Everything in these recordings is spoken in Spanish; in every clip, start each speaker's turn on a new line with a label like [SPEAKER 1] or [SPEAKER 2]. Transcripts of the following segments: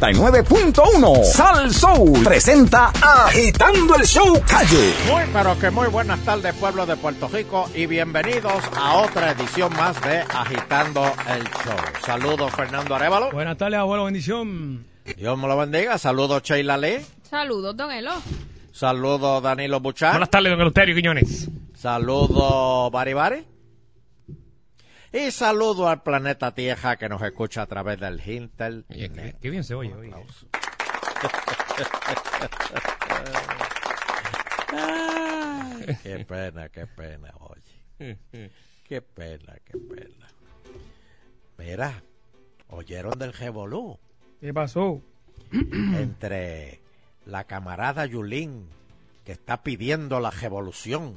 [SPEAKER 1] 99.1 Sal Soul presenta Agitando el Show Calle.
[SPEAKER 2] Muy, pero que muy buenas tardes, pueblo de Puerto Rico, y bienvenidos a otra edición más de Agitando el Show. Saludos, Fernando Arevalo.
[SPEAKER 3] Buenas tardes, abuelo, bendición.
[SPEAKER 2] Dios me lo bendiga. Saludos, Sheila Lee.
[SPEAKER 4] Saludos, don Elo.
[SPEAKER 2] Saludos, Danilo Buchar.
[SPEAKER 3] Buenas tardes, don Eleuterio Quiñones.
[SPEAKER 2] Saludos, Bari Bari. Y saludo al planeta Tierra que nos escucha a través del Hinter.
[SPEAKER 3] Oye, qué, qué bien se oye. oye.
[SPEAKER 2] Qué pena, qué pena, oye. Qué pena, qué pena. Mira, oyeron del revolú
[SPEAKER 3] ¿Qué pasó?
[SPEAKER 2] entre la camarada Yulín, que está pidiendo la revolución,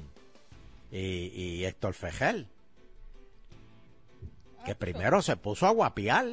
[SPEAKER 2] y, y Héctor Fejel, que primero se puso a guapiar,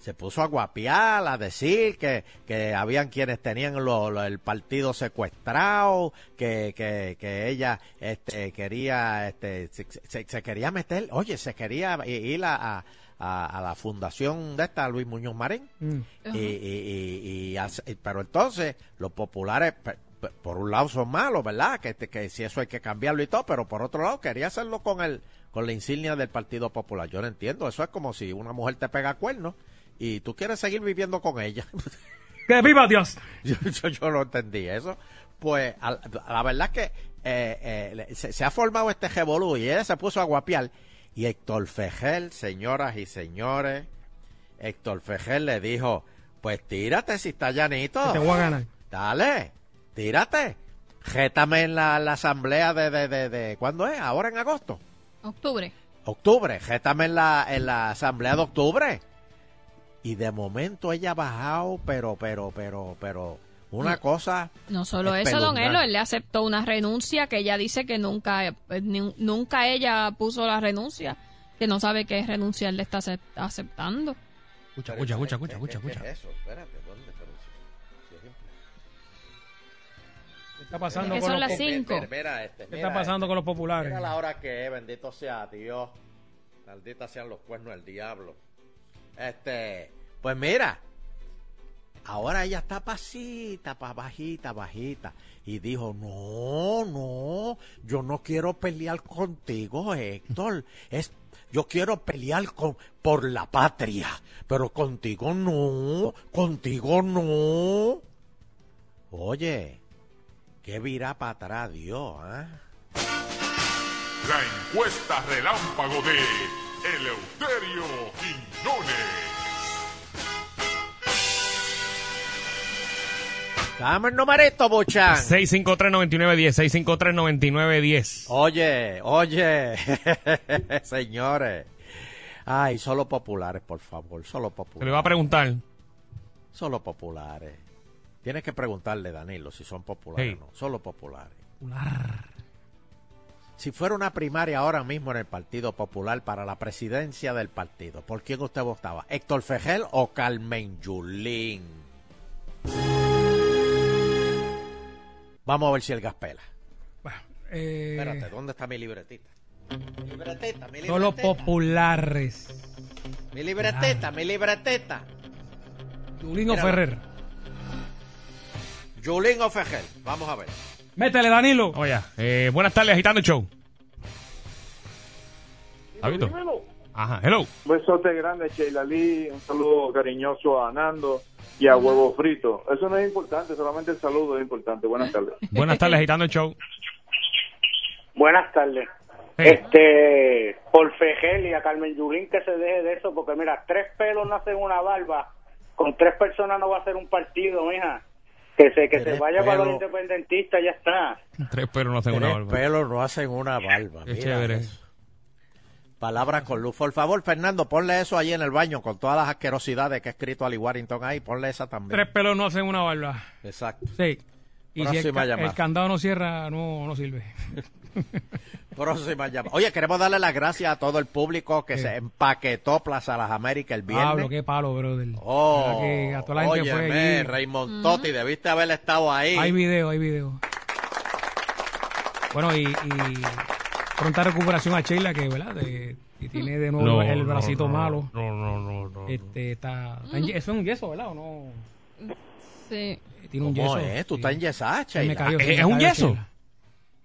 [SPEAKER 2] se puso a guapiar, a decir que, que habían quienes tenían lo- lo- el partido secuestrado, que, que, que ella este, quería, este, se, se- se quería meter, oye, se quería i- ir a, a- a- a la fundación de esta Luis Muñoz Marín.
[SPEAKER 3] Mm.
[SPEAKER 4] Ajá.
[SPEAKER 2] Y, y- y- y hace- y- pero entonces los populares pe- pe- por un lado son malos verdad que, te- que si eso hay que cambiarlo y todo pero por otro lado quería hacerlo con el con la insignia del Partido Popular yo no entiendo eso es como si una mujer te pega cuernos y tú quieres seguir viviendo con ella
[SPEAKER 3] ¡Que viva Dios!
[SPEAKER 2] yo, yo, yo no entendí eso. Pues al- la, verdad es que eh, eh, le- se, se ha formado este revolú y ella se puso a guapiar. Y Héctor Fejel, señoras y señores, Héctor Fejel le dijo, pues tírate si está llanito.
[SPEAKER 3] Te voy a ganar.
[SPEAKER 2] Dale, tírate. Rétame en la, la asamblea de, de, de, de... ¿Cuándo es? ¿Ahora en agosto?
[SPEAKER 4] Octubre.
[SPEAKER 2] octubre, gétame en la, en la asamblea de octubre. Y de momento ella ha bajado, pero, pero, pero, pero, una
[SPEAKER 4] No.
[SPEAKER 2] cosa.
[SPEAKER 4] No solo
[SPEAKER 2] Es
[SPEAKER 4] eso, don
[SPEAKER 2] peluznante.
[SPEAKER 4] Elo, él le aceptó una renuncia que ella dice que nunca, eh, ni- nunca ella puso la renuncia, que no sabe qué renuncia él le está acep- aceptando.
[SPEAKER 3] Escucha, escucha, escucha, escucha,
[SPEAKER 2] ¿Qué- qué-
[SPEAKER 3] escucha. escucha.
[SPEAKER 2] qué es eh, eso? Espérate, ¿dónde? Pero si- si es-
[SPEAKER 3] ¿Qué está pasando
[SPEAKER 4] Es que
[SPEAKER 3] con
[SPEAKER 4] son
[SPEAKER 3] los
[SPEAKER 4] las
[SPEAKER 3] po-
[SPEAKER 4] cinco.
[SPEAKER 2] Mira, mira este,
[SPEAKER 3] ¿Qué
[SPEAKER 2] mira
[SPEAKER 3] está pasando con los
[SPEAKER 2] este.
[SPEAKER 3] populares?
[SPEAKER 2] Mira la hora que es, bendito sea Dios. Maldita sean los cuernos del diablo. Este, pues mira, ahora ella está pasita, pa bajita, bajita. Y dijo, no, no, yo no quiero pelear contigo, Héctor. Es, yo quiero pelear con, por la patria, pero contigo no, contigo no. Oye, ¿qué virá para atrás Dios, ah?
[SPEAKER 5] La encuesta relámpago de Eleuterio Quiñones.
[SPEAKER 2] Dame el numerito, Buchan.
[SPEAKER 6] 653-9910, 653-9910.
[SPEAKER 2] Oye, oye, señores. Ay, solo populares, por favor, solo
[SPEAKER 6] Se le va a
[SPEAKER 2] populares.
[SPEAKER 6] preguntar.
[SPEAKER 2] Solo populares. Tienes que preguntarle, Danilo, si son populares
[SPEAKER 6] Sí.
[SPEAKER 2] o no. Solo populares. Si fuera una primaria ahora mismo en el Partido Popular para la presidencia del partido, ¿por quién usted votaba? ¿Héctor Fejel o Carmen Yulín? Vamos a ver si el gas pela.
[SPEAKER 3] Bah, eh,
[SPEAKER 2] Espérate, ¿dónde está mi libretita? Mi libretita, mi libretita.
[SPEAKER 3] son los populares.
[SPEAKER 2] Mi libretita, mi libretita.
[SPEAKER 3] Yulino
[SPEAKER 2] Mira.
[SPEAKER 3] Ferrer.
[SPEAKER 2] Yulín o Fejel. Vamos a ver.
[SPEAKER 3] Métele, Danilo.
[SPEAKER 6] Vamos allá. Eh, buenas tardes, agitando el show. ¿Habito? Ajá, hello.
[SPEAKER 7] Un besote grande a Sheila Lee, un saludo cariñoso a Nando y a Huevo Frito. Eso no es importante, solamente el saludo es importante. Buenas tardes.
[SPEAKER 6] Buenas tardes, agitando el show.
[SPEAKER 8] Buenas tardes.
[SPEAKER 6] Hey.
[SPEAKER 8] Este, por Fejel y a Carmen Yulín que se deje de eso, porque mira, tres pelos no hacen una barba, con tres personas no va a ser un partido, mija. Que se, que se
[SPEAKER 2] Tres
[SPEAKER 8] vaya para los
[SPEAKER 2] pelos.
[SPEAKER 8] independentistas, ya está.
[SPEAKER 6] Tres perros no hacen una
[SPEAKER 2] Tres
[SPEAKER 6] barba.
[SPEAKER 2] pelos no hacen una barba.
[SPEAKER 6] Qué
[SPEAKER 2] mira
[SPEAKER 6] chévere.
[SPEAKER 2] eso. Palabras con luz. Por favor, Fernando, ponle eso ahí en el baño con todas las asquerosidades que ha escrito Ali Warrington ahí. Ponle esa también.
[SPEAKER 3] Tres pelos no hacen una barba.
[SPEAKER 2] Exacto.
[SPEAKER 3] Sí. Y si el,
[SPEAKER 2] Próxima
[SPEAKER 3] ca-
[SPEAKER 2] llamada.
[SPEAKER 3] el candado no cierra, no, no sirve.
[SPEAKER 2] Próxima llamada. Oye, queremos darle las gracias a todo el público que
[SPEAKER 3] Sí.
[SPEAKER 2] se empaquetó Plaza Las Américas el viernes.
[SPEAKER 3] Pablo, qué palo, brother.
[SPEAKER 2] Oh,
[SPEAKER 3] Verdad que a toda la gente fue
[SPEAKER 2] óyeme,
[SPEAKER 3] allí.
[SPEAKER 2] Raymond Totti, debiste haber estado ahí.
[SPEAKER 3] Hay video, hay video. Bueno, y, y pronta recuperación a Sheila, que, ¿verdad? De- Y tiene de nuevo el bracito
[SPEAKER 6] no,
[SPEAKER 3] malo.
[SPEAKER 6] No, no, no, no.
[SPEAKER 3] Este, está, está en ye- eso es un yeso, ¿verdad? ¿O no?
[SPEAKER 4] Sí.
[SPEAKER 3] Tiene un
[SPEAKER 2] ¿Cómo
[SPEAKER 3] yeso.
[SPEAKER 2] es? Tú
[SPEAKER 3] sí.
[SPEAKER 2] estás en yesada,
[SPEAKER 3] Se me
[SPEAKER 2] Sheila.
[SPEAKER 3] cayó,
[SPEAKER 6] Ah,
[SPEAKER 3] se me
[SPEAKER 6] ¿es un
[SPEAKER 3] cayó,
[SPEAKER 6] yeso?
[SPEAKER 3] Sheila.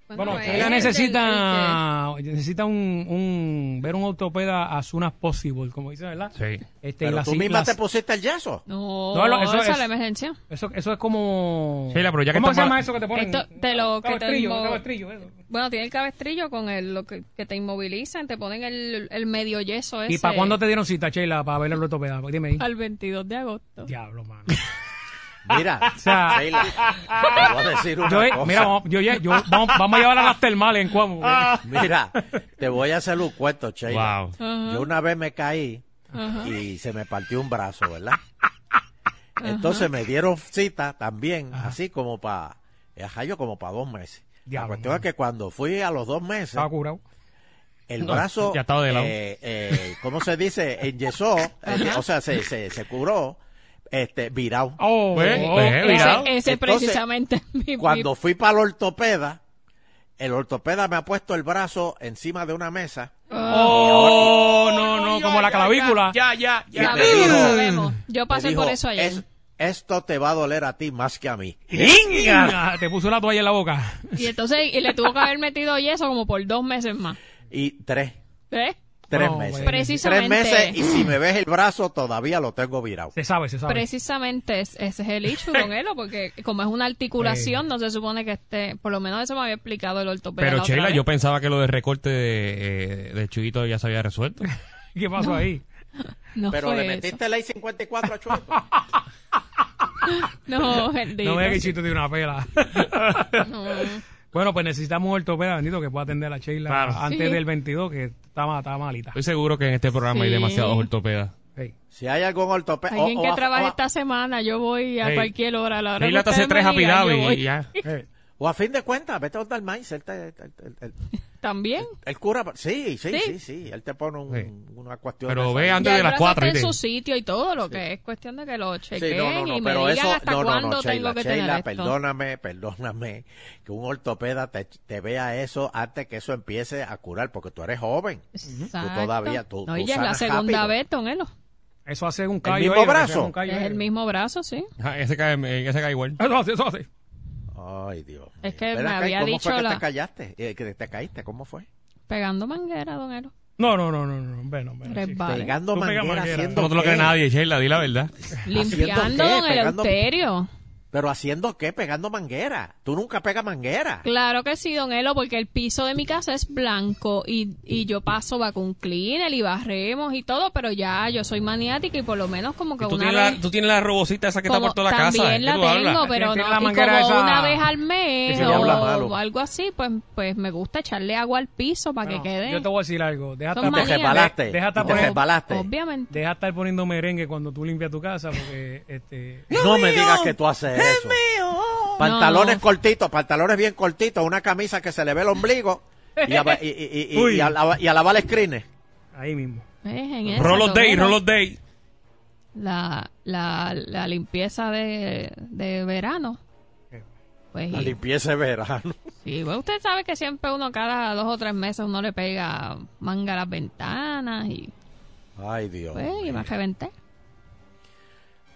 [SPEAKER 3] Bueno,
[SPEAKER 4] es
[SPEAKER 3] ella
[SPEAKER 4] el del- el
[SPEAKER 3] necesita, necesita un, un- ver un ortopeda as soon as possible, como dice, ¿verdad?
[SPEAKER 6] Sí.
[SPEAKER 3] Este,
[SPEAKER 2] Pero
[SPEAKER 3] la
[SPEAKER 2] tú
[SPEAKER 3] ci-
[SPEAKER 2] misma
[SPEAKER 3] la-
[SPEAKER 2] te pusiste el yeso.
[SPEAKER 4] que- No,
[SPEAKER 3] No, no, eso
[SPEAKER 4] eso,
[SPEAKER 3] es-
[SPEAKER 4] es la emergencia.
[SPEAKER 3] eso, eso es como...
[SPEAKER 6] Sheila, pero ya que
[SPEAKER 3] ¿Cómo se
[SPEAKER 6] estamos-
[SPEAKER 3] llama eso que te ponen?
[SPEAKER 4] Esto- te lo- que te
[SPEAKER 3] Cabestrillo,
[SPEAKER 4] lo-
[SPEAKER 3] cabestrillo, eso.
[SPEAKER 4] Bueno, tiene el cabestrillo con el, lo que, que te inmovilizan, te ponen el, el medio yeso ese.
[SPEAKER 3] ¿Y para cuándo te dieron cita, Sheila, para ver el ortopeda? Pues Dime ahí.
[SPEAKER 4] Al 22 de agosto.
[SPEAKER 3] Diablo, mano.
[SPEAKER 2] Mira,
[SPEAKER 3] O sea,
[SPEAKER 2] Sheila, te voy a decir una
[SPEAKER 3] Yo, eh,
[SPEAKER 2] cosa.
[SPEAKER 3] mira, vamos, yo, ya- yo- vamos, vamos a llevar a las termales en Cuamo.
[SPEAKER 2] Ah. Mira, te voy a hacer un cuento, Sheila.
[SPEAKER 6] Wow.
[SPEAKER 4] Ajá,
[SPEAKER 2] Yo una vez me caí
[SPEAKER 4] ajá.
[SPEAKER 2] y se me partió un brazo, ¿verdad? Entonces me dieron cita también, así como para, yo como para dos meses.
[SPEAKER 3] Diablo,
[SPEAKER 2] la cuestión
[SPEAKER 3] mano.
[SPEAKER 2] es que cuando fui a los dos meses,
[SPEAKER 3] Estaba curado.
[SPEAKER 2] el
[SPEAKER 6] No,
[SPEAKER 2] brazo,
[SPEAKER 6] ya estaba de lado.
[SPEAKER 2] eh, eh, ¿cómo se dice? Enyesó, eh, o sea, se, se, se curó, este, virado.
[SPEAKER 3] Oh,
[SPEAKER 6] Pues,
[SPEAKER 3] oh,
[SPEAKER 6] pues,
[SPEAKER 3] oh.
[SPEAKER 4] Ese,
[SPEAKER 6] mira.
[SPEAKER 4] ese
[SPEAKER 2] Entonces,
[SPEAKER 4] precisamente es mi
[SPEAKER 2] Cuando fui para el ortopeda, el ortopeda me ha puesto el brazo encima de una mesa
[SPEAKER 3] Oh, no, no, como la clavícula.
[SPEAKER 6] Ya, ya, ya.
[SPEAKER 2] me
[SPEAKER 4] Sabemos,
[SPEAKER 2] dijo-
[SPEAKER 4] sabemos. Yo
[SPEAKER 2] me
[SPEAKER 4] pasé
[SPEAKER 2] dijo,
[SPEAKER 4] por eso ayer.
[SPEAKER 2] "Es- esto te va a doler a ti más que a mí.
[SPEAKER 3] Ah, Te puso una toalla en la boca.
[SPEAKER 4] Y entonces y le tuvo que haber metido yeso como por dos meses más.
[SPEAKER 2] Y tres,
[SPEAKER 4] ¿Ves?
[SPEAKER 2] tres
[SPEAKER 3] No,
[SPEAKER 2] meses.
[SPEAKER 3] bueno.
[SPEAKER 4] ¿Eh? Precisamente.
[SPEAKER 2] Tres meses y si me ves el brazo todavía lo tengo virado.
[SPEAKER 3] Se sabe, se sabe.
[SPEAKER 4] Precisamente es- ese es el issue con él, porque como es una articulación, no se supone que esté, por lo menos eso me había explicado el ortopeda. la
[SPEAKER 6] Pero
[SPEAKER 4] otra
[SPEAKER 6] Sheila,
[SPEAKER 4] vez.
[SPEAKER 6] yo pensaba que lo del recorte de, eh, del Chuyito ya se había resuelto.
[SPEAKER 3] ¿Qué pasó ahí?
[SPEAKER 4] No
[SPEAKER 2] Pero
[SPEAKER 4] fue
[SPEAKER 2] le
[SPEAKER 4] eso.
[SPEAKER 2] metiste ley 54 a Chueco.
[SPEAKER 4] No, bendito.
[SPEAKER 3] No vea que chito de una pela.
[SPEAKER 4] No.
[SPEAKER 3] bueno, pues necesitamos un ortopeda bendito que pueda atender a Sheila
[SPEAKER 6] Claro.
[SPEAKER 3] antes
[SPEAKER 4] Sí.
[SPEAKER 3] del 22, que está, ma- está malita.
[SPEAKER 6] Estoy seguro que en este programa hay
[SPEAKER 4] Sí.
[SPEAKER 6] demasiados ortopedas.
[SPEAKER 3] Hey.
[SPEAKER 2] Si hay algún ortopeda.
[SPEAKER 4] Alguien
[SPEAKER 2] o- o
[SPEAKER 4] que
[SPEAKER 2] a-
[SPEAKER 4] trabaje
[SPEAKER 2] o a-
[SPEAKER 4] esta semana, yo voy a
[SPEAKER 6] Ey.
[SPEAKER 4] cualquier hora. a La hora que
[SPEAKER 6] Sheila te hace
[SPEAKER 4] ustedes me
[SPEAKER 6] tres
[SPEAKER 4] digan, yo
[SPEAKER 6] apidavis
[SPEAKER 4] voy.
[SPEAKER 6] y ya.
[SPEAKER 3] Hey.
[SPEAKER 2] O a fin de cuentas, vete a donde el maíz. Él te- el, el- el-
[SPEAKER 4] También.
[SPEAKER 2] el cura. Sí, sí,
[SPEAKER 4] Sí.
[SPEAKER 2] sí, sí, Él te pone un- una cuestión.
[SPEAKER 6] Pero
[SPEAKER 2] de
[SPEAKER 6] ve
[SPEAKER 2] esa.
[SPEAKER 6] antes
[SPEAKER 4] Ya
[SPEAKER 6] de
[SPEAKER 4] el
[SPEAKER 6] las
[SPEAKER 4] brazo
[SPEAKER 6] cuatro,
[SPEAKER 4] está en
[SPEAKER 6] ¿viste?
[SPEAKER 4] su sitio y todo, lo que es cuestión de que lo chequen
[SPEAKER 2] Sí, no, no, no,
[SPEAKER 4] y me
[SPEAKER 2] pero
[SPEAKER 4] digan
[SPEAKER 2] eso,
[SPEAKER 4] hasta
[SPEAKER 2] no, no,
[SPEAKER 4] cuándo
[SPEAKER 2] no,
[SPEAKER 4] tengo
[SPEAKER 2] Sheila,
[SPEAKER 4] que
[SPEAKER 2] Sheila,
[SPEAKER 4] tener esto.
[SPEAKER 2] perdóname, perdóname, que un ortopeda te, te vea eso antes que eso empiece a curar, porque tú eres joven.
[SPEAKER 4] Exacto.
[SPEAKER 2] todavía, tú-
[SPEAKER 4] No,
[SPEAKER 2] tú
[SPEAKER 4] y ya es la
[SPEAKER 2] sanas
[SPEAKER 4] segunda
[SPEAKER 2] rápido.
[SPEAKER 4] vez, Tonelo.
[SPEAKER 3] Eso hace un callo.
[SPEAKER 2] mismo
[SPEAKER 3] ahí, lo que
[SPEAKER 2] brazo?
[SPEAKER 3] sea, un callo
[SPEAKER 4] Es
[SPEAKER 3] ahí.
[SPEAKER 4] el mismo brazo, sí.
[SPEAKER 6] Ajá, ese, cae, eh, ese cae igual.
[SPEAKER 3] Eso hace, eso hace.
[SPEAKER 2] Ay, Dios.
[SPEAKER 4] Es
[SPEAKER 2] mío.
[SPEAKER 4] que
[SPEAKER 2] Ven
[SPEAKER 4] me
[SPEAKER 2] acá, ¿y
[SPEAKER 4] había
[SPEAKER 2] ¿Cómo
[SPEAKER 4] dicho
[SPEAKER 2] fue que
[SPEAKER 4] la-
[SPEAKER 2] te callaste? Eh, que te caíste, ¿cómo fue?
[SPEAKER 4] Pegando manguera, don Elo.
[SPEAKER 3] No, no, no, no, no. Bueno, bueno. sí.
[SPEAKER 4] Resbale.
[SPEAKER 2] Pegando
[SPEAKER 3] Tú pega
[SPEAKER 2] manguera,
[SPEAKER 3] manguera.
[SPEAKER 6] Tú
[SPEAKER 2] haciendo
[SPEAKER 6] no te lo
[SPEAKER 2] qué?
[SPEAKER 6] cree nadie, Sheila, di la verdad.
[SPEAKER 2] ¿Haciendo
[SPEAKER 4] Limpiando
[SPEAKER 2] qué?
[SPEAKER 4] don
[SPEAKER 2] Pegando-
[SPEAKER 4] Eleuterio.
[SPEAKER 2] Pero haciendo qué? Pegando manguera. Tú nunca pegas manguera.
[SPEAKER 4] Claro que sí, don Elo, porque el piso de mi casa es blanco y, y yo paso vacuum cleaner y barremos y todo, pero ya yo soy maniática y por lo menos como que
[SPEAKER 6] Tú
[SPEAKER 4] una
[SPEAKER 6] tienes,
[SPEAKER 4] vez...
[SPEAKER 6] la, tú tienes la robocita esa que está
[SPEAKER 4] como-
[SPEAKER 6] por toda la
[SPEAKER 4] también
[SPEAKER 6] casa. ¿eh? ¿Qué
[SPEAKER 4] la
[SPEAKER 6] tú hablas?
[SPEAKER 4] tengo, pero
[SPEAKER 3] Tiene
[SPEAKER 4] no.
[SPEAKER 3] la
[SPEAKER 4] y
[SPEAKER 3] manguera
[SPEAKER 4] como
[SPEAKER 3] esa-
[SPEAKER 4] una vez al mes
[SPEAKER 3] que
[SPEAKER 4] o,
[SPEAKER 2] habla malo.
[SPEAKER 4] o algo así, pues, pues me gusta echarle agua al piso para
[SPEAKER 3] Bueno,
[SPEAKER 4] que quede.
[SPEAKER 3] Yo te voy a decir algo. Deja
[SPEAKER 4] Son
[SPEAKER 3] estar-
[SPEAKER 2] Te
[SPEAKER 4] manías.
[SPEAKER 2] resbalaste.
[SPEAKER 3] Deja estar
[SPEAKER 2] y te
[SPEAKER 3] poniendo-
[SPEAKER 2] resbalaste.
[SPEAKER 4] Obviamente.
[SPEAKER 3] Deja estar poniendo merengue cuando tú limpias tu casa porque este
[SPEAKER 2] No me digas que tú haces eso. Pantalones
[SPEAKER 4] No.
[SPEAKER 2] cortitos, pantalones bien cortitos, una camisa que se le ve el ombligo y a, ba- y, y- y- y-
[SPEAKER 3] Uy.
[SPEAKER 2] y a la- y a lavar screenes.
[SPEAKER 3] ahí mismo.
[SPEAKER 4] ¿Ves? pues, Eh, En esa,
[SPEAKER 6] Roll of
[SPEAKER 4] don
[SPEAKER 6] Day,
[SPEAKER 4] Elo.
[SPEAKER 6] Roll of Day.
[SPEAKER 4] la, la, la limpieza de, de verano. Pues,
[SPEAKER 2] La
[SPEAKER 4] y-
[SPEAKER 2] limpieza de verano.
[SPEAKER 4] sí, bueno, usted sabe que siempre uno cada dos o tres meses uno le pega manga a las ventanas y,
[SPEAKER 2] Ay, Dios.
[SPEAKER 4] pues, y me reventé.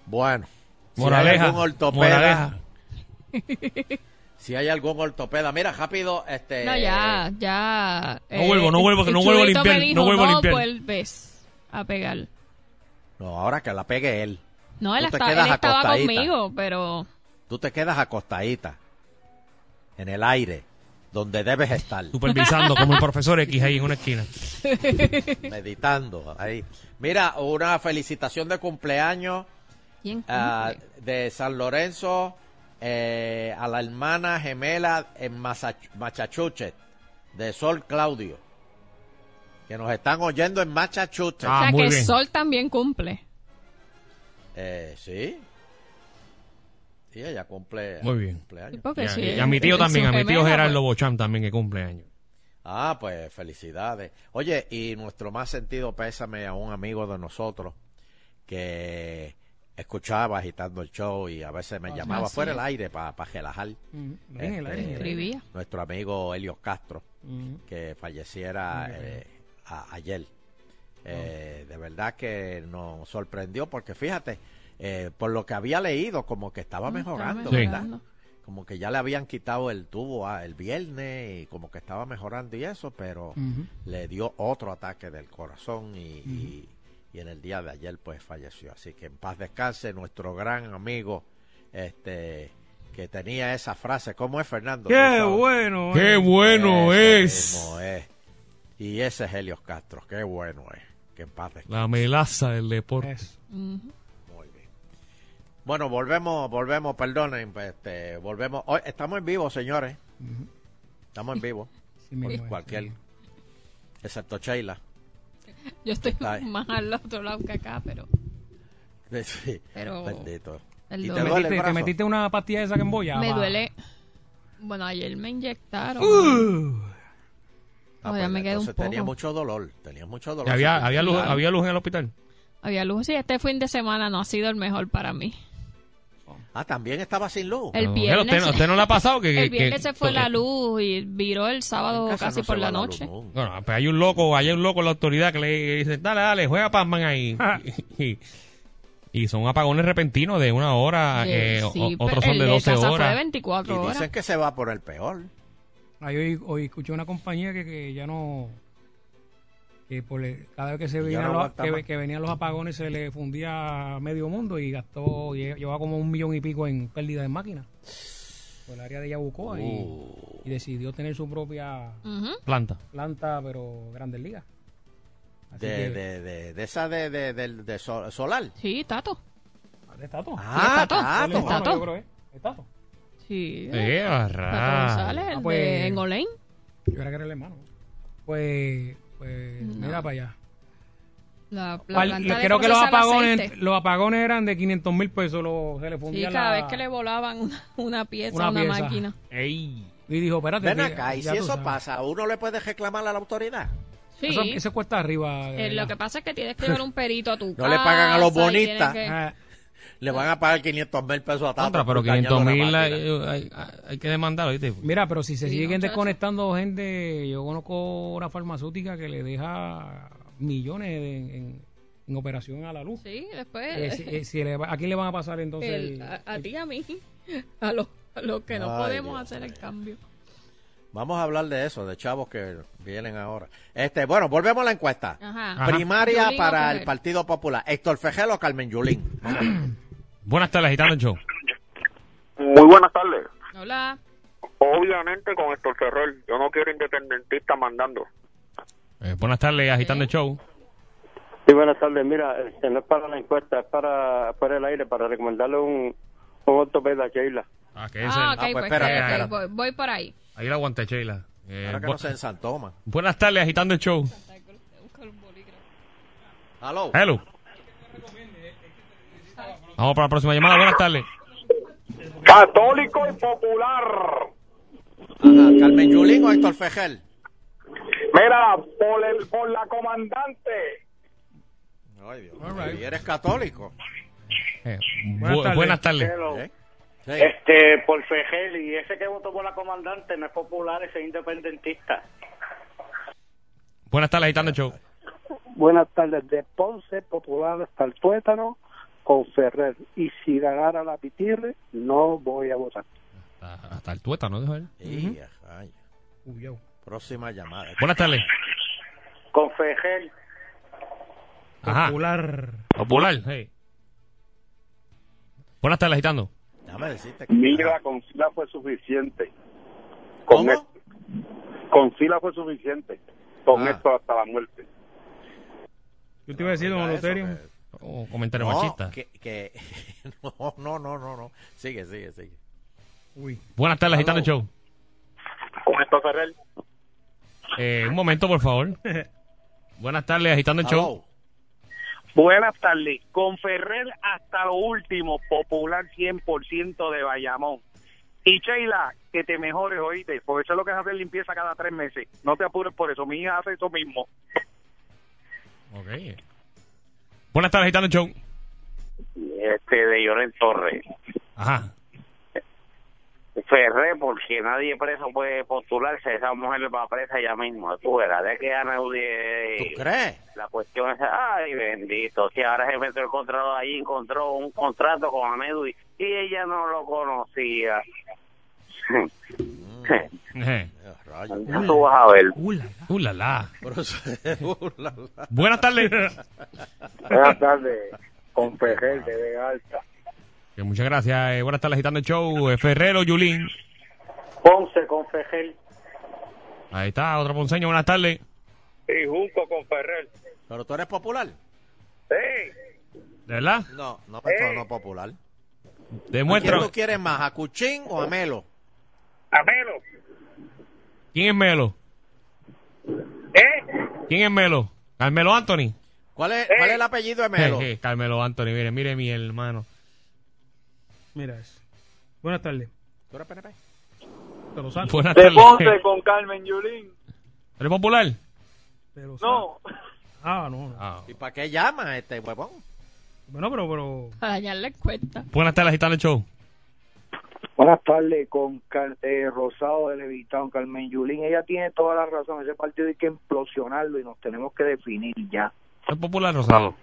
[SPEAKER 2] Bueno. Si hay
[SPEAKER 6] Moraleja.
[SPEAKER 2] algún ortopeda.
[SPEAKER 6] Moraleja.
[SPEAKER 2] Si hay algún ortopeda. Mira, rápido, este.
[SPEAKER 4] No, ya, ya.
[SPEAKER 6] No vuelvo, no vuelvo, que no vuelvo a
[SPEAKER 4] Chulito me pues".
[SPEAKER 6] limpiar, no vuelvo a limpiar".
[SPEAKER 4] vuelves a pegar.
[SPEAKER 2] No, ahora que la pegue él.
[SPEAKER 4] No, él,
[SPEAKER 2] Tú te
[SPEAKER 4] estaba-
[SPEAKER 2] quedas
[SPEAKER 4] él estaba
[SPEAKER 2] acostadita.
[SPEAKER 4] conmigo, pero
[SPEAKER 2] Tú te quedas acostadita. En el aire. Donde debes estar.
[SPEAKER 6] Supervisando como el profesor X ahí en una esquina.
[SPEAKER 2] meditando. Ahí. Mira, una felicitación de cumpleaños.
[SPEAKER 4] ¿quién
[SPEAKER 2] Ah,
[SPEAKER 4] cumple?
[SPEAKER 2] de San Lorenzo eh, a la hermana gemela en Masach- Massachusetts, de Sol Claudio, que nos están oyendo en Massachusetts.
[SPEAKER 4] O
[SPEAKER 6] Ah,
[SPEAKER 4] sea
[SPEAKER 6] muy
[SPEAKER 4] que
[SPEAKER 6] bien.
[SPEAKER 4] Sol también cumple.
[SPEAKER 2] Eh, sí. Sí, ella cumple
[SPEAKER 6] Muy bien.
[SPEAKER 4] Sí,
[SPEAKER 2] cumpleaños.
[SPEAKER 4] porque
[SPEAKER 6] Y,
[SPEAKER 4] si
[SPEAKER 6] a- y
[SPEAKER 4] es-
[SPEAKER 6] a mi tío
[SPEAKER 4] eh, es
[SPEAKER 6] también, a
[SPEAKER 4] su
[SPEAKER 6] mi tío
[SPEAKER 4] gemela,
[SPEAKER 6] Gerardo
[SPEAKER 4] pues,
[SPEAKER 6] Bocham también que cumple años.
[SPEAKER 2] Ah, pues felicidades. Oye, y nuestro más sentido pésame a un amigo de nosotros que escuchaba agitando el show y a veces me llamaba
[SPEAKER 4] sí.
[SPEAKER 2] fuera el aire para relajar.
[SPEAKER 3] No, en el aire, en el
[SPEAKER 2] Este,
[SPEAKER 3] aire.
[SPEAKER 4] escribía.
[SPEAKER 2] Nuestro amigo Helios Castro.
[SPEAKER 3] Mm.
[SPEAKER 2] que falleciera eh, a- ayer. Eh, de verdad que nos sorprendió porque fíjate, eh, por lo que había leído, como que estaba
[SPEAKER 4] Mm, estaba
[SPEAKER 2] mejorando,
[SPEAKER 4] mejorando.
[SPEAKER 2] ¿verdad? Como que ya le habían quitado el tubo a- el viernes y como que estaba mejorando y eso, pero
[SPEAKER 3] Ujú.
[SPEAKER 2] le dio otro ataque del corazón y, y- y en el día de ayer pues falleció. Así que en paz descanse nuestro gran amigo, este que tenía esa frase, ¿cómo es Fernando? Tú
[SPEAKER 3] Qué
[SPEAKER 2] sabes.
[SPEAKER 3] bueno.
[SPEAKER 6] ¡Qué
[SPEAKER 3] eh.
[SPEAKER 6] bueno
[SPEAKER 2] Ese
[SPEAKER 6] es!
[SPEAKER 2] mismo es. Y ese es Helios Castro, qué bueno es. Que en paz descanse.
[SPEAKER 6] La melaza del deporte.
[SPEAKER 3] Eso.
[SPEAKER 4] Ujú.
[SPEAKER 2] Muy bien. Bueno, volvemos, volvemos, perdonen, pues, este, volvemos. Hoy estamos en vivo, señores. Estamos en vivo.
[SPEAKER 3] Sí, mismo
[SPEAKER 2] Porque
[SPEAKER 3] es,
[SPEAKER 2] cualquier,
[SPEAKER 3] sí.
[SPEAKER 2] excepto Sheila.
[SPEAKER 4] Yo estoy
[SPEAKER 2] Ay.
[SPEAKER 4] más al otro lado que acá, pero
[SPEAKER 2] Sí,
[SPEAKER 4] Pero-
[SPEAKER 2] Bendito.
[SPEAKER 4] el
[SPEAKER 2] ¿Y te
[SPEAKER 4] dolor-
[SPEAKER 3] ¿Te
[SPEAKER 2] duele el
[SPEAKER 3] metiste,
[SPEAKER 2] brazo?
[SPEAKER 3] te metiste una pastilla de esa que embolla?
[SPEAKER 4] me
[SPEAKER 3] Va.
[SPEAKER 4] duele. Bueno, ayer me inyectaron.
[SPEAKER 3] Uh,
[SPEAKER 2] Ah,
[SPEAKER 4] Todavía
[SPEAKER 2] pues,
[SPEAKER 4] me queda un
[SPEAKER 2] entonces tenía
[SPEAKER 4] poco.
[SPEAKER 2] mucho dolor, tenía mucho dolor.
[SPEAKER 6] Y había,
[SPEAKER 2] Sí,
[SPEAKER 6] había, luz,
[SPEAKER 2] claro.
[SPEAKER 6] había luz en el hospital.
[SPEAKER 4] Había luz. Sí, este fin de semana no ha sido el mejor para mí.
[SPEAKER 2] Ah, también estaba sin luz.
[SPEAKER 4] El
[SPEAKER 6] No,
[SPEAKER 4] viernes-
[SPEAKER 6] ¿Usted, no- usted no le ha pasado que...
[SPEAKER 4] El
[SPEAKER 6] que-
[SPEAKER 4] viernes se fue
[SPEAKER 6] que-
[SPEAKER 4] la luz y viró el
[SPEAKER 2] En
[SPEAKER 4] sábado
[SPEAKER 2] casa
[SPEAKER 4] casi
[SPEAKER 2] no se
[SPEAKER 4] por
[SPEAKER 2] va
[SPEAKER 4] la
[SPEAKER 2] luz
[SPEAKER 4] noche.
[SPEAKER 2] nunca.
[SPEAKER 6] Bueno, pues hay un loco, hay un loco en la autoridad que le dice, dale, dale, juega Pac-Man ahí. Y, y son apagones repentinos de una hora,
[SPEAKER 4] Eh,
[SPEAKER 6] eh, o-
[SPEAKER 4] sí, pero
[SPEAKER 6] otros son
[SPEAKER 4] el
[SPEAKER 6] de 12
[SPEAKER 4] casa fue de
[SPEAKER 6] horas.
[SPEAKER 4] 24
[SPEAKER 2] Y
[SPEAKER 4] horas.
[SPEAKER 2] dicen que se va por el peor.
[SPEAKER 3] ahí hoy, hoy escuché una compañía que, que ya no. Que por el- cada vez que, se
[SPEAKER 2] ya
[SPEAKER 3] venían
[SPEAKER 2] no
[SPEAKER 3] los,
[SPEAKER 2] aguanta más.
[SPEAKER 3] que, que venían los apagones se le fundía medio mundo y gastó, lle- llevaba como un millón y pico en pérdida de máquinas. Por el área de Yabucoa y, y decidió tener su propia
[SPEAKER 4] Ujú.
[SPEAKER 6] Uh. Planta.
[SPEAKER 3] planta, pero Grandes Ligas. Así
[SPEAKER 2] De,
[SPEAKER 3] que-
[SPEAKER 2] de, de, de esa de, de, del- de so- solar.
[SPEAKER 4] Sí, Tato.
[SPEAKER 3] ¿De Tato?
[SPEAKER 2] Ah,
[SPEAKER 4] Tato.
[SPEAKER 3] Él es
[SPEAKER 2] Tato.
[SPEAKER 3] hermano,
[SPEAKER 4] Tato.
[SPEAKER 3] yo creo, ¿eh? ¿De Tato?
[SPEAKER 4] Sí.
[SPEAKER 6] Eh, a
[SPEAKER 4] Tato
[SPEAKER 6] rayos.
[SPEAKER 4] González, el
[SPEAKER 3] Ah, pues-
[SPEAKER 4] de en Olén.
[SPEAKER 3] Yo era que era el hermano. Pues, pues
[SPEAKER 4] No.
[SPEAKER 3] mira para allá.
[SPEAKER 4] La, la
[SPEAKER 3] Pal-
[SPEAKER 4] planta de
[SPEAKER 3] creo que los
[SPEAKER 4] procesar
[SPEAKER 3] apagones,
[SPEAKER 4] aceite.
[SPEAKER 3] los apagones eran de 500 mil pesos. Los, se le
[SPEAKER 4] Sí,
[SPEAKER 3] fundía
[SPEAKER 4] cada
[SPEAKER 3] la-
[SPEAKER 4] vez que le volaban una, una pieza
[SPEAKER 3] Una
[SPEAKER 4] a una
[SPEAKER 3] pieza.
[SPEAKER 4] máquina.
[SPEAKER 6] Ey.
[SPEAKER 3] Y dijo, espérate.
[SPEAKER 2] Ven
[SPEAKER 3] que-
[SPEAKER 2] acá, y si
[SPEAKER 3] ya tú
[SPEAKER 2] eso
[SPEAKER 3] sabes.
[SPEAKER 2] pasa, ¿uno le puede reclamar a la autoridad?
[SPEAKER 4] Sí.
[SPEAKER 3] Eso, eso cuesta arriba. de
[SPEAKER 4] Eh, lo
[SPEAKER 3] verdad.
[SPEAKER 4] que pasa es que tienes que llevar un perito a tu
[SPEAKER 2] No le pagan a los
[SPEAKER 4] casa y tienes
[SPEAKER 2] bonistas.
[SPEAKER 4] que-
[SPEAKER 3] Ah,
[SPEAKER 2] Le van a pagar 500 mil pesos a Tato.
[SPEAKER 6] Contra,
[SPEAKER 2] por
[SPEAKER 6] pero 500
[SPEAKER 2] dañar
[SPEAKER 6] mil
[SPEAKER 2] una
[SPEAKER 6] hay,
[SPEAKER 2] máquina.
[SPEAKER 6] hay- hay que demandar, ¿viste?
[SPEAKER 3] mira, pero si se
[SPEAKER 4] Sí,
[SPEAKER 3] siguen
[SPEAKER 4] muchacho.
[SPEAKER 3] desconectando gente, yo conozco una farmacéutica que le deja millones de- en, en operación a la luz.
[SPEAKER 4] Sí, después.
[SPEAKER 3] Eh, si- eh, si le va- ¿A quién le van a pasar entonces?
[SPEAKER 4] el-
[SPEAKER 3] el-
[SPEAKER 4] a, a ti y a mí. A los a los que no
[SPEAKER 2] Ay,
[SPEAKER 4] podemos
[SPEAKER 2] Dios
[SPEAKER 4] hacer el cambio.
[SPEAKER 2] Vamos a hablar de eso, de chavos que vienen ahora. este Bueno, volvemos a la encuesta.
[SPEAKER 4] Ajá.
[SPEAKER 2] Primaria
[SPEAKER 4] Yulín o
[SPEAKER 2] para
[SPEAKER 4] Ferrer.
[SPEAKER 2] el Partido Popular. Héctor Fejel o Carmen Yulín.
[SPEAKER 6] Buenas tardes, Gitano Show.
[SPEAKER 7] Muy buenas tardes.
[SPEAKER 4] Hola.
[SPEAKER 7] Obviamente con Héctor Ferrer. Yo no quiero independentistas mandando.
[SPEAKER 6] Eh, buenas tardes, Agitando el Show.
[SPEAKER 9] Sí, buenas tardes. Mira, este, no es para la encuesta, es para fuera del aire, para recomendarle un, un ortopeda a Sheila.
[SPEAKER 6] Ah, que ese-
[SPEAKER 4] Ah, ok,
[SPEAKER 2] pues
[SPEAKER 4] pues,
[SPEAKER 2] espérate,
[SPEAKER 4] ok, ok,
[SPEAKER 2] espérate.
[SPEAKER 4] voy, voy por ahí.
[SPEAKER 6] Ahí la aguanté, Sheila. Eh,
[SPEAKER 2] Ahora que
[SPEAKER 6] bu-
[SPEAKER 2] no se ensantoma.
[SPEAKER 6] Buenas tardes, Agitando el Show.
[SPEAKER 4] Oh.
[SPEAKER 2] Hello.
[SPEAKER 6] Hello. Vamos para la próxima llamada. Buenas tardes.
[SPEAKER 7] Católico y popular.
[SPEAKER 2] Ajá, Carmen Yulín o Héctor Fejel.
[SPEAKER 7] Mira, por, el, por la comandante.
[SPEAKER 2] Ay, Dios. ¿Y eres católico?
[SPEAKER 6] Eh, bu-
[SPEAKER 3] Buenas tardes.
[SPEAKER 6] buenas tardes.
[SPEAKER 2] ¿Eh? Sí.
[SPEAKER 8] Este, por Fejel, y ese que votó por la comandante no es popular, ese es independentista.
[SPEAKER 6] Buenas tardes, Agitando el Show.
[SPEAKER 9] Buenas tardes. De Ponce, Popular hasta el Tuétano, con Ferrer. Y si ganara la Pitirre, no voy a votar.
[SPEAKER 6] Hasta, hasta el tueta, ¿no? Dejo ahí.
[SPEAKER 2] Y, ay,
[SPEAKER 3] Uy, yo.
[SPEAKER 2] próxima llamada.
[SPEAKER 6] Buenas tardes.
[SPEAKER 8] Con Fejel,
[SPEAKER 6] Ajá.
[SPEAKER 3] Popular.
[SPEAKER 6] Popular. sí. Buenas tardes, Agitando.
[SPEAKER 2] Déjame decirte que...
[SPEAKER 7] Mira, con Sila fue suficiente. Con,
[SPEAKER 2] ¿Cómo?
[SPEAKER 7] Héctor- con Sila fue suficiente. Con
[SPEAKER 2] Ah.
[SPEAKER 7] esto hasta la muerte.
[SPEAKER 3] Yo te iba a decir, don
[SPEAKER 2] Mira Ah, pues, eso,
[SPEAKER 3] Loterio.
[SPEAKER 2] que-
[SPEAKER 6] Oh, comentario
[SPEAKER 2] no,
[SPEAKER 6] machista.
[SPEAKER 2] Que, que- no, no, no, no, no. Sigue, sigue, sigue.
[SPEAKER 3] Uy.
[SPEAKER 6] Buenas tardes, Agitando el Show.
[SPEAKER 7] Con Héctor Ferrer.
[SPEAKER 6] Eh, un momento, por favor. Buenas tardes, Agitando el Show.
[SPEAKER 2] Hello.
[SPEAKER 9] Buenas tardes. Con Ferrer hasta lo último, Popular 100% de Bayamón. Y Sheila, que te mejores, oíste, porque eso es lo que es hacer limpieza cada tres meses. No te apures por eso, mi hija hace eso mismo.
[SPEAKER 6] Ok. Buenas tardes, Agitando el Show.
[SPEAKER 9] Este, de Lloren Torres.
[SPEAKER 6] Ajá.
[SPEAKER 9] Ferré, porque nadie preso puede postularse, esa mujer va presa ella misma, fuera, de que Ana
[SPEAKER 2] ¿Tú
[SPEAKER 9] Udi-
[SPEAKER 2] crees?
[SPEAKER 9] la cuestión es, ay bendito, si ahora se metió el contrato ahí, encontró un contrato con Ana Udi, y ella no lo conocía.
[SPEAKER 6] Ejé.
[SPEAKER 2] Rayos.
[SPEAKER 9] Tú vas a ver.
[SPEAKER 6] Uh, la, la. Uh, la, la.
[SPEAKER 2] Por eso- Uh, la, la.
[SPEAKER 6] Buenas tardes.
[SPEAKER 7] Buenas tardes, con Fejel de Vega Alta.
[SPEAKER 6] Que muchas gracias. eh, buenas tardes, agitando el show. eh, Ferrero, Yulín.
[SPEAKER 8] Ponce con Fejel.
[SPEAKER 6] Ahí está, otro ponceño. Buenas tardes.
[SPEAKER 9] Y junto con Ferrer.
[SPEAKER 2] ¿Pero tú eres popular?
[SPEAKER 6] ¿De verdad?
[SPEAKER 2] No, no, Pues, pero no popular. ¿Quién
[SPEAKER 6] Demuestra.
[SPEAKER 2] tú quieres más, a Cuchín o a Melo?
[SPEAKER 9] Amelo,
[SPEAKER 6] ¿Quién es Melo?
[SPEAKER 9] ¿eh?
[SPEAKER 6] ¿Quién es Melo? Carmelo Anthony.
[SPEAKER 2] ¿Cuál
[SPEAKER 7] ¿Eh?
[SPEAKER 2] es, cuál es el apellido de Melo?
[SPEAKER 6] Jeje, Carmelo Anthony, mire, mire mi hermano.
[SPEAKER 3] Mira eso. Buenas tardes.
[SPEAKER 2] ¿Tú eres PNP?
[SPEAKER 3] Te lo saco.
[SPEAKER 6] Buenas
[SPEAKER 7] De
[SPEAKER 6] tardes.
[SPEAKER 7] Ponce con Carmen Yulín.
[SPEAKER 6] ¿Eres popular?
[SPEAKER 3] Te lo saco.
[SPEAKER 7] No,
[SPEAKER 3] Ah, no, no.
[SPEAKER 6] Ah.
[SPEAKER 2] ¿Y para qué llamas este huevón?
[SPEAKER 3] Bueno, pero, pero.
[SPEAKER 4] Para dañarle cuenta.
[SPEAKER 6] Buenas tardes, Gitano Show.
[SPEAKER 9] Buenas tardes, con Car- eh, Rosado de Levitán, Carmen Yulín. Ella tiene toda la razón. Ese partido hay que implosionarlo y nos tenemos que definir ya.
[SPEAKER 6] ¿Es popular Rosado?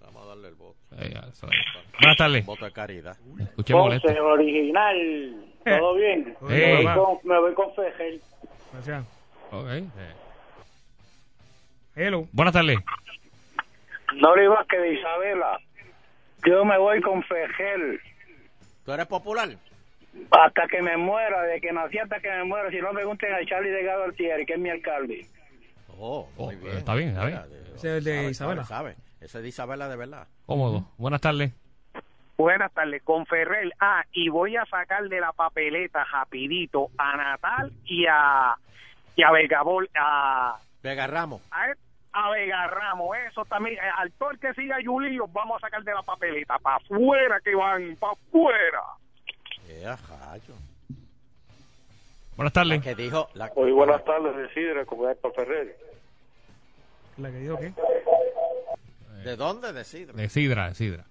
[SPEAKER 2] Vamos a darle el voto.
[SPEAKER 6] Ahí, Eh, ya, eso es. Buenas tardes.
[SPEAKER 2] Voto de caridad.
[SPEAKER 6] Escuché molesto.
[SPEAKER 8] Ponce original. ¿Todo bien?
[SPEAKER 6] Eh,
[SPEAKER 8] Me voy
[SPEAKER 6] va.
[SPEAKER 8] con- me voy con Fejel.
[SPEAKER 3] Gracias.
[SPEAKER 6] Ok, eh.
[SPEAKER 3] Hello.
[SPEAKER 6] Buenas tardes.
[SPEAKER 9] No le ibas que de Isabela. Yo me voy con Fejel
[SPEAKER 2] ¿Tú eres popular?
[SPEAKER 9] hasta que me muera, de que nací hasta que me muera. Si no, pregunten a Charlie Delgado Altieri, que es mi alcalde.
[SPEAKER 2] Oh,
[SPEAKER 6] Oh,
[SPEAKER 2] muy bien.
[SPEAKER 6] está bien, está
[SPEAKER 2] Mira,
[SPEAKER 6] bien.
[SPEAKER 2] Dios,
[SPEAKER 3] Ese es el de
[SPEAKER 2] sabe, sabe,
[SPEAKER 3] Isabela.
[SPEAKER 2] Sabe, Ese es de Isabela de verdad.
[SPEAKER 6] Cómodo. Buenas tardes.
[SPEAKER 9] Buenas tardes, con Ferrer. Ah, y voy a sacar de la papeleta rapidito a Natal y a, y a Vergabol, a,
[SPEAKER 2] Vega Ramos.
[SPEAKER 9] a, a Vega Ramos, eso también, eh, al todo el que siga Yuli los vamos a sacar de la papeleta, para afuera que van, para afuera.
[SPEAKER 2] Eh, rayo.
[SPEAKER 6] Buenas
[SPEAKER 2] La
[SPEAKER 6] tardes.
[SPEAKER 2] que dijo... La,
[SPEAKER 7] Hoy buenas tardes, de Sidra, comunidad de Ferrer.
[SPEAKER 3] La que dijo que.
[SPEAKER 2] ¿De dónde? De Sidra.
[SPEAKER 6] De Sidra, de Sidra.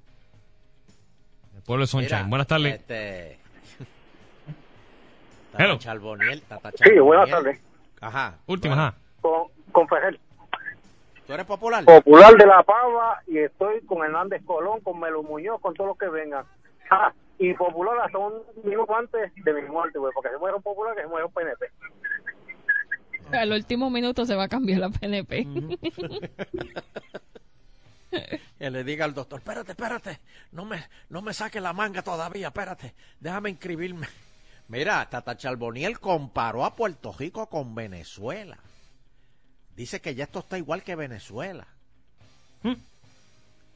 [SPEAKER 6] El pueblo de Sunshine.
[SPEAKER 2] Mira,
[SPEAKER 6] Buenas tardes.
[SPEAKER 2] Este...
[SPEAKER 6] Hello.
[SPEAKER 2] Tata Charboniel, Tata
[SPEAKER 9] Sí, buenas
[SPEAKER 2] Charboniel.
[SPEAKER 9] tardes.
[SPEAKER 2] Ajá.
[SPEAKER 6] Última, ajá.
[SPEAKER 9] Con, con Ferrer.
[SPEAKER 2] ¿Tú eres popular?
[SPEAKER 9] Popular de la Pava y estoy con Hernández Colón, con Melo Muñoz, con todos los que vengan. Ah, y Popular hasta un minuto antes de mi muerte, güey, porque se muere un Popular, que se muere un PNP.
[SPEAKER 4] Al último minuto se va a cambiar la PNP.
[SPEAKER 2] Que le diga al doctor, espérate, espérate, no me, no me saque la manga todavía, espérate, déjame inscribirme. Mira, Tata Charboniel comparó a Puerto Rico con Venezuela. Dice que ya esto está igual que Venezuela.
[SPEAKER 3] Hmm.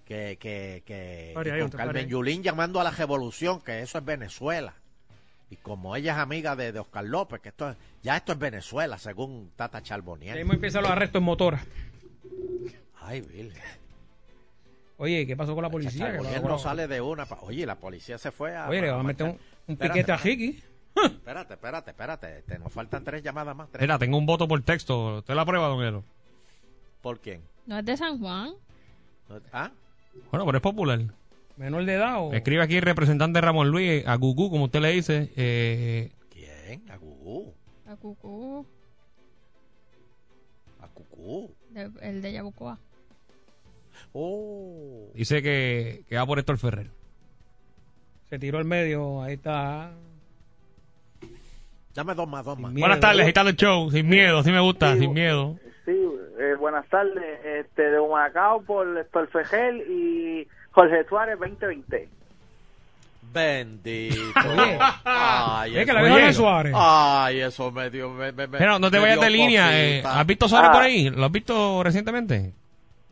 [SPEAKER 2] Que, que, que
[SPEAKER 3] Pare
[SPEAKER 2] y
[SPEAKER 3] ahí,
[SPEAKER 2] con
[SPEAKER 3] doctor, pare
[SPEAKER 2] Carmen
[SPEAKER 3] ahí.
[SPEAKER 2] Yulín llamando a la revolución, que eso es Venezuela. Y como ella es amiga de, de Oscar López, que esto es- ya esto es Venezuela, según Tata
[SPEAKER 3] Ya
[SPEAKER 2] Charboniel.
[SPEAKER 3] mismo empiezan los arrestos en motora.
[SPEAKER 2] Ay, Virgen.
[SPEAKER 3] Oye, ¿qué pasó con la policía? Que
[SPEAKER 2] Charboniel
[SPEAKER 3] la-
[SPEAKER 2] no sale de una. pa- Oye, la policía se fue a.
[SPEAKER 3] Oye, le van a meter un, un piquete a Ricky.
[SPEAKER 2] Espérate, espérate, espérate. Este, nos faltan tres llamadas más. Tres.
[SPEAKER 6] Mira, tengo un voto por texto. ¿Usted la prueba, don Elo?
[SPEAKER 2] ¿Por quién?
[SPEAKER 4] ¿No es de San Juan?
[SPEAKER 2] No- ¿Ah?
[SPEAKER 6] Bueno, pero es popular.
[SPEAKER 3] Menor de edad
[SPEAKER 2] Oh.
[SPEAKER 3] o.
[SPEAKER 6] Escribe aquí el representante Ramón Luis, a Gugu, como usted le dice. Eh,
[SPEAKER 2] ¿Quién? A Gugu.
[SPEAKER 4] A Cucú,
[SPEAKER 2] A Cucú.
[SPEAKER 4] de- el de Yabucoa.
[SPEAKER 2] Oh.
[SPEAKER 6] dice que, que va por Héctor Ferrer.
[SPEAKER 3] Se tiró al medio. Ahí está.
[SPEAKER 2] Dame dos más, dos más.
[SPEAKER 3] Miedo.
[SPEAKER 6] Buenas tardes, agitando el show. Sin miedo, sí me gusta, sin miedo.
[SPEAKER 9] Sí, eh, buenas tardes. Este, de Humacao por Héctor Fejel y Jorge Suárez 2020.
[SPEAKER 2] Bendito.
[SPEAKER 3] Oye.
[SPEAKER 2] Ay,
[SPEAKER 3] Es que la
[SPEAKER 6] Oye.
[SPEAKER 3] vieja de Suárez.
[SPEAKER 2] Ay, eso me dio. Me, me- me-
[SPEAKER 6] Pero no te
[SPEAKER 2] me
[SPEAKER 6] vayas
[SPEAKER 2] dio
[SPEAKER 6] de línea. eh,
[SPEAKER 2] cosita.
[SPEAKER 6] ¿Has visto Suárez
[SPEAKER 9] Ah.
[SPEAKER 6] por ahí? ¿Lo has visto recientemente?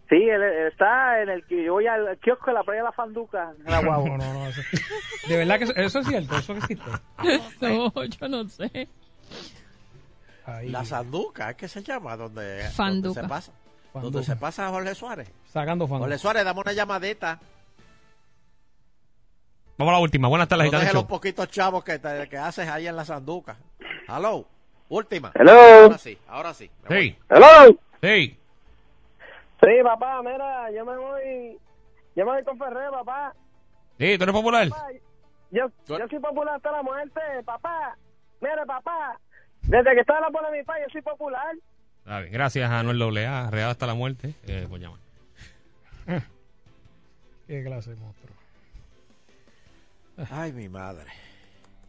[SPEAKER 9] Sí, él, él está en el que yo voy al kiosco de la playa de la Fanduca. en la guagua.
[SPEAKER 3] No, no, no. eso- De verdad que eso, eso es cierto. Eso existe.
[SPEAKER 4] No, yo no sé.
[SPEAKER 3] Ahí.
[SPEAKER 2] La sanduca, ¿es que se llama? Donde,
[SPEAKER 4] Fanduca.
[SPEAKER 2] donde se pasa.
[SPEAKER 3] Fanduca.
[SPEAKER 2] Donde se pasa Jorge Suárez.
[SPEAKER 3] Sacando fan.
[SPEAKER 2] Jorge Suárez, dame una llamadita.
[SPEAKER 6] Vamos a la última. Buenas
[SPEAKER 2] No
[SPEAKER 6] tardes, agitando
[SPEAKER 2] dejes
[SPEAKER 6] el
[SPEAKER 2] los
[SPEAKER 6] show.
[SPEAKER 2] poquitos chavos que, te- que haces ahí en la sanduca. Hello. Última.
[SPEAKER 9] Hello.
[SPEAKER 2] Ahora sí, ahora sí. Me voy.
[SPEAKER 6] Sí,
[SPEAKER 9] Hello.
[SPEAKER 6] sí.
[SPEAKER 9] Sí, papá, mira, yo me voy. Yo me voy con Ferrer, papá.
[SPEAKER 6] Sí, tú eres popular.
[SPEAKER 9] Papá,
[SPEAKER 10] Yo,
[SPEAKER 2] Tú-
[SPEAKER 10] yo soy popular hasta la muerte, papá. Mire, papá. Desde que estaba la bola de mi padre, yo soy popular.
[SPEAKER 6] Está bien. Gracias a Anuel Doblea, real hasta la muerte, eh, por llamar.
[SPEAKER 3] Qué clase de monstruo.
[SPEAKER 2] Ay, mi madre.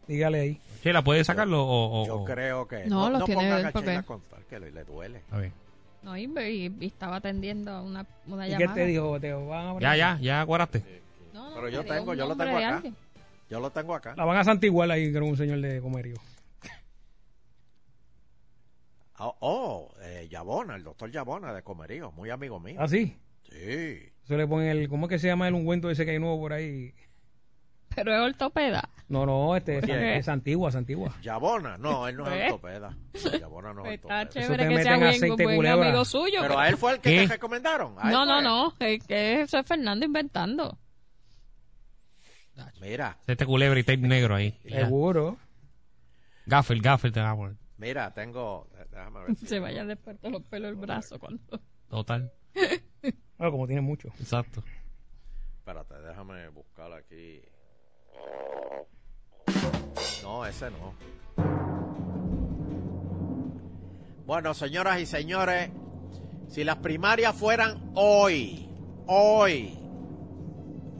[SPEAKER 3] Dígale ahí.
[SPEAKER 6] Chela, ¿puedes sacarlo o...? o-
[SPEAKER 2] Yo
[SPEAKER 6] o-
[SPEAKER 2] creo que.
[SPEAKER 4] No, los tiene
[SPEAKER 2] pongan
[SPEAKER 4] él,
[SPEAKER 2] a
[SPEAKER 4] porque-
[SPEAKER 2] Sheila a contar, que le, le duele.
[SPEAKER 6] Está bien.
[SPEAKER 4] No, y, y- y estaba atendiendo una, una
[SPEAKER 3] ¿Y qué
[SPEAKER 4] llamada.
[SPEAKER 3] te dijo? ¿Te van a
[SPEAKER 6] Ya, ya, ya cuadraste.
[SPEAKER 4] No, no,
[SPEAKER 2] Pero yo
[SPEAKER 4] me dio
[SPEAKER 2] tengo,
[SPEAKER 4] un
[SPEAKER 2] yo lo
[SPEAKER 4] nombre
[SPEAKER 2] tengo
[SPEAKER 4] de
[SPEAKER 2] acá.
[SPEAKER 4] alguien.
[SPEAKER 2] Yo lo tengo acá.
[SPEAKER 3] La van a santiguar ahí con un señor de comerío.
[SPEAKER 2] Ah, Oh, eh, Yabona, el doctor Yabona de Comerío, muy amigo mío.
[SPEAKER 3] ¿Ah, sí?
[SPEAKER 2] Sí.
[SPEAKER 3] Se le pone el... ¿Cómo es que se llama el ungüento ese que hay nuevo por ahí?
[SPEAKER 4] Pero es ortopeda.
[SPEAKER 3] No, no, este es,
[SPEAKER 2] Oye.
[SPEAKER 3] es antigua, es antigua.
[SPEAKER 2] Yabona, no, él no es
[SPEAKER 4] ¿Eh?
[SPEAKER 2] ortopeda. Yabona no
[SPEAKER 4] Pues
[SPEAKER 2] es
[SPEAKER 4] está
[SPEAKER 2] ortopeda.
[SPEAKER 4] chévere
[SPEAKER 3] te
[SPEAKER 4] que sea
[SPEAKER 3] meten
[SPEAKER 4] buen,
[SPEAKER 3] aceite de
[SPEAKER 4] buen
[SPEAKER 3] culebra.
[SPEAKER 4] amigo suyo. pues.
[SPEAKER 2] Pero a él fue el que
[SPEAKER 6] ¿Qué?
[SPEAKER 2] te recomendaron. a él
[SPEAKER 4] no, no,
[SPEAKER 2] fue.
[SPEAKER 4] no. Es que eso es Fernando inventando.
[SPEAKER 2] Mira,
[SPEAKER 6] Este culebra y tape negro ahí. Ya.
[SPEAKER 3] Seguro.
[SPEAKER 6] Gaffel, Gaffel te va a poner.
[SPEAKER 2] mira, tengo. Déjame ver. si-
[SPEAKER 4] Se vayan despiertos los pelos del brazo cuando...
[SPEAKER 6] Total.
[SPEAKER 3] Bueno, como tiene mucho.
[SPEAKER 6] Exacto.
[SPEAKER 2] Espérate, déjame buscar aquí. No, ese no. Bueno, señoras y señores, si las primarias fueran hoy, hoy,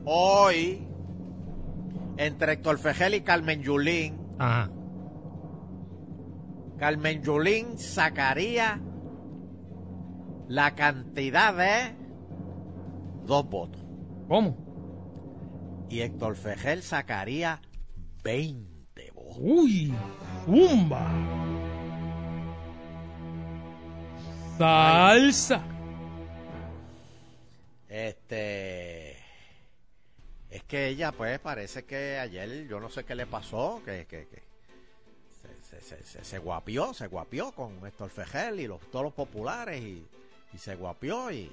[SPEAKER 2] hoy, entre Héctor Fejel y Carmen Yulín,
[SPEAKER 6] Ajá.
[SPEAKER 2] Carmen Yulín sacaría la cantidad de dos votos.
[SPEAKER 3] ¿Cómo?
[SPEAKER 2] y Héctor Fejel sacaría 20 votos.
[SPEAKER 3] ¡Uy! ¡Bumba! ¡Salsa!
[SPEAKER 2] Este. Es que ella, pues, parece que ayer, yo no sé qué le pasó, que. que- que se, se- se- se- se guapió, se guapió con Héctor Fejel y los, todos los populares y, y se guapió y.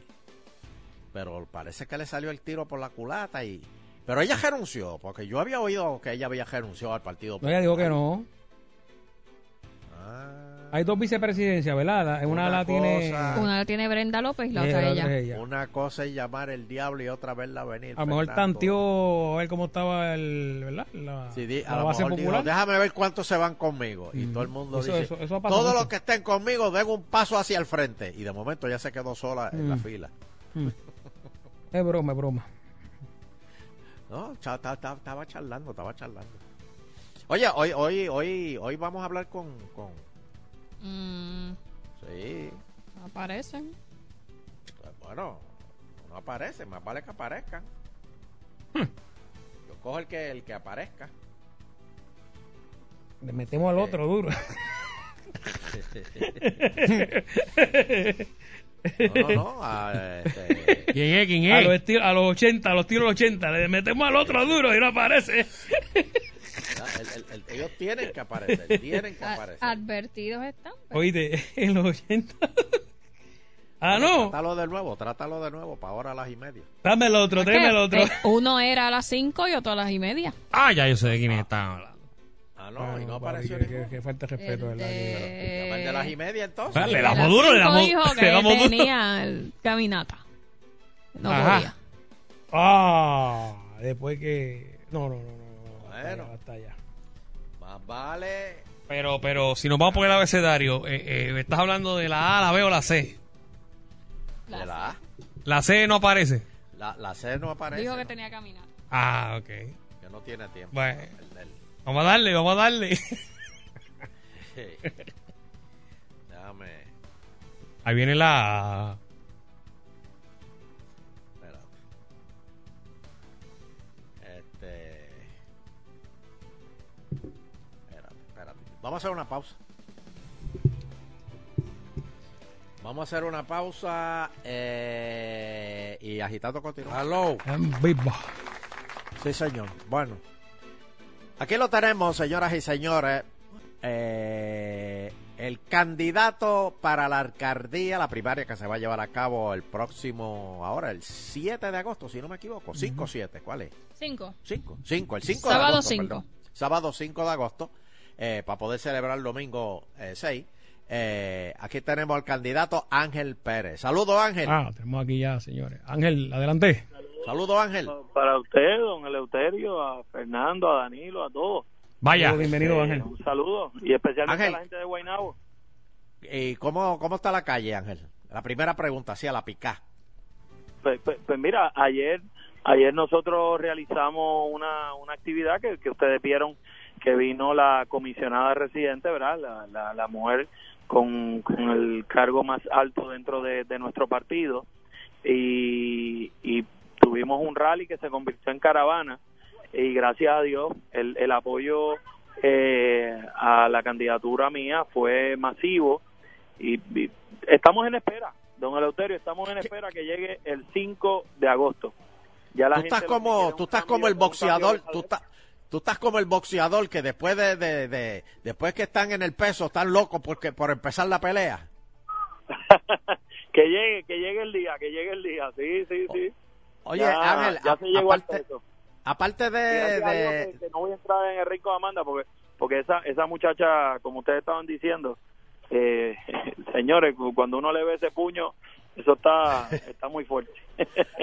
[SPEAKER 2] Pero parece que le salió el tiro por la culata y. Pero ella renunció, porque yo había oído que ella había renunciado al partido.
[SPEAKER 3] No, ella dijo que no.
[SPEAKER 2] Ah,
[SPEAKER 3] Hay dos vicepresidencias, ¿verdad? La- Una,
[SPEAKER 2] Una
[SPEAKER 3] la tiene...
[SPEAKER 2] cosa-
[SPEAKER 4] Una la tiene Brenda López y la
[SPEAKER 3] Sí,
[SPEAKER 4] otra
[SPEAKER 3] la
[SPEAKER 4] ella.
[SPEAKER 3] otra es Ah. ella.
[SPEAKER 2] Una cosa es llamar el diablo y otra verla venir.
[SPEAKER 3] A lo mejor
[SPEAKER 2] Fernando.
[SPEAKER 3] tanteó a ver cómo estaba el, ¿verdad? La,
[SPEAKER 2] Sí, di- a
[SPEAKER 3] la
[SPEAKER 2] lo
[SPEAKER 3] base
[SPEAKER 2] mejor dijo,
[SPEAKER 3] popular.
[SPEAKER 2] déjame ver cuántos se van conmigo. Y
[SPEAKER 3] Mm.
[SPEAKER 2] todo el mundo
[SPEAKER 3] Eso-
[SPEAKER 2] dice,
[SPEAKER 3] eso- eso ha pasado
[SPEAKER 2] todos
[SPEAKER 3] mucho.
[SPEAKER 2] los que estén conmigo den un paso hacia el frente. Y de momento ya se quedó sola en la
[SPEAKER 3] Mm.
[SPEAKER 2] fila.
[SPEAKER 3] Es broma, es broma.
[SPEAKER 2] No, cha- ta- ta- estaba charlando, estaba charlando. Oye, hoy, hoy, hoy, hoy vamos a hablar con, con...
[SPEAKER 4] Mm,
[SPEAKER 2] Sí,
[SPEAKER 4] aparecen.
[SPEAKER 2] pues bueno, no aparecen, más vale que aparezcan.
[SPEAKER 3] Hmm.
[SPEAKER 2] Yo cojo el que, el que aparezca.
[SPEAKER 3] Le metemos al otro duro.
[SPEAKER 2] No, no, no. a- este,
[SPEAKER 6] ¿Quién es? ¿Quién
[SPEAKER 3] A, los
[SPEAKER 6] es?
[SPEAKER 3] esti- a los 80, a los tiros 80. Le metemos al otro duro y no aparece.
[SPEAKER 2] el- el- el- ellos tienen que aparecer, tienen que
[SPEAKER 4] A-
[SPEAKER 2] aparecer.
[SPEAKER 4] Ah, advertidos están. pero-
[SPEAKER 3] Ah, Oíste, en los 80. ah, no.
[SPEAKER 2] Trátalo de nuevo, trátalo de nuevo, para ahora a las y media.
[SPEAKER 3] Dame el otro, dame el otro.
[SPEAKER 4] Eh, uno era a las 5 y otro a las y media.
[SPEAKER 6] Ah, ya yo sé de quién está hablando.
[SPEAKER 2] Ah, no, y no
[SPEAKER 3] papi,
[SPEAKER 2] apareció
[SPEAKER 3] que,
[SPEAKER 2] ninguno.
[SPEAKER 3] que- que falta de respeto,
[SPEAKER 4] El
[SPEAKER 3] ¿verdad?
[SPEAKER 4] de-
[SPEAKER 2] Llama el de las y media entonces.
[SPEAKER 6] Dale, le
[SPEAKER 4] A
[SPEAKER 6] damos
[SPEAKER 4] las
[SPEAKER 6] duro, le
[SPEAKER 4] cinco
[SPEAKER 6] damos,
[SPEAKER 4] dijo que
[SPEAKER 6] le damos duro.
[SPEAKER 4] tenía el caminata. No
[SPEAKER 6] Ajá.
[SPEAKER 4] podía.
[SPEAKER 3] Ah, después que. No, no, no, no. no, hasta
[SPEAKER 2] Bueno.
[SPEAKER 3] allá, hasta allá.
[SPEAKER 2] Más vale.
[SPEAKER 6] Pero, pero, si nos vamos por el abecedario, eh, eh, me estás hablando de la A, la B o la C.
[SPEAKER 4] La
[SPEAKER 2] de la A.
[SPEAKER 6] La C no aparece.
[SPEAKER 2] La, la C no aparece.
[SPEAKER 4] Dijo que
[SPEAKER 2] ¿no?
[SPEAKER 4] tenía caminata.
[SPEAKER 6] Ah, ok.
[SPEAKER 2] Que no tiene tiempo.
[SPEAKER 6] Bueno.
[SPEAKER 2] El- el-
[SPEAKER 6] Vamos a darle, vamos a darle.
[SPEAKER 2] Déjame.
[SPEAKER 6] Ahí viene la A.
[SPEAKER 2] Espérate. Este. Espérate, espérate. Vamos a hacer una pausa. Vamos a hacer una pausa eh, y agitando continúa. Hello.
[SPEAKER 3] En vivo.
[SPEAKER 2] Sí, señor. Bueno, aquí lo tenemos, señoras y señores. Eh, el candidato para la alcaldía, la primaria que se va a llevar a cabo el próximo, ahora, el 7 de agosto, si no me equivoco. 5-7, ¿cuál es?
[SPEAKER 4] 5.
[SPEAKER 2] 5, 5, el 5 de
[SPEAKER 4] Sábado
[SPEAKER 2] agosto.
[SPEAKER 4] cinco.
[SPEAKER 2] perdón. Sábado 5 de agosto, eh, para poder celebrar el domingo 6. aquí tenemos al candidato Ángel Pérez. Saludos, Ángel.
[SPEAKER 3] Ah, tenemos aquí ya, señores. Ángel, adelante.
[SPEAKER 2] Saludos, Ángel.
[SPEAKER 11] Para usted, don Eleuterio, a Fernando, a Danilo, a todos.
[SPEAKER 6] Vaya.
[SPEAKER 11] Eh, Un saludo y especialmente a la gente de Guaynabo.
[SPEAKER 2] Eh, ¿Y cómo, cómo está la calle, Ángel? La primera pregunta, sí, a la pica.
[SPEAKER 11] Pues, pues- pues mira, ayer ayer nosotros realizamos una, una actividad que, que ustedes vieron que vino la comisionada residente, ¿verdad? La, la, la mujer con, con el cargo más alto dentro de, de nuestro partido y, y tuvimos un rally que se convirtió en caravana y gracias a Dios el, el apoyo eh, a la candidatura mía fue masivo y, y estamos en espera, don Eleuterio, estamos en espera que llegue el 5 de agosto. Ya la
[SPEAKER 2] Tú estás
[SPEAKER 11] gente lo que
[SPEAKER 2] como,
[SPEAKER 11] quiere
[SPEAKER 2] tú
[SPEAKER 11] es un
[SPEAKER 2] estás como
[SPEAKER 11] cambio-
[SPEAKER 2] el
[SPEAKER 11] un cambio
[SPEAKER 2] boxeador,
[SPEAKER 11] de
[SPEAKER 2] tú estás, tú estás como el boxeador que después de, de- de- después que están en el peso están locos porque por empezar la pelea.
[SPEAKER 11] Que llegue, que llegue el día, que llegue el día, sí, sí, sí.
[SPEAKER 2] Oye,
[SPEAKER 11] Ya-
[SPEAKER 2] Ángel,
[SPEAKER 11] ya
[SPEAKER 2] a-
[SPEAKER 11] se llegó al
[SPEAKER 2] aparte-
[SPEAKER 11] peso.
[SPEAKER 2] Aparte de,
[SPEAKER 11] Y gracias a
[SPEAKER 2] de-
[SPEAKER 11] Dios que- que no voy a entrar en el rico de Amanda porque porque esa esa muchacha como ustedes estaban diciendo eh, señores cu- cuando uno le ve ese puño eso está está muy fuerte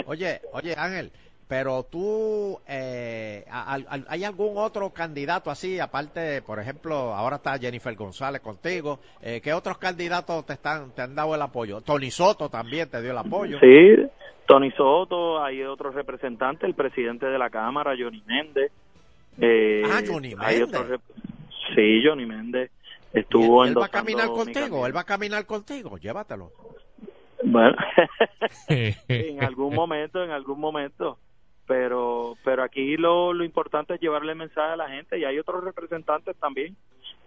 [SPEAKER 2] oye, oye, Ángel, pero tú, eh, a- a- ¿hay algún otro candidato así aparte, por ejemplo, ahora está Jennifer González contigo? eh, ¿Qué otros candidatos te están, te han dado el apoyo? Tony Soto también te dio el apoyo.
[SPEAKER 11] sí Tony Soto hay otro representante el presidente de la cámara Johnny Méndez eh,
[SPEAKER 2] Ah, Johnny
[SPEAKER 11] hay
[SPEAKER 2] Méndez.
[SPEAKER 11] otro rep- sí Johnny Méndez estuvo
[SPEAKER 2] ¿Y él va a
[SPEAKER 11] endosando
[SPEAKER 2] caminar
[SPEAKER 11] mi
[SPEAKER 2] contigo,
[SPEAKER 11] candidatura.
[SPEAKER 2] él va a caminar contigo, llévatelo.
[SPEAKER 11] Bueno, en algún momento, en algún momento. Pero, pero aquí lo, lo importante es llevarle el mensaje a la gente y hay otros representantes también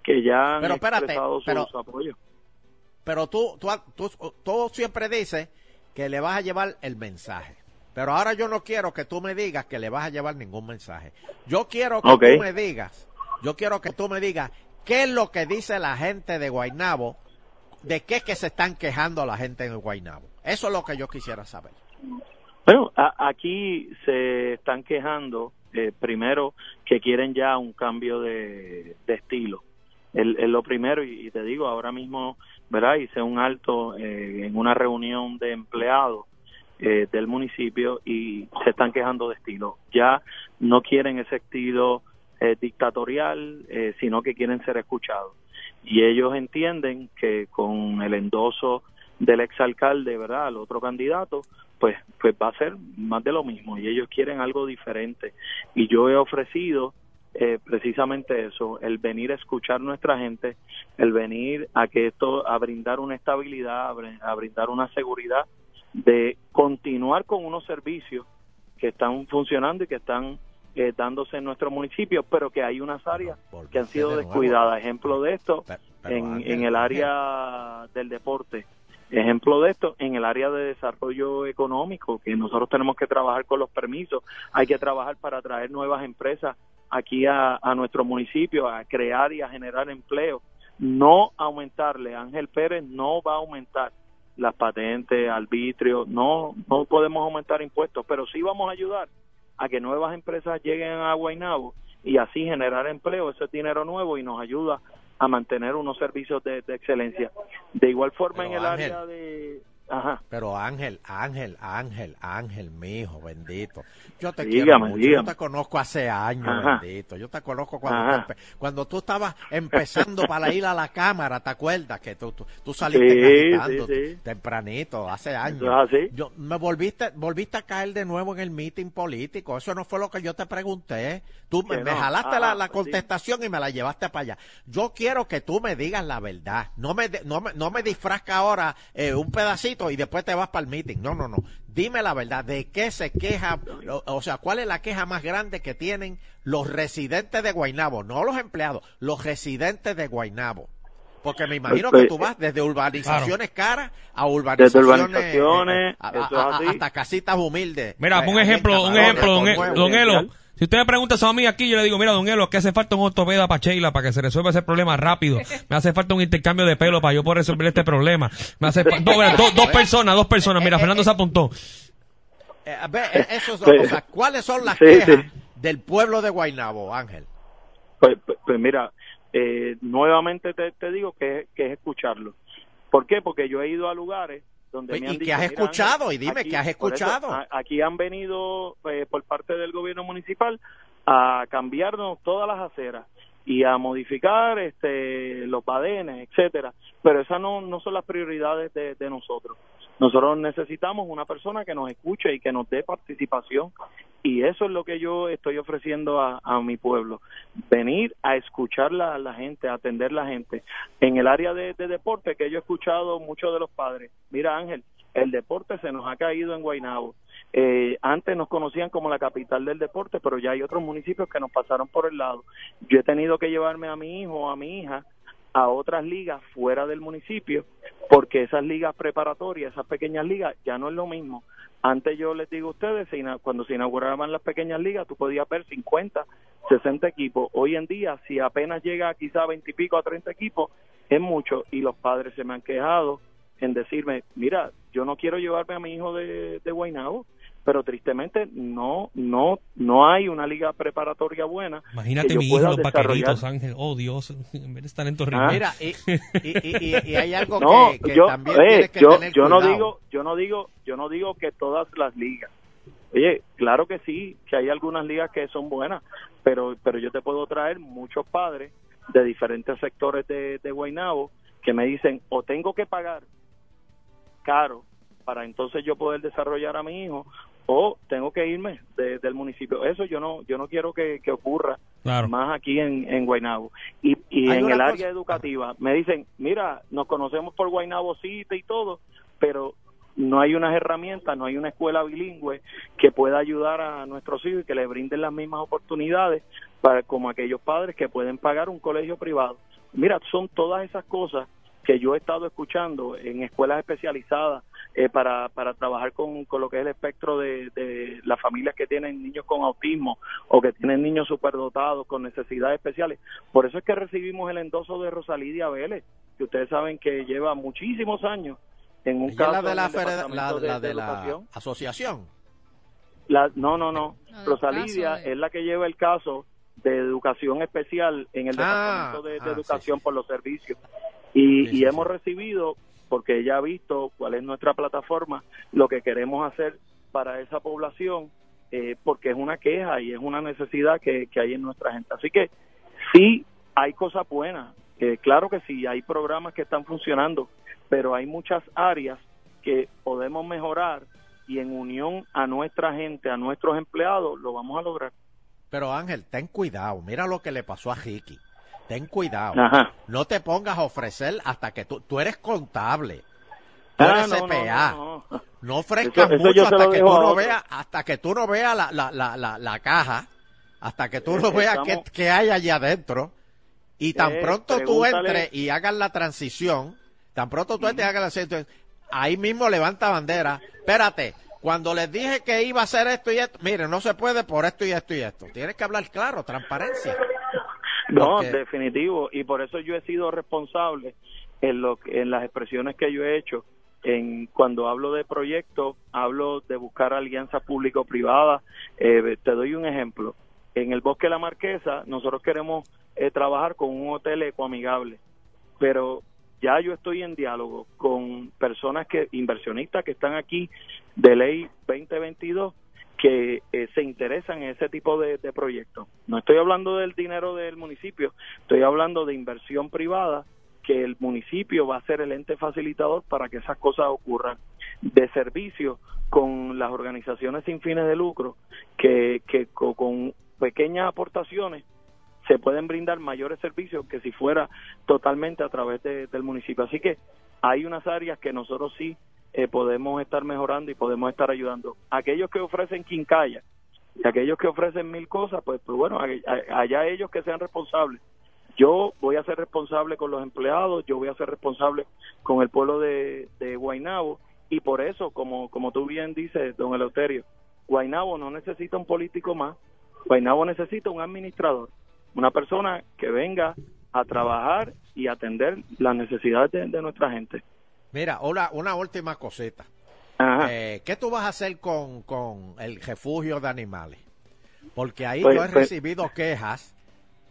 [SPEAKER 11] que ya han
[SPEAKER 2] Pero espérate,
[SPEAKER 11] expresado su,
[SPEAKER 2] pero-
[SPEAKER 11] su apoyo.
[SPEAKER 2] Pero tú, tú, tú, tú siempre dices que le vas a llevar el mensaje. Pero ahora yo no quiero que tú me digas que le vas a llevar ningún mensaje. Yo quiero que
[SPEAKER 11] Ok.
[SPEAKER 2] tú me digas, yo quiero que tú me digas qué es lo que dice la gente de Guaynabo, de qué es que se están quejando la gente en Guaynabo. Eso es lo que yo quisiera saber.
[SPEAKER 11] Bueno, a- aquí se están quejando, eh, primero, que quieren ya un cambio de, de estilo. Es es lo primero, y, y te digo, ahora mismo, ¿verdad? Hice un alto eh, en una reunión de empleados eh, del municipio y se están quejando de estilo. Ya no quieren ese estilo eh, dictatorial, eh, sino que quieren ser escuchados. Y ellos entienden que con el endoso del exalcalde, ¿verdad?, al otro candidato, pues, pues va a ser más de lo mismo y ellos quieren algo diferente. Y yo he ofrecido eh, precisamente eso, el venir a escuchar nuestra gente, el venir a que esto, a brindar una estabilidad, a br- a brindar una seguridad de continuar con unos servicios que están funcionando y que están eh, dándose en nuestro municipio, pero que hay unas áreas que han sido
[SPEAKER 2] de nuevo.
[SPEAKER 11] descuidadas. Ejemplo de esto,
[SPEAKER 2] pero,
[SPEAKER 11] en,
[SPEAKER 2] Ángel,
[SPEAKER 11] en el área del deporte. Ejemplo de esto, en el área de desarrollo económico, que nosotros tenemos que trabajar con los permisos, hay que trabajar para atraer nuevas empresas aquí a, a nuestro municipio, a crear y a generar empleo. No aumentarle, Ángel Pérez no va a aumentar las patentes, arbitrio, no, no podemos aumentar impuestos, pero sí vamos a ayudar a que nuevas empresas lleguen a Guaynabo y así generar empleo, ese es dinero nuevo y nos ayuda a mantener unos servicios de, de excelencia. De igual forma en el
[SPEAKER 2] Ángel.
[SPEAKER 11] área de... Ajá.
[SPEAKER 2] Pero Ángel, Ángel, Ángel, Ángel, mi hijo, bendito. Yo te quiero
[SPEAKER 11] Dígame,
[SPEAKER 2] mucho.
[SPEAKER 11] dígame.
[SPEAKER 2] Yo te conozco hace años,
[SPEAKER 11] Ajá.
[SPEAKER 2] bendito. Yo te conozco cuando,
[SPEAKER 11] Ajá.
[SPEAKER 2] tú empe- cuando tú estabas empezando para ir a la cámara, ¿te acuerdas? Que tú, tú, tú saliste
[SPEAKER 11] Sí,
[SPEAKER 2] agitando
[SPEAKER 11] sí, sí.
[SPEAKER 2] tempranito, hace años.
[SPEAKER 11] Eso es así.
[SPEAKER 2] Yo, me volviste, volviste a caer de nuevo en el meeting político. Eso no fue lo que yo te pregunté. ¿eh? Tú me,
[SPEAKER 11] Que
[SPEAKER 2] me
[SPEAKER 11] no.
[SPEAKER 2] jalaste
[SPEAKER 11] Ah,
[SPEAKER 2] la, la
[SPEAKER 11] pues sí.
[SPEAKER 2] contestación y me la llevaste para allá. Yo quiero que tú me digas la verdad. No me, de- no me, no me disfrazca ahora eh, un pedacito y después te vas para el meeting. No, no, no. Dime la verdad. ¿De qué se queja? O, o sea, ¿cuál es la queja más grande que tienen los residentes de Guainabo? No los empleados, los residentes de Guainabo. Porque me imagino que
[SPEAKER 11] Pues,
[SPEAKER 2] tú vas desde urbanizaciones caras a
[SPEAKER 11] Desde
[SPEAKER 2] urbanizaciones,
[SPEAKER 11] urbanizaciones,
[SPEAKER 2] eh, a-
[SPEAKER 11] eso es
[SPEAKER 2] a- a-
[SPEAKER 11] así.
[SPEAKER 2] hasta casitas humildes.
[SPEAKER 6] Mira,
[SPEAKER 2] Eh,
[SPEAKER 6] pon un ejemplo, un
[SPEAKER 2] camarones,
[SPEAKER 6] ejemplo, don,
[SPEAKER 2] con
[SPEAKER 6] E-
[SPEAKER 2] huevos.
[SPEAKER 6] don Elo. Si usted me pregunta eso a mí aquí, yo le digo, mira, don Elo, que hace falta un ortopeda para Sheila para que se resuelva ese problema rápido. Me hace falta un intercambio de pelo para yo poder resolver este problema. Me hace falta, no, mira, do- dos personas, dos personas. Mira, Fernando se apuntó.
[SPEAKER 2] Eh, ve, eh, eso son, o sea, ¿cuáles son las
[SPEAKER 11] Sí,
[SPEAKER 2] quejas del pueblo de Guainabo, Ángel?
[SPEAKER 11] Pues, pues- pues mira, eh, nuevamente te, te digo que, que es escucharlo. ¿Por qué? Porque yo he ido a lugares donde
[SPEAKER 2] Pues,
[SPEAKER 11] me
[SPEAKER 2] ¿y
[SPEAKER 11] han
[SPEAKER 2] qué
[SPEAKER 11] dicho,
[SPEAKER 2] has
[SPEAKER 11] "Mira,
[SPEAKER 2] escuchado?
[SPEAKER 11] Ángel,
[SPEAKER 2] Y dime,
[SPEAKER 11] aquí-
[SPEAKER 2] ¿qué has
[SPEAKER 11] por eso,
[SPEAKER 2] escuchado?
[SPEAKER 11] a- aquí han venido eh, por parte del gobierno municipal a cambiarnos todas las aceras y a modificar este los badenes, etcétera, pero esas no, no son las prioridades de, de nosotros. Nosotros necesitamos una persona que nos escuche y que nos dé participación y eso es lo que yo estoy ofreciendo a, a mi pueblo, venir a escuchar la, la gente, a atender la gente. En el área de, de deporte que yo he escuchado muchos de los padres, mira Ángel, el deporte se nos ha caído en Guaynabo. Eh, antes nos conocían como la capital del deporte, pero ya hay otros municipios que nos pasaron por el lado. Yo he tenido que llevarme a mi hijo o a mi hija a otras ligas fuera del municipio, porque esas ligas preparatorias, esas pequeñas ligas, ya no es lo mismo. Antes yo les digo a ustedes, se ina- cuando se inauguraban las pequeñas ligas, tú podías ver 50, 60 equipos. Hoy en día, si apenas llega quizá a 20 y pico, a 30 equipos, es mucho. Y los padres se me han quejado en decirme, mira, yo no quiero llevarme a mi hijo de, de Guaynabo, pero tristemente no no no hay una liga preparatoria buena. que
[SPEAKER 6] Imagínate
[SPEAKER 11] yo
[SPEAKER 6] mi hijo en
[SPEAKER 11] pueda
[SPEAKER 6] los
[SPEAKER 11] desarrollar.
[SPEAKER 6] vaqueritos, Ángel. Oh, Dios. En vez de estar en Torrijos.
[SPEAKER 11] Ah.
[SPEAKER 2] Mira, y, y- y- y- y hay algo
[SPEAKER 11] No,
[SPEAKER 2] que, que
[SPEAKER 11] yo,
[SPEAKER 2] también
[SPEAKER 11] eh,
[SPEAKER 2] tienes que
[SPEAKER 11] yo,
[SPEAKER 2] tener
[SPEAKER 11] yo no
[SPEAKER 2] cuidado.
[SPEAKER 11] digo, yo no digo, yo no digo que todas las ligas. Oye, claro que sí, que hay algunas ligas que son buenas, pero pero yo te puedo traer muchos padres de diferentes sectores de, de Guaynabo que me dicen o tengo que pagar caro para entonces yo poder desarrollar a mi hijo o tengo que irme de- del municipio. Eso yo no yo no quiero que, que ocurra más aquí en, en Guaynabo. Y, y
[SPEAKER 9] Hay
[SPEAKER 11] en
[SPEAKER 9] una
[SPEAKER 11] el
[SPEAKER 9] cosa-
[SPEAKER 11] área educativa me dicen, mira, nos conocemos por Guaynabo City y todo, pero no hay unas herramientas, no hay una escuela bilingüe que pueda ayudar a nuestros hijos y que les brinden las mismas oportunidades para, como aquellos padres que pueden pagar un colegio privado. Mira, son todas esas cosas que yo he estado escuchando en escuelas especializadas eh, para, para trabajar con, con lo que es el espectro de, de las familias que tienen niños con autismo o que tienen niños superdotados con necesidades especiales. Por eso es que recibimos el endoso de Rosalidia Vélez, que ustedes saben que lleva muchísimos años en un
[SPEAKER 2] Ella
[SPEAKER 11] caso
[SPEAKER 2] es la de
[SPEAKER 11] en
[SPEAKER 2] la,
[SPEAKER 11] el
[SPEAKER 2] fede- la,
[SPEAKER 11] Departamento
[SPEAKER 2] la de la
[SPEAKER 11] Educación.
[SPEAKER 2] asociación.
[SPEAKER 11] La- no, no, no.
[SPEAKER 2] del
[SPEAKER 11] Rosalidia
[SPEAKER 2] caso de-
[SPEAKER 11] es la que lleva el caso de educación especial en el
[SPEAKER 2] Ah,
[SPEAKER 11] Departamento de, de
[SPEAKER 2] ah, sí,
[SPEAKER 11] Educación por los servicios.
[SPEAKER 2] Sí,
[SPEAKER 11] Y, y
[SPEAKER 2] sí,
[SPEAKER 11] hemos recibido, porque ella ha visto cuál es nuestra plataforma, lo que queremos hacer para esa población, eh, porque es una queja y es una necesidad que, que hay en nuestra gente. Así que sí, hay cosas buenas. eh, claro que sí, hay programas que están funcionando, pero hay muchas áreas que podemos mejorar y en unión a nuestra gente, a nuestros empleados, lo vamos a lograr.
[SPEAKER 2] Pero Ángel, ten cuidado. Mira lo que le pasó a Ricky. Ten cuidado.
[SPEAKER 11] Ajá.
[SPEAKER 2] No te pongas a ofrecer hasta que tú, tú eres contable. Tú
[SPEAKER 11] Ah,
[SPEAKER 2] eres
[SPEAKER 11] no, no,
[SPEAKER 2] CPA. No,
[SPEAKER 11] no, no.
[SPEAKER 2] ofrezcas
[SPEAKER 11] Eso- eso
[SPEAKER 2] mucho
[SPEAKER 11] yo se
[SPEAKER 2] hasta
[SPEAKER 11] lo
[SPEAKER 2] que,
[SPEAKER 11] dejo
[SPEAKER 2] tú
[SPEAKER 11] a
[SPEAKER 2] no
[SPEAKER 11] otro.
[SPEAKER 2] veas, hasta que tú no veas la, la, la, la, la caja, hasta que tú no
[SPEAKER 11] Eh,
[SPEAKER 2] veas qué,
[SPEAKER 11] estamos-
[SPEAKER 2] qué hay allá adentro. Y tan
[SPEAKER 11] Eh,
[SPEAKER 2] pronto tú
[SPEAKER 11] pregúntale-
[SPEAKER 2] entres y hagas la transición, tan pronto tú entres y hagas la transición, ahí mismo levanta bandera. Espérate, cuando les dije que iba a hacer esto y esto, mire, no se puede por esto y esto y esto. Tienes que hablar claro, transparencia.
[SPEAKER 11] No,
[SPEAKER 2] Porque-
[SPEAKER 11] definitivo. Y por eso yo he sido responsable en, lo, que- en las expresiones que yo he hecho. En, cuando hablo de proyectos, hablo de buscar alianzas público-privadas. Eh, te doy un ejemplo. En el Bosque La Marquesa, nosotros queremos eh, trabajar con un hotel ecoamigable. Pero ya yo estoy en diálogo con personas que inversionistas que están aquí de ley 2022 que eh, se interesan en ese tipo de, de proyectos. No estoy hablando del dinero del municipio, estoy hablando de inversión privada que el municipio va a ser el ente facilitador para que esas cosas ocurran de servicio con las organizaciones sin fines de lucro que, que co- con pequeñas aportaciones se pueden brindar mayores servicios que si fuera totalmente a través de- del municipio. Así que hay unas áreas que nosotros sí eh, podemos estar mejorando y podemos estar ayudando. Aquellos que ofrecen quincalla y aquellos que ofrecen mil cosas, pues, pues bueno, a- a- allá ellos que sean responsables. Yo voy a ser responsable con los empleados, yo voy a ser responsable con el pueblo de, de Guaynabo y por eso, como, como tú bien dices, don Eleuterio, Guaynabo no necesita un político más, Guaynabo necesita un administrador, una persona que venga a trabajar y atender las necesidades de, de nuestra gente.
[SPEAKER 2] Mira, hola, una última cosita.
[SPEAKER 11] Ajá.
[SPEAKER 2] Eh, ¿Qué tú vas a hacer con, con el refugio de animales? Porque ahí
[SPEAKER 11] Pues,
[SPEAKER 2] yo he
[SPEAKER 11] pues-
[SPEAKER 2] recibido quejas,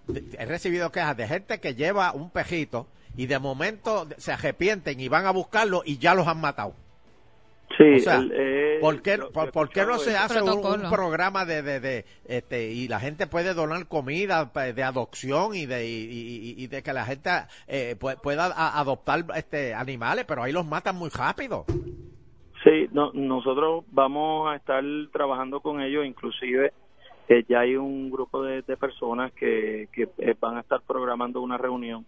[SPEAKER 2] de- he recibido quejas de gente que lleva un pejito y de momento se arrepienten y van a buscarlo y ya los han matado.
[SPEAKER 11] Sí,
[SPEAKER 2] O sea,
[SPEAKER 11] el- eh,
[SPEAKER 2] ¿por qué,
[SPEAKER 11] lo-
[SPEAKER 2] por,
[SPEAKER 11] lo
[SPEAKER 2] por qué no
[SPEAKER 11] escuchado
[SPEAKER 2] se
[SPEAKER 11] es-
[SPEAKER 2] hace un- un,
[SPEAKER 11] Protocolo.
[SPEAKER 2] programa de, de, de, este, y la gente puede donar comida pa- de adopción y de, y, y- y- y de que la gente eh, pue- pueda a- adoptar este, animales, pero ahí los matan muy rápido.
[SPEAKER 11] Sí, no, nosotros vamos a estar trabajando con ellos, inclusive eh, ya hay un grupo de, de personas que, que, eh, van a estar programando una reunión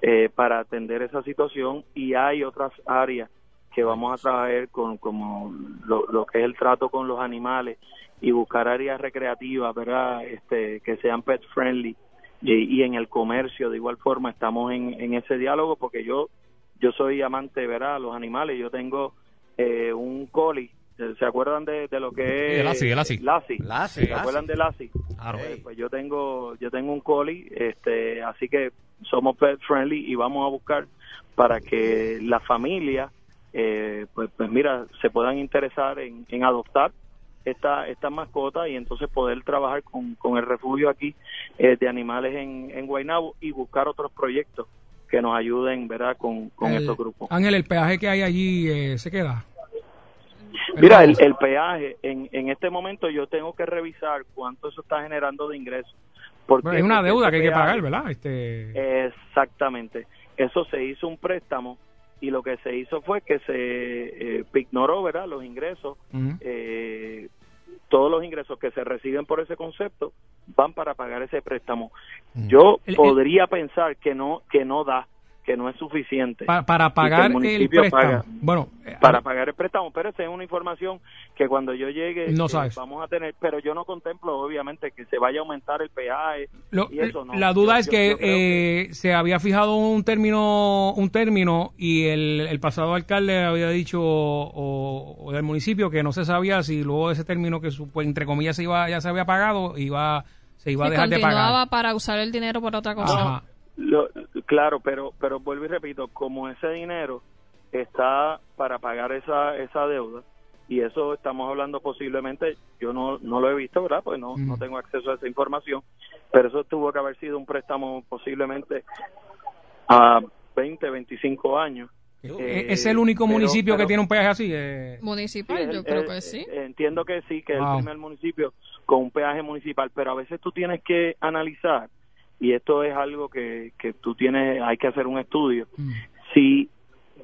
[SPEAKER 11] eh, para atender esa situación y hay otras áreas que vamos a trabajar con como lo, lo que es el trato con los animales y buscar áreas recreativas, ¿verdad? Este, que sean pet friendly y, y en el comercio de igual forma estamos en, en ese diálogo porque yo yo soy amante, ¿verdad? A los animales, yo tengo eh, un coli. ¿Se acuerdan de, de lo que es?
[SPEAKER 6] de Lassie, de Lassie.
[SPEAKER 11] Lassie.
[SPEAKER 6] Lassie,
[SPEAKER 11] ¿Se acuerdan
[SPEAKER 6] Lassie.
[SPEAKER 11] de Lassie?
[SPEAKER 6] Claro.
[SPEAKER 11] Eh, pues yo tengo, yo tengo un coli, este, así que somos pet friendly y vamos a buscar para que la familia, eh, pues, pues mira, se puedan interesar en, en adoptar esta, esta mascota y entonces poder trabajar con, con el refugio aquí eh, de animales en, en Guaynabo y buscar otros proyectos que nos ayuden, ¿verdad?, con, con
[SPEAKER 3] El-
[SPEAKER 11] estos grupos.
[SPEAKER 3] Ángel, el peaje que hay allí eh, se queda.
[SPEAKER 11] Mira, el, el peaje, en, en este momento yo tengo que revisar cuánto eso está generando de ingresos. Porque
[SPEAKER 3] Bueno, es una
[SPEAKER 11] porque
[SPEAKER 3] deuda
[SPEAKER 11] ese
[SPEAKER 3] que hay que
[SPEAKER 11] peaje-
[SPEAKER 3] pagar, ¿verdad? Este,
[SPEAKER 11] Exactamente. Eso se hizo un préstamo y lo que se hizo fue que se eh, ignoró, ¿verdad?, los ingresos.
[SPEAKER 3] Ujú.
[SPEAKER 11] Eh, todos los ingresos que se reciben por ese concepto van para pagar ese préstamo. Yo
[SPEAKER 3] El- el-
[SPEAKER 11] podría pensar que no, que no da, que no es suficiente.
[SPEAKER 3] Pa-
[SPEAKER 11] Y
[SPEAKER 3] para
[SPEAKER 11] que
[SPEAKER 3] pagar el,
[SPEAKER 11] municipio
[SPEAKER 3] préstamo.
[SPEAKER 11] paga
[SPEAKER 3] Bueno, eh,
[SPEAKER 11] para pagar el préstamo. Pero esa es una información que cuando yo llegue
[SPEAKER 3] No
[SPEAKER 11] eh,
[SPEAKER 3] sabes.
[SPEAKER 11] vamos a tener, pero yo no contemplo obviamente que se vaya a aumentar el peaje
[SPEAKER 3] lo- eh,
[SPEAKER 11] y eso no.
[SPEAKER 3] la duda
[SPEAKER 11] Yo-
[SPEAKER 3] es
[SPEAKER 11] yo-
[SPEAKER 3] que,
[SPEAKER 11] yo creo
[SPEAKER 3] eh, se había fijado un término un término y el, el pasado alcalde había dicho o, o del municipio que no se sabía si luego ese término que supo- entre comillas se iba ya se había pagado iba se iba a
[SPEAKER 4] Sí,
[SPEAKER 3] dejar de pagar.
[SPEAKER 4] continuaba para usar el dinero para otra cosa.
[SPEAKER 3] Ajá.
[SPEAKER 11] Lo- claro, pero pero vuelvo y repito, como ese dinero está para pagar esa esa deuda y eso estamos hablando posiblemente, yo no no lo he visto, ¿verdad? Pues no no tengo acceso a esa información, pero eso tuvo que haber sido un préstamo posiblemente a 20, 25 años. Eh,
[SPEAKER 3] ¿Es el único
[SPEAKER 11] pero-
[SPEAKER 3] municipio que
[SPEAKER 11] pero-
[SPEAKER 3] tiene un peaje así? Eh,
[SPEAKER 4] Municipal,
[SPEAKER 11] Sí,
[SPEAKER 4] yo
[SPEAKER 11] el-
[SPEAKER 4] creo
[SPEAKER 11] el-
[SPEAKER 4] que sí.
[SPEAKER 11] Entiendo que sí, que es
[SPEAKER 3] Wow.
[SPEAKER 11] el primer municipio con un peaje municipal, pero a veces tú tienes que analizar, y esto es algo que, que tú tienes, hay que hacer un estudio,
[SPEAKER 3] Mm.
[SPEAKER 11] si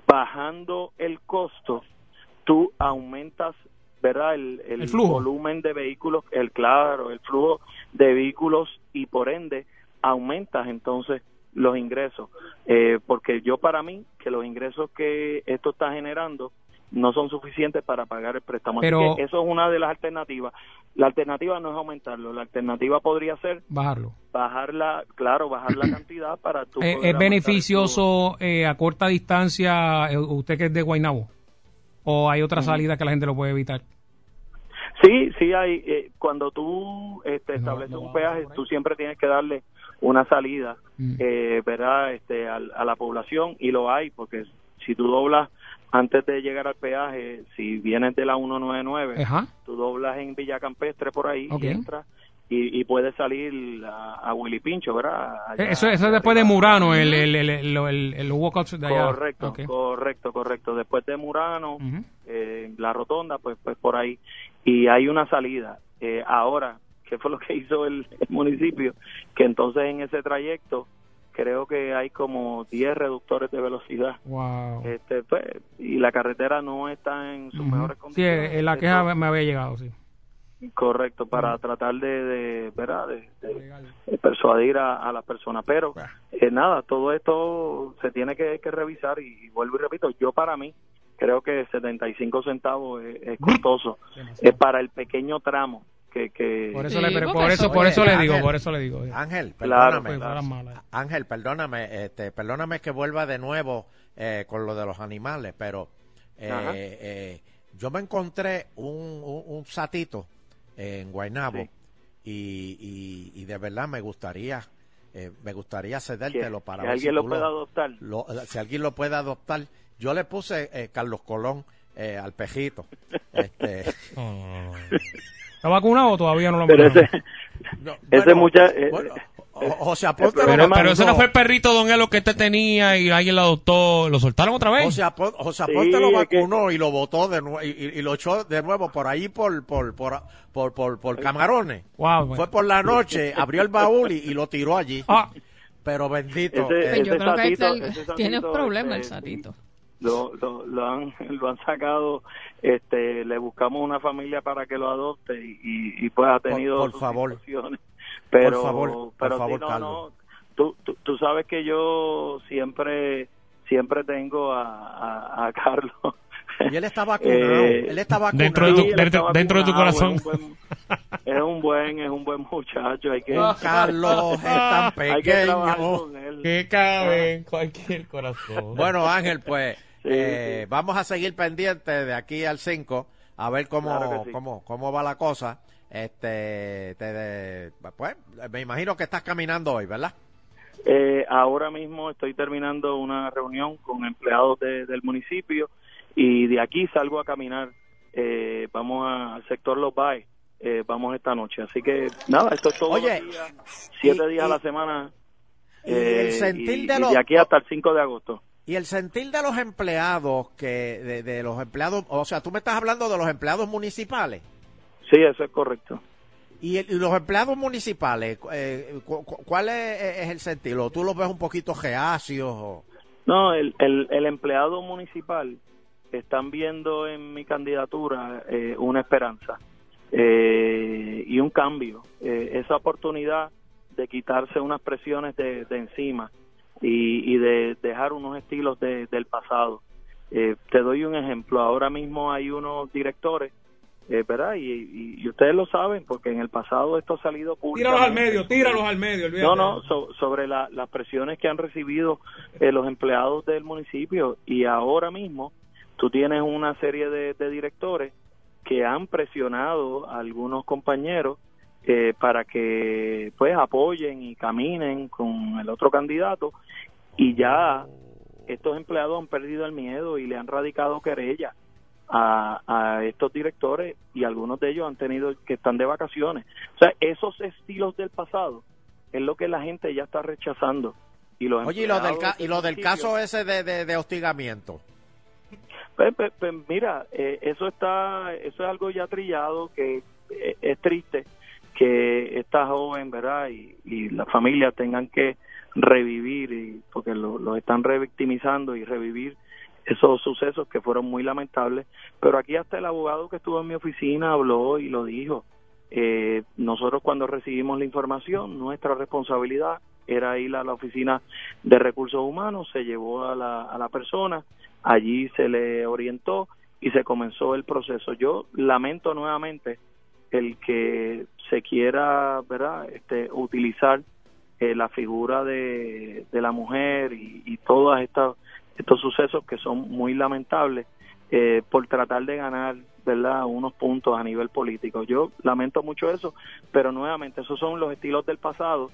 [SPEAKER 11] bajando el costo, tú aumentas, ¿verdad? El, el,
[SPEAKER 3] El flujo.
[SPEAKER 11] volumen de vehículos, el claro, el flujo de vehículos y por ende aumentas entonces los ingresos. Eh, porque yo para mí, que los ingresos que esto está generando no son suficientes para pagar el préstamo. Así
[SPEAKER 3] Pero-
[SPEAKER 11] que eso es una de las alternativas. La alternativa no es aumentarlo, la alternativa podría ser
[SPEAKER 3] bajarlo.
[SPEAKER 11] bajar la, claro, bajar la cantidad para tú
[SPEAKER 3] Eh,
[SPEAKER 11] poder
[SPEAKER 3] ¿Es
[SPEAKER 11] aumentar el
[SPEAKER 3] beneficioso eh, a corta distancia eh, usted que es de Guaynabo? ¿O hay otra salida que la gente lo puede evitar?
[SPEAKER 11] Sí, sí hay. eh, cuando tú este, estableces un peaje, tú siempre tienes que darle una salida, eh, ¿verdad? Este, al- a, la población y lo hay, porque si tú doblas antes de llegar al peaje, si vienes de la 199,
[SPEAKER 3] Ajá.
[SPEAKER 11] tú doblas en Villa Campestre por ahí
[SPEAKER 3] Ok.
[SPEAKER 11] y entras y, y puedes salir a, a Willy Pincho, ¿verdad? Allá
[SPEAKER 3] Eh, Eso, eso es después de Murano, el, el, el, el, el- el walkout de allá.
[SPEAKER 11] Correcto,
[SPEAKER 3] Ok.
[SPEAKER 11] correcto, correcto. Después de Murano,
[SPEAKER 3] Ujú.
[SPEAKER 11] eh, la rotonda, pues, pues por ahí. Y hay una salida. Eh, ahora, ¿qué fue lo que hizo el, el municipio? Que entonces en ese trayecto creo que hay como 10 reductores de velocidad.
[SPEAKER 3] Wow.
[SPEAKER 11] Este, pues, y la carretera no está en sus
[SPEAKER 3] Ujú.
[SPEAKER 11] mejores
[SPEAKER 3] Sí,
[SPEAKER 11] condiciones.
[SPEAKER 3] eh, la queja me había llegado, sí.
[SPEAKER 11] Correcto,
[SPEAKER 2] Mm.
[SPEAKER 11] para tratar de, de, ¿verdad? de, de- de persuadir a, a las personas. Pero eh, nada, todo esto se tiene que, que revisar y, y vuelvo y repito, yo para mí creo que 75 centavos es, es
[SPEAKER 2] Mm.
[SPEAKER 11] costoso. Es para el pequeño tramo que... que
[SPEAKER 3] Por eso le- Sí, pero por porque eso- eso- por
[SPEAKER 2] Oye,
[SPEAKER 3] eso le
[SPEAKER 2] Ángel,
[SPEAKER 3] digo, por eso le digo.
[SPEAKER 2] Ángel,
[SPEAKER 11] Claro,
[SPEAKER 6] pues,
[SPEAKER 2] perdóname. pues,
[SPEAKER 11] claro.
[SPEAKER 2] Ángel, perdóname, este, perdóname que vuelva de nuevo eh, con lo de los animales, pero eh,
[SPEAKER 11] Ajá.
[SPEAKER 2] eh, yo me encontré un, un, un satito eh, en Guaynabo y, y, y de verdad me gustaría eh, me gustaría cedértelo para
[SPEAKER 11] que
[SPEAKER 2] ver
[SPEAKER 11] alguien
[SPEAKER 2] si
[SPEAKER 11] lo
[SPEAKER 2] tú
[SPEAKER 11] pueda adoptar.
[SPEAKER 2] lo- si alguien lo puede adoptar. Yo le puse eh, Carlos Colón eh, al pejito. Este,
[SPEAKER 3] ¿Está vacunado o todavía no lo han
[SPEAKER 2] Pero
[SPEAKER 3] vacunado?
[SPEAKER 2] ese-
[SPEAKER 11] Ese mucha- eh,
[SPEAKER 2] bueno, O, o se
[SPEAKER 6] Pero,
[SPEAKER 2] apunta
[SPEAKER 6] pero ese no fue el perrito Don Elo que usted tenía y alguien lo adoptó. ¿Lo soltaron otra vez?
[SPEAKER 2] O sea, po- o sea, Ponte lo vacunó y lo botó de nuevo y, y- y lo echó de nuevo por ahí por por por por, por, por camarones. Fue por la noche, abrió el baúl y, y lo tiró allí. Pero bendito.
[SPEAKER 11] Ese-
[SPEAKER 2] eh,
[SPEAKER 11] Pues yo creo que
[SPEAKER 4] Ahí está el-
[SPEAKER 11] Ese satito,
[SPEAKER 4] Tiene un problema el
[SPEAKER 11] este,
[SPEAKER 4] satito.
[SPEAKER 11] lo, lo, lo han lo han sacado este le buscamos una familia para que lo adopte y, y, y, pues ha tenido
[SPEAKER 2] por
[SPEAKER 11] sus
[SPEAKER 2] favor.
[SPEAKER 11] situaciones. pero
[SPEAKER 2] Por favor, por
[SPEAKER 11] pero sí,
[SPEAKER 2] favor,
[SPEAKER 11] no,
[SPEAKER 2] Carlos.
[SPEAKER 11] no. Tú, tú, tú sabes que yo siempre siempre tengo a, a, a Carlos
[SPEAKER 2] y él está vacunado.
[SPEAKER 11] Eh,
[SPEAKER 2] él está vacunado.
[SPEAKER 6] Dentro de tu,
[SPEAKER 11] Sí, él
[SPEAKER 6] dentro,
[SPEAKER 11] estaba
[SPEAKER 6] dentro de tu
[SPEAKER 11] vacunado,
[SPEAKER 6] corazón.
[SPEAKER 11] es un buen- es un buen es un buen muchacho hay que
[SPEAKER 2] Carlos es tan
[SPEAKER 11] hay que trabajar
[SPEAKER 2] pequeño.
[SPEAKER 11] con él.
[SPEAKER 6] Que cabe en cualquier corazón.
[SPEAKER 2] oh, Bueno, Ángel, pues eh, vamos a seguir pendiente de aquí al 5 a ver cómo,
[SPEAKER 11] Claro que sí.
[SPEAKER 2] cómo, cómo va la cosa. Este, te de- pues, me imagino que estás caminando hoy, ¿verdad?
[SPEAKER 11] Eh, ahora mismo estoy terminando una reunión con empleados de- del municipio y de aquí salgo a caminar. Eh, vamos a- al sector Los Baes. Eh, vamos esta noche. Así que, nada, esto es todo.
[SPEAKER 2] Oye,
[SPEAKER 11] siete
[SPEAKER 2] y-
[SPEAKER 11] días
[SPEAKER 2] y-
[SPEAKER 11] a la semana. eh,
[SPEAKER 2] y el sentir
[SPEAKER 11] y-
[SPEAKER 2] de
[SPEAKER 11] y
[SPEAKER 2] los-
[SPEAKER 11] de aquí hasta el 5 de agosto.
[SPEAKER 2] Y el sentir de los empleados, que de, de los empleados, o sea, tú me estás hablando de los empleados municipales.
[SPEAKER 11] Sí, eso es correcto.
[SPEAKER 2] Y, el- y los empleados municipales, eh, cu- cu- ¿cuál es, es el sentido? ¿Tú los ves un poquito reacios? o-
[SPEAKER 11] No, el, el, el empleado municipal están viendo en mi candidatura eh, una esperanza eh, y un cambio, eh, esa oportunidad de quitarse unas presiones de, de encima y, y de dejar unos estilos de- del pasado. Eh, te doy un ejemplo, ahora mismo hay unos directores, eh, ¿verdad? Y, y- y ustedes lo saben porque en el pasado esto ha
[SPEAKER 3] Tíralos
[SPEAKER 11] salido
[SPEAKER 3] al
[SPEAKER 11] públicamente.
[SPEAKER 3] medio, tíralos al medio. olvídate.
[SPEAKER 11] No, no, so- sobre la- las presiones que han recibido eh, los empleados del municipio y ahora mismo tú tienes una serie de, de directores que han presionado a algunos compañeros eh, para que pues apoyen y caminen con el otro candidato y ya estos empleados han perdido el miedo y le han radicado querellas a, a estos directores y algunos de ellos han tenido que están de vacaciones. O sea, esos estilos del pasado es lo que la gente ya está rechazando. Y los
[SPEAKER 2] Oye, y lo del, ca-
[SPEAKER 11] empleados
[SPEAKER 2] y lo del
[SPEAKER 11] municipio-
[SPEAKER 2] caso ese de, de- de hostigamiento.
[SPEAKER 11] Pues, pues, pues, mira, eh, eso está, eso es algo ya trillado que eh, es triste que esta joven, verdad, y, y la familia tengan que revivir y, porque lo- los están revictimizando y revivir esos sucesos que fueron muy lamentables. Pero aquí hasta el abogado que estuvo en mi oficina habló y lo dijo. Eh, nosotros cuando recibimos la información, nuestra responsabilidad era ir a la oficina de recursos humanos, se llevó a la, a la persona, allí se le orientó y se comenzó el proceso. Yo lamento nuevamente el que se quiera, ¿verdad?, este, utilizar eh, la figura de, de la mujer y, y todos estos, estos sucesos que son muy lamentables eh, por tratar de ganar, ¿verdad?, unos puntos a nivel político. Yo lamento mucho eso, pero nuevamente esos son los estilos del pasado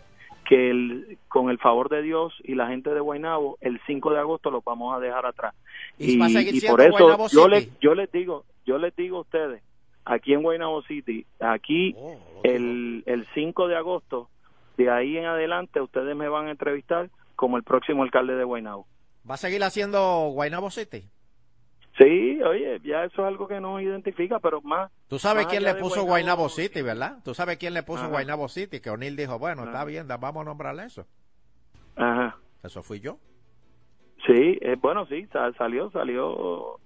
[SPEAKER 11] que el- con el favor de Dios y la gente de Guaynabo, el 5 de agosto los vamos a dejar atrás.
[SPEAKER 2] Y va a seguir siendo
[SPEAKER 11] por
[SPEAKER 2] Guaynabo
[SPEAKER 11] eso yo
[SPEAKER 2] City.
[SPEAKER 11] les, yo les digo, yo les digo a ustedes, aquí en Guaynabo City, aquí el, el 5 de agosto, de ahí en adelante ustedes me van a entrevistar como el próximo alcalde de Guaynabo.
[SPEAKER 2] ¿Va a seguir haciendo Guaynabo City?
[SPEAKER 11] Sí, oye, ya eso es algo que no identifica, pero más.
[SPEAKER 2] Tú sabes
[SPEAKER 11] más
[SPEAKER 2] quién
[SPEAKER 11] allá
[SPEAKER 2] le
[SPEAKER 11] de
[SPEAKER 2] puso Guaynabo City, ¿verdad? Tú sabes quién le puso
[SPEAKER 11] Ajá.
[SPEAKER 2] Guaynabo City, que O'Neill dijo, bueno, está
[SPEAKER 11] Ajá.
[SPEAKER 2] bien, da- vamos a nombrarle eso.
[SPEAKER 11] Ajá.
[SPEAKER 2] Eso fui yo.
[SPEAKER 11] Sí, eh, bueno, sí, sa- salió, salió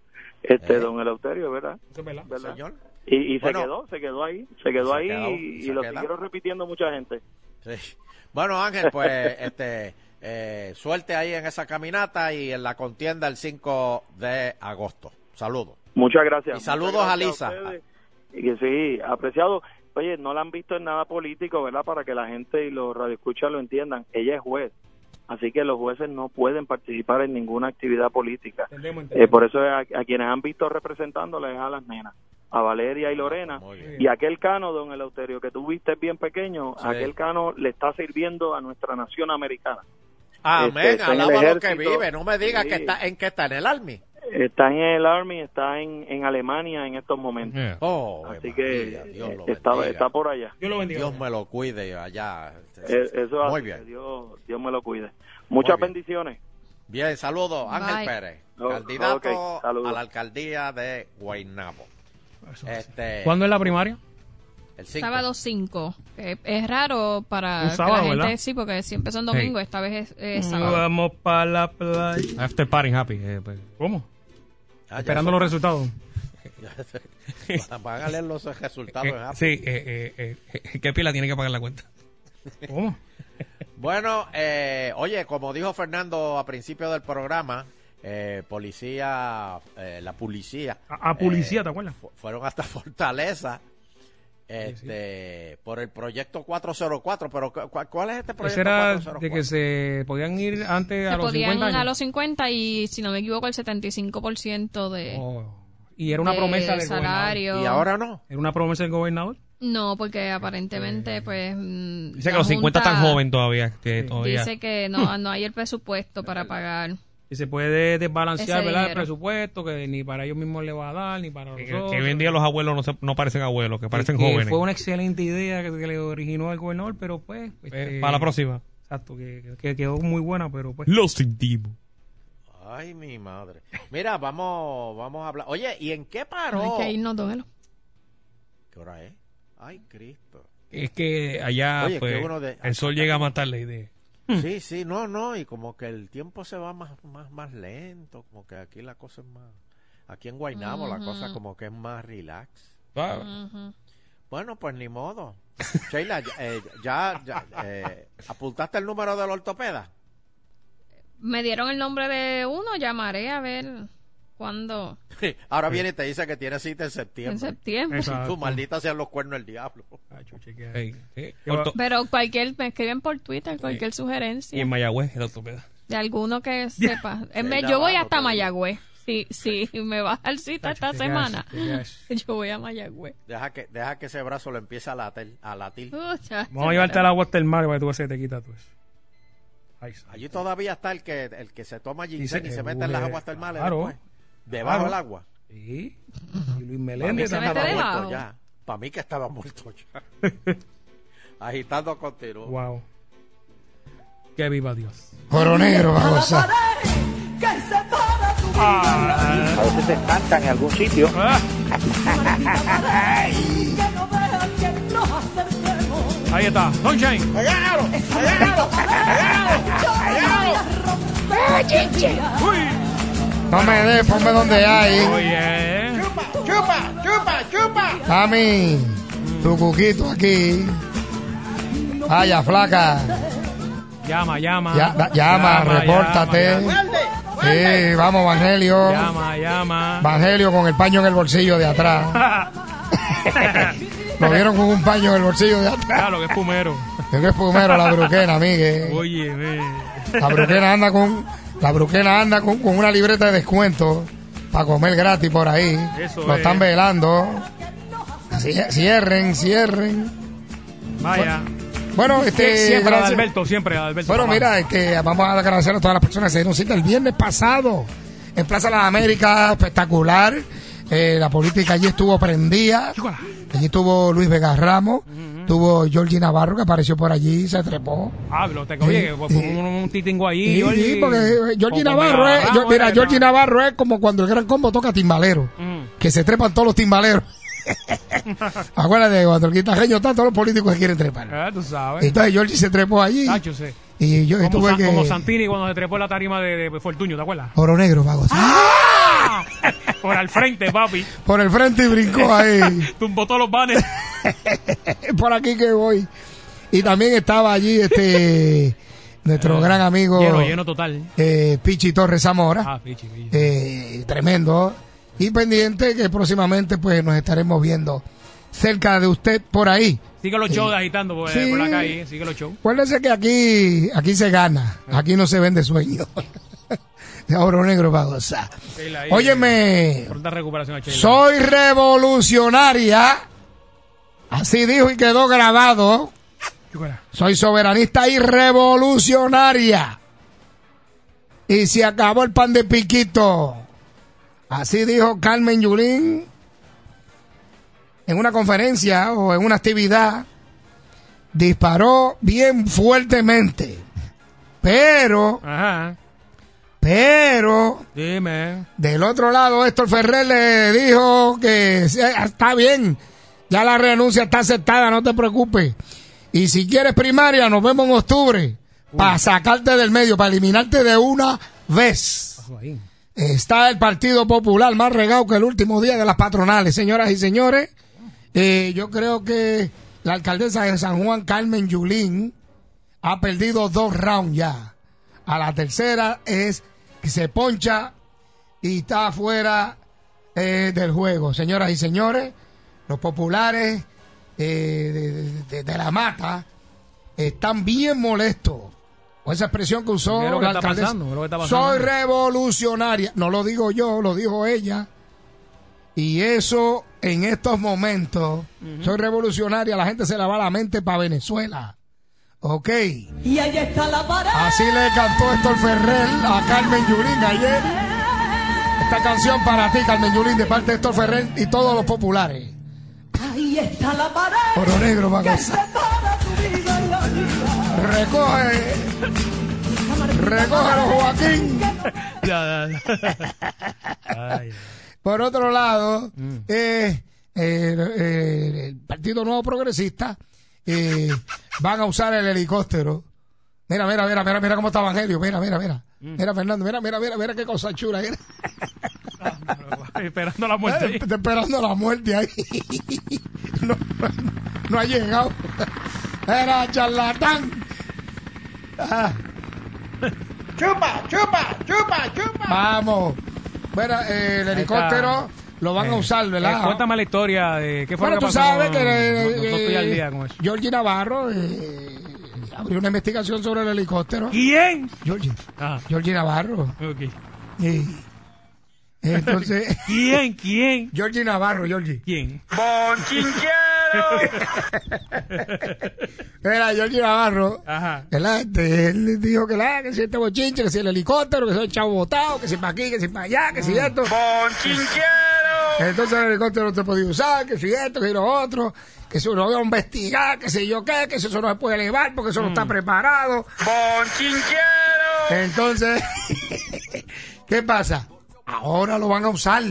[SPEAKER 11] este don Eleuterio, ¿verdad? ¿Verdad?
[SPEAKER 2] Señor.
[SPEAKER 11] Y, y
[SPEAKER 2] Eh. Bueno.
[SPEAKER 11] se quedó, se quedó ahí, se quedó
[SPEAKER 2] Se
[SPEAKER 11] ahí
[SPEAKER 2] quedó,
[SPEAKER 11] y,
[SPEAKER 2] se
[SPEAKER 11] y lo
[SPEAKER 2] quedó.
[SPEAKER 11] siguieron repitiendo mucha gente.
[SPEAKER 2] Sí. Bueno, Ángel, pues este, eh, suerte ahí en esa caminata y en la contienda el 5 de agosto. Saludos.
[SPEAKER 11] Muchas gracias.
[SPEAKER 2] Y saludos
[SPEAKER 11] Muchas
[SPEAKER 2] a
[SPEAKER 11] gracias
[SPEAKER 2] Lisa.
[SPEAKER 11] ustedes. Y que sí, apreciado. Oye, no la han visto en nada político, ¿verdad? Para que la gente y los radioescuchas lo entiendan. Ella es juez. Así que los jueces no pueden participar en ninguna actividad política.
[SPEAKER 3] Entendemos, entendemos.
[SPEAKER 11] Eh, por eso a, a quienes han visto representándoles a las nenas, a Valeria y Lorena. Y aquel cano, don Eleuterio, que tú viste bien pequeño,
[SPEAKER 2] Sí.
[SPEAKER 11] aquel cano le está sirviendo a nuestra nación americana.
[SPEAKER 2] Amén,
[SPEAKER 11] Este, está en el
[SPEAKER 2] alaba lo que
[SPEAKER 11] ejército.
[SPEAKER 2] vive. No me digas
[SPEAKER 11] Sí.
[SPEAKER 2] que está, en qué está, en el Army.
[SPEAKER 11] Está en el Army, está en, en Alemania en estos momentos.
[SPEAKER 2] Yeah. Oh,
[SPEAKER 11] Así
[SPEAKER 2] Ave
[SPEAKER 11] que
[SPEAKER 2] María, Dios lo
[SPEAKER 11] eh, está,
[SPEAKER 2] bendiga.
[SPEAKER 11] está por allá.
[SPEAKER 2] Dios me lo cuide allá.
[SPEAKER 11] Eh, eso
[SPEAKER 2] Muy
[SPEAKER 11] hace que
[SPEAKER 2] bien.
[SPEAKER 11] Dios, Dios me lo cuide. Muchas
[SPEAKER 2] bien.
[SPEAKER 11] bendiciones.
[SPEAKER 2] Bien, saludos. Ángel
[SPEAKER 11] Bye.
[SPEAKER 2] Pérez,
[SPEAKER 11] Oh,
[SPEAKER 2] candidato
[SPEAKER 11] ok, saludos.
[SPEAKER 2] a la alcaldía de Guaynabo. Este,
[SPEAKER 3] ¿Cuándo es la primaria?
[SPEAKER 2] El cinco.
[SPEAKER 4] Sábado 5. que Es raro para
[SPEAKER 3] Un
[SPEAKER 4] que
[SPEAKER 3] sábado,
[SPEAKER 4] la gente,
[SPEAKER 6] ¿verdad? Mm.
[SPEAKER 4] sí, porque siempre son domingos, esta vez es, es sábado.
[SPEAKER 3] Vamos para la playa.
[SPEAKER 6] After party happy. eh, pues.
[SPEAKER 3] ¿Cómo?
[SPEAKER 2] Ah, ya
[SPEAKER 3] Esperando
[SPEAKER 2] son-
[SPEAKER 3] los resultados.
[SPEAKER 2] Ya sé. Van a leer los resultados.
[SPEAKER 6] Eh,
[SPEAKER 2] en Apple.
[SPEAKER 6] sí, eh, eh, eh, ¿qué pila tiene que pagar la cuenta?
[SPEAKER 3] ¿Cómo?
[SPEAKER 2] Bueno, eh, oye, como dijo Fernando a principio del programa, eh, policía, eh, la policía.
[SPEAKER 3] A, a policía,
[SPEAKER 2] eh,
[SPEAKER 3] ¿te acuerdas?
[SPEAKER 2] fu- fueron hasta Fortaleza. Este, por el proyecto 404, pero cu- cu- ¿cuál es este proyecto
[SPEAKER 3] Ese era
[SPEAKER 2] 404?
[SPEAKER 3] de que se podían ir
[SPEAKER 4] Se
[SPEAKER 3] antes a los
[SPEAKER 4] podían
[SPEAKER 3] 50 años.
[SPEAKER 4] a los 50 y, si no me equivoco, el 75% de...
[SPEAKER 6] Oh.
[SPEAKER 3] Oh, Y era una
[SPEAKER 4] de
[SPEAKER 3] promesa del
[SPEAKER 4] salario.
[SPEAKER 3] gobernador.
[SPEAKER 4] ¿Y ahora
[SPEAKER 2] no?
[SPEAKER 3] Era una promesa del gobernador.
[SPEAKER 4] No, porque aparentemente, pues... mm,
[SPEAKER 6] Dice que
[SPEAKER 4] la
[SPEAKER 6] los 50 están
[SPEAKER 4] Junta
[SPEAKER 6] joven todavía. que todavía.
[SPEAKER 4] Dice que no, no hay el presupuesto para pagar.
[SPEAKER 3] Y se puede desbalancear
[SPEAKER 4] Ese
[SPEAKER 3] ¿verdad? el
[SPEAKER 4] dinero.
[SPEAKER 3] presupuesto, que ni para ellos mismos le va a dar, ni para los
[SPEAKER 6] que,
[SPEAKER 3] otros.
[SPEAKER 6] que hoy en día los abuelos no, se- no parecen abuelos, que parecen
[SPEAKER 3] Que
[SPEAKER 6] jóvenes.
[SPEAKER 3] Fue una excelente idea que, que le originó el gobernador, pero pues... este,
[SPEAKER 6] para Eh, la próxima.
[SPEAKER 3] Exacto, que, que quedó muy buena, pero pues...
[SPEAKER 6] Los sentimos.
[SPEAKER 2] Ay, mi madre. Mira, vamos, vamos a hablar. Oye, ¿y en qué paró?
[SPEAKER 4] Hay que irnos, don Elo.
[SPEAKER 2] ¿Qué hora es? Ay, Cristo.
[SPEAKER 6] Es que allá
[SPEAKER 2] Oye,
[SPEAKER 6] pues,
[SPEAKER 2] que uno de-
[SPEAKER 6] el sol llega a matar la idea.
[SPEAKER 2] Sí, sí, no, no, y como que el tiempo se va más, más, más lento, como que aquí la cosa es más, aquí en Guaynabo la cosa
[SPEAKER 12] Ujú.
[SPEAKER 2] como que es más relax.
[SPEAKER 6] Ah.
[SPEAKER 2] Bueno, pues ni modo. Sheila, ya, eh, ya, ya, eh, apuntaste el número del ortopeda.
[SPEAKER 4] Me dieron el nombre de uno, llamaré a ver cuándo.
[SPEAKER 2] Ahora viene y te dice que tiene cita en septiembre.
[SPEAKER 4] En septiembre. Exacto.
[SPEAKER 2] Tu maldita sean los cuernos del diablo.
[SPEAKER 3] Ah,
[SPEAKER 6] Ey, eh, orto-
[SPEAKER 4] Pero cualquier, me escriben por Twitter cualquier
[SPEAKER 6] y
[SPEAKER 4] sugerencia
[SPEAKER 6] en Mayagüez, el ortopeda.
[SPEAKER 4] de alguno que sepa. En vez-
[SPEAKER 6] la
[SPEAKER 4] yo voy
[SPEAKER 6] mano,
[SPEAKER 4] hasta Mayagüez. Si, si me va a dar cita esta
[SPEAKER 2] te
[SPEAKER 4] semana,
[SPEAKER 2] quedas, te quedas.
[SPEAKER 4] yo voy a Mayagüez.
[SPEAKER 2] Deja que, deja que ese brazo le empiece a latir. A latir.
[SPEAKER 4] Uh, chacho,
[SPEAKER 3] Vamos a llevarte al agua hasta el mar para que tú veas que te quitas tú eso. Ay, santo.
[SPEAKER 2] Allí todavía está el que, el que se toma
[SPEAKER 3] Dice
[SPEAKER 2] ginseng y
[SPEAKER 3] que
[SPEAKER 2] se mete en las
[SPEAKER 3] huele-
[SPEAKER 2] aguas termales.
[SPEAKER 3] claro,
[SPEAKER 2] después. Debajo
[SPEAKER 3] claro.
[SPEAKER 2] del agua.
[SPEAKER 3] Sí. Y Luis
[SPEAKER 2] Para mí,
[SPEAKER 3] Meléndez.
[SPEAKER 2] que
[SPEAKER 3] también.
[SPEAKER 2] estaba muerto ya. Para mí que estaba muerto ya. Agitando continuo.
[SPEAKER 3] Wow. Que viva Dios.
[SPEAKER 13] Coronero va a gozar.
[SPEAKER 3] Ah.
[SPEAKER 10] A veces se estancan en algún sitio.
[SPEAKER 3] Ahí está. Sunshine.
[SPEAKER 10] ¡Agárralo! ¡Agárralo!
[SPEAKER 13] No me des, ponme donde hay.
[SPEAKER 3] Oye. ¿eh?
[SPEAKER 10] ¡Chupa! ¡Chupa! ¡Chupa!
[SPEAKER 13] Mami, tu cuquito aquí. Vaya, flaca.
[SPEAKER 3] Llama, llama.
[SPEAKER 13] Ya- da- llama, repórtate. Sí, vamos, Evangelio.
[SPEAKER 3] Llama, llama.
[SPEAKER 13] Evangelio con el paño en el bolsillo de atrás. Lo vieron con un paño en el bolsillo de atrás.
[SPEAKER 3] Claro, que es pumero.
[SPEAKER 13] Yo que es primero la bruquena, migue.
[SPEAKER 3] Oye, ve.
[SPEAKER 13] La bruquena anda con la bruquena anda con, con una libreta de descuento para comer gratis por ahí.
[SPEAKER 3] Eso
[SPEAKER 13] Lo
[SPEAKER 3] es.
[SPEAKER 13] están velando. Cie- Cierren, cierren.
[SPEAKER 3] Vaya.
[SPEAKER 13] Bueno, este,
[SPEAKER 3] Sie- siempre
[SPEAKER 13] gracias.
[SPEAKER 3] Alberto, siempre Adalberto.
[SPEAKER 13] Bueno,
[SPEAKER 3] papá.
[SPEAKER 13] mira, este, vamos a agradecer a todas las personas que se dieron cita el viernes pasado en Plaza Las Américas, espectacular. Eh, la política allí estuvo prendida. Allí estuvo Luis Vega Ramos, tuvo Georgie Navarro que apareció por allí, se trepó.
[SPEAKER 3] Pablo, te oye, que fue pues, un, un titingo ahí.
[SPEAKER 13] Sí,
[SPEAKER 3] Jordi.
[SPEAKER 13] sí, porque eh,
[SPEAKER 3] Con-
[SPEAKER 13] Georgie
[SPEAKER 3] con
[SPEAKER 13] Navarro
[SPEAKER 3] Vega
[SPEAKER 13] es,
[SPEAKER 3] Ramos,
[SPEAKER 13] yo- mira,
[SPEAKER 3] era-
[SPEAKER 13] Georgie Navarro es como cuando el Gran Combo toca timbalero,
[SPEAKER 3] Mm.
[SPEAKER 13] que se trepan todos los timbaleros. Acuérdate, cuando el guitarreño está, todos los políticos se quieren trepar.
[SPEAKER 3] Ah, tú sabes.
[SPEAKER 13] Entonces Georgie se trepó allí
[SPEAKER 3] Tacho, sí.
[SPEAKER 13] y yo y
[SPEAKER 3] Ah, Como,
[SPEAKER 13] tuve
[SPEAKER 3] San- como
[SPEAKER 13] que...
[SPEAKER 3] Santini cuando se trepó en la tarima de, de Fortuño, ¿te acuerdas?
[SPEAKER 13] Oro Negro, vagos.
[SPEAKER 3] Ah. Por al frente, papi.
[SPEAKER 13] Por el frente y brincó ahí.
[SPEAKER 3] Tumbó todos los banes.
[SPEAKER 13] por aquí que voy. Y también estaba allí este nuestro gran amigo
[SPEAKER 3] Eh, Lleno, lleno total.
[SPEAKER 13] eh, Pichi Torres Zamora.
[SPEAKER 3] Ah, pichi, pichi.
[SPEAKER 13] Eh, tremendo. Y pendiente que próximamente pues nos estaremos viendo cerca de usted por ahí.
[SPEAKER 3] Sigue los shows
[SPEAKER 13] Eh,
[SPEAKER 3] agitando por,
[SPEAKER 13] sí.
[SPEAKER 3] por la calle, eh, sigue los shows. Ah.
[SPEAKER 13] Acuérdese que aquí, aquí se gana, aquí no se vende sueño. De oro negro para gozar.
[SPEAKER 3] Sheila, ahí,
[SPEAKER 13] Óyeme,
[SPEAKER 3] Pronta recuperación a Sheila.
[SPEAKER 13] soy revolucionaria. Así dijo y quedó grabado. Soy soberanista y revolucionaria. Y se acabó el pan de piquito. Así dijo Carmen Yulín en una conferencia o en una actividad. Disparó bien fuertemente. Pero,
[SPEAKER 3] Ajá.
[SPEAKER 13] pero,
[SPEAKER 3] Dime.
[SPEAKER 13] del otro lado, Héctor Ferrer le dijo que sí, eh, está bien, ya la renuncia está aceptada, no te preocupes. Y si quieres primaria, nos vemos en octubre para sacarte del medio, para eliminarte de una vez. Está el Partido Popular más regado que el último día de las patronales, señoras y señores. Eh, yo creo que la alcaldesa de San Juan, Carmen Yulín, ha perdido dos rounds ya. A la tercera es que se poncha y está fuera eh, del juego. Señoras y señores, los populares eh, de, de- de la mata están bien molestos. O esa expresión que usó
[SPEAKER 3] Es lo que
[SPEAKER 13] la
[SPEAKER 3] está
[SPEAKER 13] alcaldesa.
[SPEAKER 3] pasando, es lo que está pasando.
[SPEAKER 13] Soy revolucionaria. No lo digo yo, lo dijo ella. Y eso en estos momentos, soy revolucionaria, la gente se la va la mente para Venezuela. Ok.
[SPEAKER 12] Y ahí está la pared.
[SPEAKER 13] Así le cantó Héctor Ferrer a Carmen Yulín ayer. Esta canción para ti, Carmen Yulín, de parte de Héctor Ferrer y todos los populares.
[SPEAKER 12] Ahí está la pared.
[SPEAKER 13] Oro negro va a
[SPEAKER 12] que
[SPEAKER 13] gozar.
[SPEAKER 12] separa tu vida y la mía.
[SPEAKER 13] Recoge. Recógelo, Joaquín. Por otro lado,
[SPEAKER 3] Mm.
[SPEAKER 13] eh, eh, eh, el Partido Nuevo Progresista eh, van a usar el helicóptero. Mira, mira, mira, mira, mira cómo está Evangelio. Mira, mira, mira.
[SPEAKER 3] Mm.
[SPEAKER 13] Mira, Fernando, mira, mira, mira, mira qué cosa chula. Mira.
[SPEAKER 3] Esperando la muerte.
[SPEAKER 13] Está esperando la muerte ahí. No, no ha llegado. Era charlatán. Ah. Chupa, chupa, chupa, chupa. Vamos. Bueno, eh, el
[SPEAKER 3] Ahí
[SPEAKER 13] helicóptero
[SPEAKER 3] está.
[SPEAKER 13] lo van a
[SPEAKER 3] Eh,
[SPEAKER 13] usar,
[SPEAKER 3] eh,
[SPEAKER 13] ¿verdad?
[SPEAKER 3] cuéntame la historia de qué fue
[SPEAKER 13] bueno,
[SPEAKER 3] lo que
[SPEAKER 13] tú
[SPEAKER 3] pasó.
[SPEAKER 13] sabes que eh,
[SPEAKER 3] No- no estoy al día con eso.
[SPEAKER 13] Georgie Navarro eh, abrió una investigación sobre el helicóptero.
[SPEAKER 3] ¿Quién?
[SPEAKER 13] Georgie.
[SPEAKER 3] Ah.
[SPEAKER 13] Georgie Navarro.
[SPEAKER 3] Ok.
[SPEAKER 13] Y- entonces.
[SPEAKER 3] ¿Quién? ¿Quién?
[SPEAKER 13] Georgie Navarro, Georgie.
[SPEAKER 3] ¿Quién?
[SPEAKER 13] Era Georgie Navarro.
[SPEAKER 3] Ajá.
[SPEAKER 13] ¿verdad? Este, él dijo que, la, que si este bochinche, que si el helicóptero, que si el chavo botado, que si para aquí, que si para allá, que si esto. Entonces el helicóptero no se podía usar, que si esto, que si lo otro, que si uno iba a investigar, que si yo qué, que si eso no se puede elevar porque eso no está preparado. Entonces, ¿qué pasa? Ahora lo van a usar.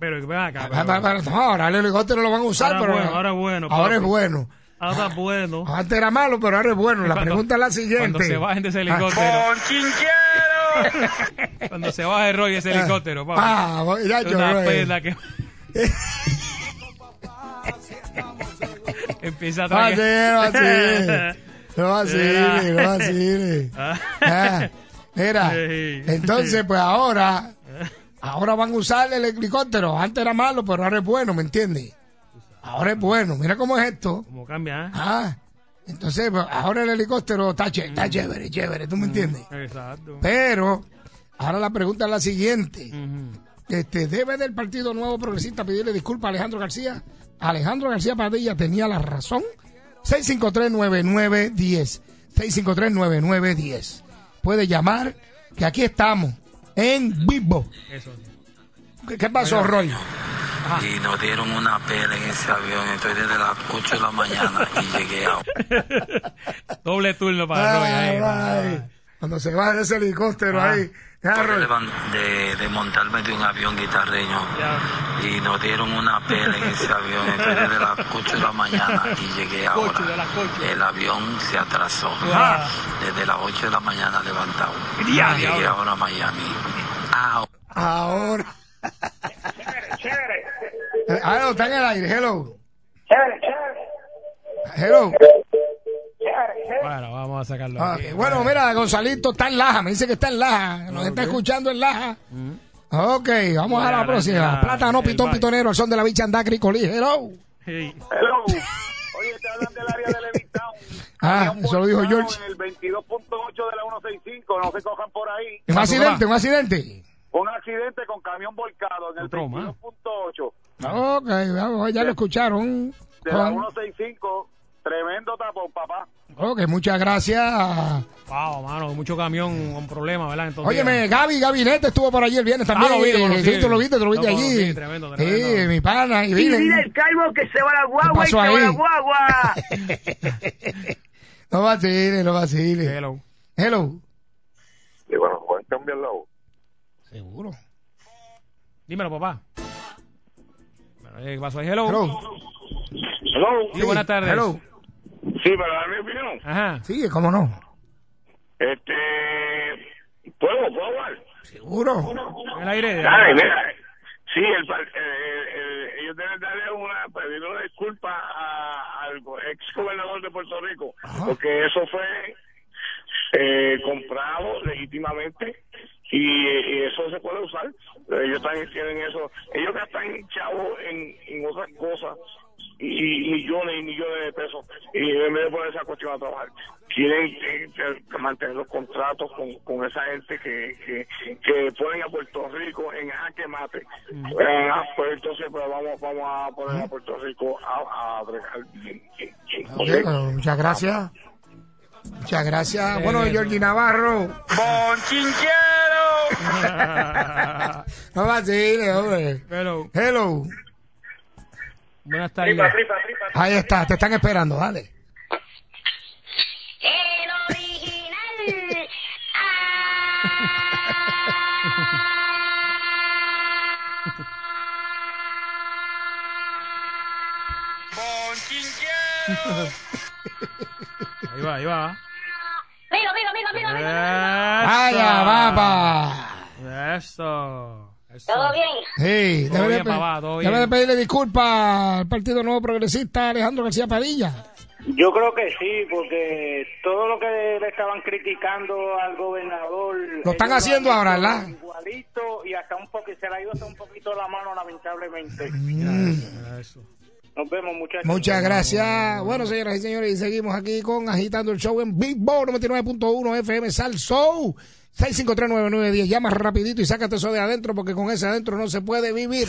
[SPEAKER 3] Pero ven acá.
[SPEAKER 13] Ah, va- va- no, ahora el helicóptero lo van a usar,
[SPEAKER 3] Ahora
[SPEAKER 13] pero
[SPEAKER 3] bueno, ahora bueno,
[SPEAKER 13] Ahora es
[SPEAKER 3] papi.
[SPEAKER 13] bueno.
[SPEAKER 3] Ahora Ah, bueno.
[SPEAKER 13] Antes era malo, pero ahora es bueno. La
[SPEAKER 3] Cuando-
[SPEAKER 13] pregunta es la siguiente.
[SPEAKER 3] Cuando se bajen de ese
[SPEAKER 13] Ah.
[SPEAKER 3] helicóptero. Cuando se baje Roy de ese helicóptero, papá.
[SPEAKER 13] Ah, voy- ya yo,
[SPEAKER 3] Una
[SPEAKER 13] Roy.
[SPEAKER 3] pela que. Empieza a
[SPEAKER 13] No vacile, no
[SPEAKER 3] traer.
[SPEAKER 13] vacile. No vacile, no vacile.
[SPEAKER 3] Ah.
[SPEAKER 13] Ah, mira,
[SPEAKER 3] Ey.
[SPEAKER 13] entonces pues ahora, ahora van a usar el helicóptero. Antes era malo, pero ahora es bueno, ¿me entiendes? Ahora es bueno, mira cómo es esto.
[SPEAKER 3] ¿Cómo cambia? eh?
[SPEAKER 13] Ah, entonces pues, ahora el helicóptero está, ché- está chévere, chévere, ¿tú me entiendes?
[SPEAKER 3] Exacto.
[SPEAKER 13] Pero ahora la pregunta es la siguiente.
[SPEAKER 3] Ujú.
[SPEAKER 13] Este, ¿Debe del Partido Nuevo Progresista pedirle disculpas a Alejandro García? Alejandro García Padilla tenía la razón. 653-9910. 653-9910. Puede llamar, que aquí estamos, en vivo.
[SPEAKER 3] Eso.
[SPEAKER 13] ¿Qué, qué pasó, Roy?
[SPEAKER 14] Y nos dieron una pela en ese avión. Estoy desde las 8 de la mañana y llegué a.
[SPEAKER 3] Doble turno para Roy. ahí, Ah. va,
[SPEAKER 13] Ah, Ay, Cuando se va de ese helicóptero ahí. ya,
[SPEAKER 14] Acabé
[SPEAKER 13] Ah, Roy.
[SPEAKER 14] de, van- de- de montarme de un avión guitarreño. Y nos dieron una pela en ese avión. Estoy desde las 8 de la mañana y llegué ahora. El avión se atrasó.
[SPEAKER 3] Ajá.
[SPEAKER 14] Desde las 8 de la mañana levantado.
[SPEAKER 3] Ya,
[SPEAKER 14] Llegué
[SPEAKER 3] Ah. diablo.
[SPEAKER 14] ahora a Miami. Ah,
[SPEAKER 13] Ahora. Ahora está en el aire. Hello. Hello.
[SPEAKER 3] Bueno, vamos a sacarlo.
[SPEAKER 13] Ah,
[SPEAKER 3] aquí.
[SPEAKER 13] ok. Bueno, mira, Gonzalito está en Laja, me dice que está en Laja,
[SPEAKER 3] Ah,
[SPEAKER 13] nos está escuchando en Laja.
[SPEAKER 3] Mm.
[SPEAKER 13] Ok, vamos a la
[SPEAKER 3] Bueno,
[SPEAKER 13] próxima.
[SPEAKER 3] gracias.
[SPEAKER 13] Plátano,
[SPEAKER 3] El
[SPEAKER 13] pitón,
[SPEAKER 3] bye.
[SPEAKER 13] pitonero, el son de la bicha andá, cricolí. Hello.
[SPEAKER 3] Sí.
[SPEAKER 13] Ah, eso lo dijo George.
[SPEAKER 9] El 22.8 de la 165, no se cojan por ahí.
[SPEAKER 13] Un accidente, un accidente.
[SPEAKER 9] Un accidente con camión volcado en el
[SPEAKER 13] Otro más.
[SPEAKER 9] 22.8
[SPEAKER 13] Ok, vamos, ya lo escucharon.
[SPEAKER 9] Ah. de la
[SPEAKER 13] Con-
[SPEAKER 9] 165. Tremendo tapón, papá.
[SPEAKER 13] Ok, muchas gracias.
[SPEAKER 3] Wow, mano, mucho camión con problemas, ¿verdad? Entonces,
[SPEAKER 13] Óyeme, Gaby Gabinete estuvo por allí el viernes también. eh,
[SPEAKER 3] Ah, lo vi, lo conocí.
[SPEAKER 13] Sí, tú lo viste, tú lo viste
[SPEAKER 3] Lo
[SPEAKER 13] allí.
[SPEAKER 3] conocí, tremendo,
[SPEAKER 13] Sí, mi pana. Y
[SPEAKER 15] Y
[SPEAKER 13] vine-
[SPEAKER 15] dile al calvo que se va la
[SPEAKER 13] ¿Qué
[SPEAKER 15] guagua y
[SPEAKER 13] pasó
[SPEAKER 15] se va
[SPEAKER 13] ahí?
[SPEAKER 15] la guagua.
[SPEAKER 13] No vacile, no vacile. Hello. Hello.
[SPEAKER 11] Y bueno, pueden cambiar la voz.
[SPEAKER 13] Seguro.
[SPEAKER 3] Dímelo, papá. Bueno, eh, ¿Qué pasó ahí? Hello.
[SPEAKER 13] Hello.
[SPEAKER 11] Hello.
[SPEAKER 3] Sí, buenas tardes.
[SPEAKER 13] Hello.
[SPEAKER 11] Sí, para dar mi opinión.
[SPEAKER 3] Ajá.
[SPEAKER 13] Sí, cómo no.
[SPEAKER 11] Este. ¿Puedo, puedo hablar?
[SPEAKER 13] Seguro.
[SPEAKER 3] En el aire.
[SPEAKER 11] Dale, mira. Sí, el, par- eh, eh, ellos deben darle una, pedirle una disculpa a- al go- ex gobernador de Puerto Rico, porque eso fue eh, comprado legítimamente y, y eso se puede usar. Ellos también tienen eso. Ellos gastan chavos en, en otras cosas y, y millones y millones de pesos y en vez de poner esa cuestión a trabajar quieren eh, eh, mantener los contratos con, con esa gente que, que, que ponen a Puerto Rico en jaque mate Eh, ah, pues entonces pues vamos vamos a poner a Puerto Rico a, a bregar
[SPEAKER 13] Ok, eh, Muchas gracias. Muchas gracias. Bueno,
[SPEAKER 11] Eh,
[SPEAKER 13] Georgie Navarro.
[SPEAKER 3] Ah,
[SPEAKER 13] No vacile, hombre.
[SPEAKER 3] Hello.
[SPEAKER 13] Hello.
[SPEAKER 3] Buenas tardes.
[SPEAKER 13] Ahí está, te están esperando, dale.
[SPEAKER 3] Ahí va, ahí va.
[SPEAKER 5] Mira, mira, mira, mira,
[SPEAKER 13] Vaya, papá.
[SPEAKER 3] Eso. Eso.
[SPEAKER 5] ¿Todo bien?
[SPEAKER 13] Sí,
[SPEAKER 3] Todo
[SPEAKER 13] debe,
[SPEAKER 3] bien, papá, todo bien.
[SPEAKER 13] de pedirle disculpas al Partido Nuevo Progresista Alejandro García Padilla.
[SPEAKER 16] Yo creo que sí, porque todo lo que le estaban criticando al gobernador.
[SPEAKER 13] Lo están haciendo ahora, ¿verdad?
[SPEAKER 16] Igualito y hasta un poquito, se le ha ido hasta un poquito la mano, lamentablemente.
[SPEAKER 13] Mm.
[SPEAKER 16] Nos vemos, muchachos.
[SPEAKER 13] Ah, Muchas gracias. Bueno, señoras y señores, y seguimos aquí con Agitando el Show en Big Bow 99.1 FM Sal Show. 6539910. Llama rapidito y sácate eso de adentro porque con ese adentro no se puede vivir.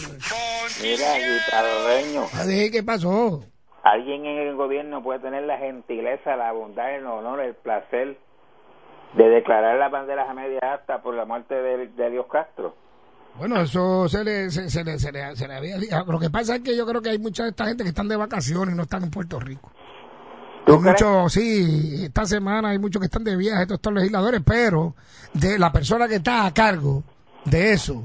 [SPEAKER 17] Mira, guitarreño,
[SPEAKER 13] Así, ¿Qué pasó?
[SPEAKER 17] alguien en el gobierno puede tener la gentileza, la bondad, el honor, el placer de declarar las banderas a media asta por la muerte de, de Dios Castro.
[SPEAKER 13] Bueno, eso se le, se, se le, se le, se le había... liado. Lo que pasa es que yo creo que hay mucha de esta gente que están de vacaciones y no están en Puerto Rico. Hay muchos, sí, esta semana hay muchos que están de viaje, todos estos legisladores, pero de la persona que está a cargo de eso,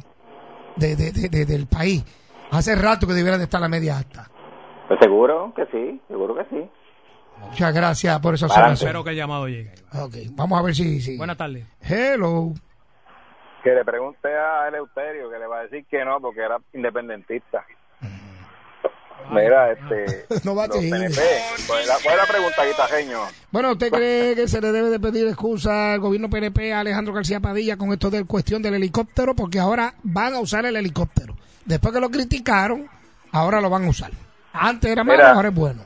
[SPEAKER 13] de, de, de- de- del país, hace rato que debiera de estar la media alta.
[SPEAKER 17] Pues seguro que sí, seguro que sí.
[SPEAKER 13] Muchas gracias por esa
[SPEAKER 3] Espero
[SPEAKER 13] observación.
[SPEAKER 3] que el llamado llegue.
[SPEAKER 13] Ok, vamos a ver si... si.
[SPEAKER 3] Buenas tardes.
[SPEAKER 13] Hello.
[SPEAKER 18] Que le pregunte a Eleuterio, que le va a decir que no, porque era independentista. Mira, este.
[SPEAKER 13] No va a
[SPEAKER 18] los
[SPEAKER 13] seguir.
[SPEAKER 18] PNP. ¿Cuál es la, cuál es la pregunta, guitarreño?
[SPEAKER 13] Bueno, ¿usted cree que se le debe de pedir excusa al gobierno PNP a Alejandro García Padilla con esto del cuestión del helicóptero? Porque ahora van a usar el helicóptero. Después que lo criticaron, ahora lo van a usar. Antes era malo,
[SPEAKER 18] Mira.
[SPEAKER 13] ahora es bueno.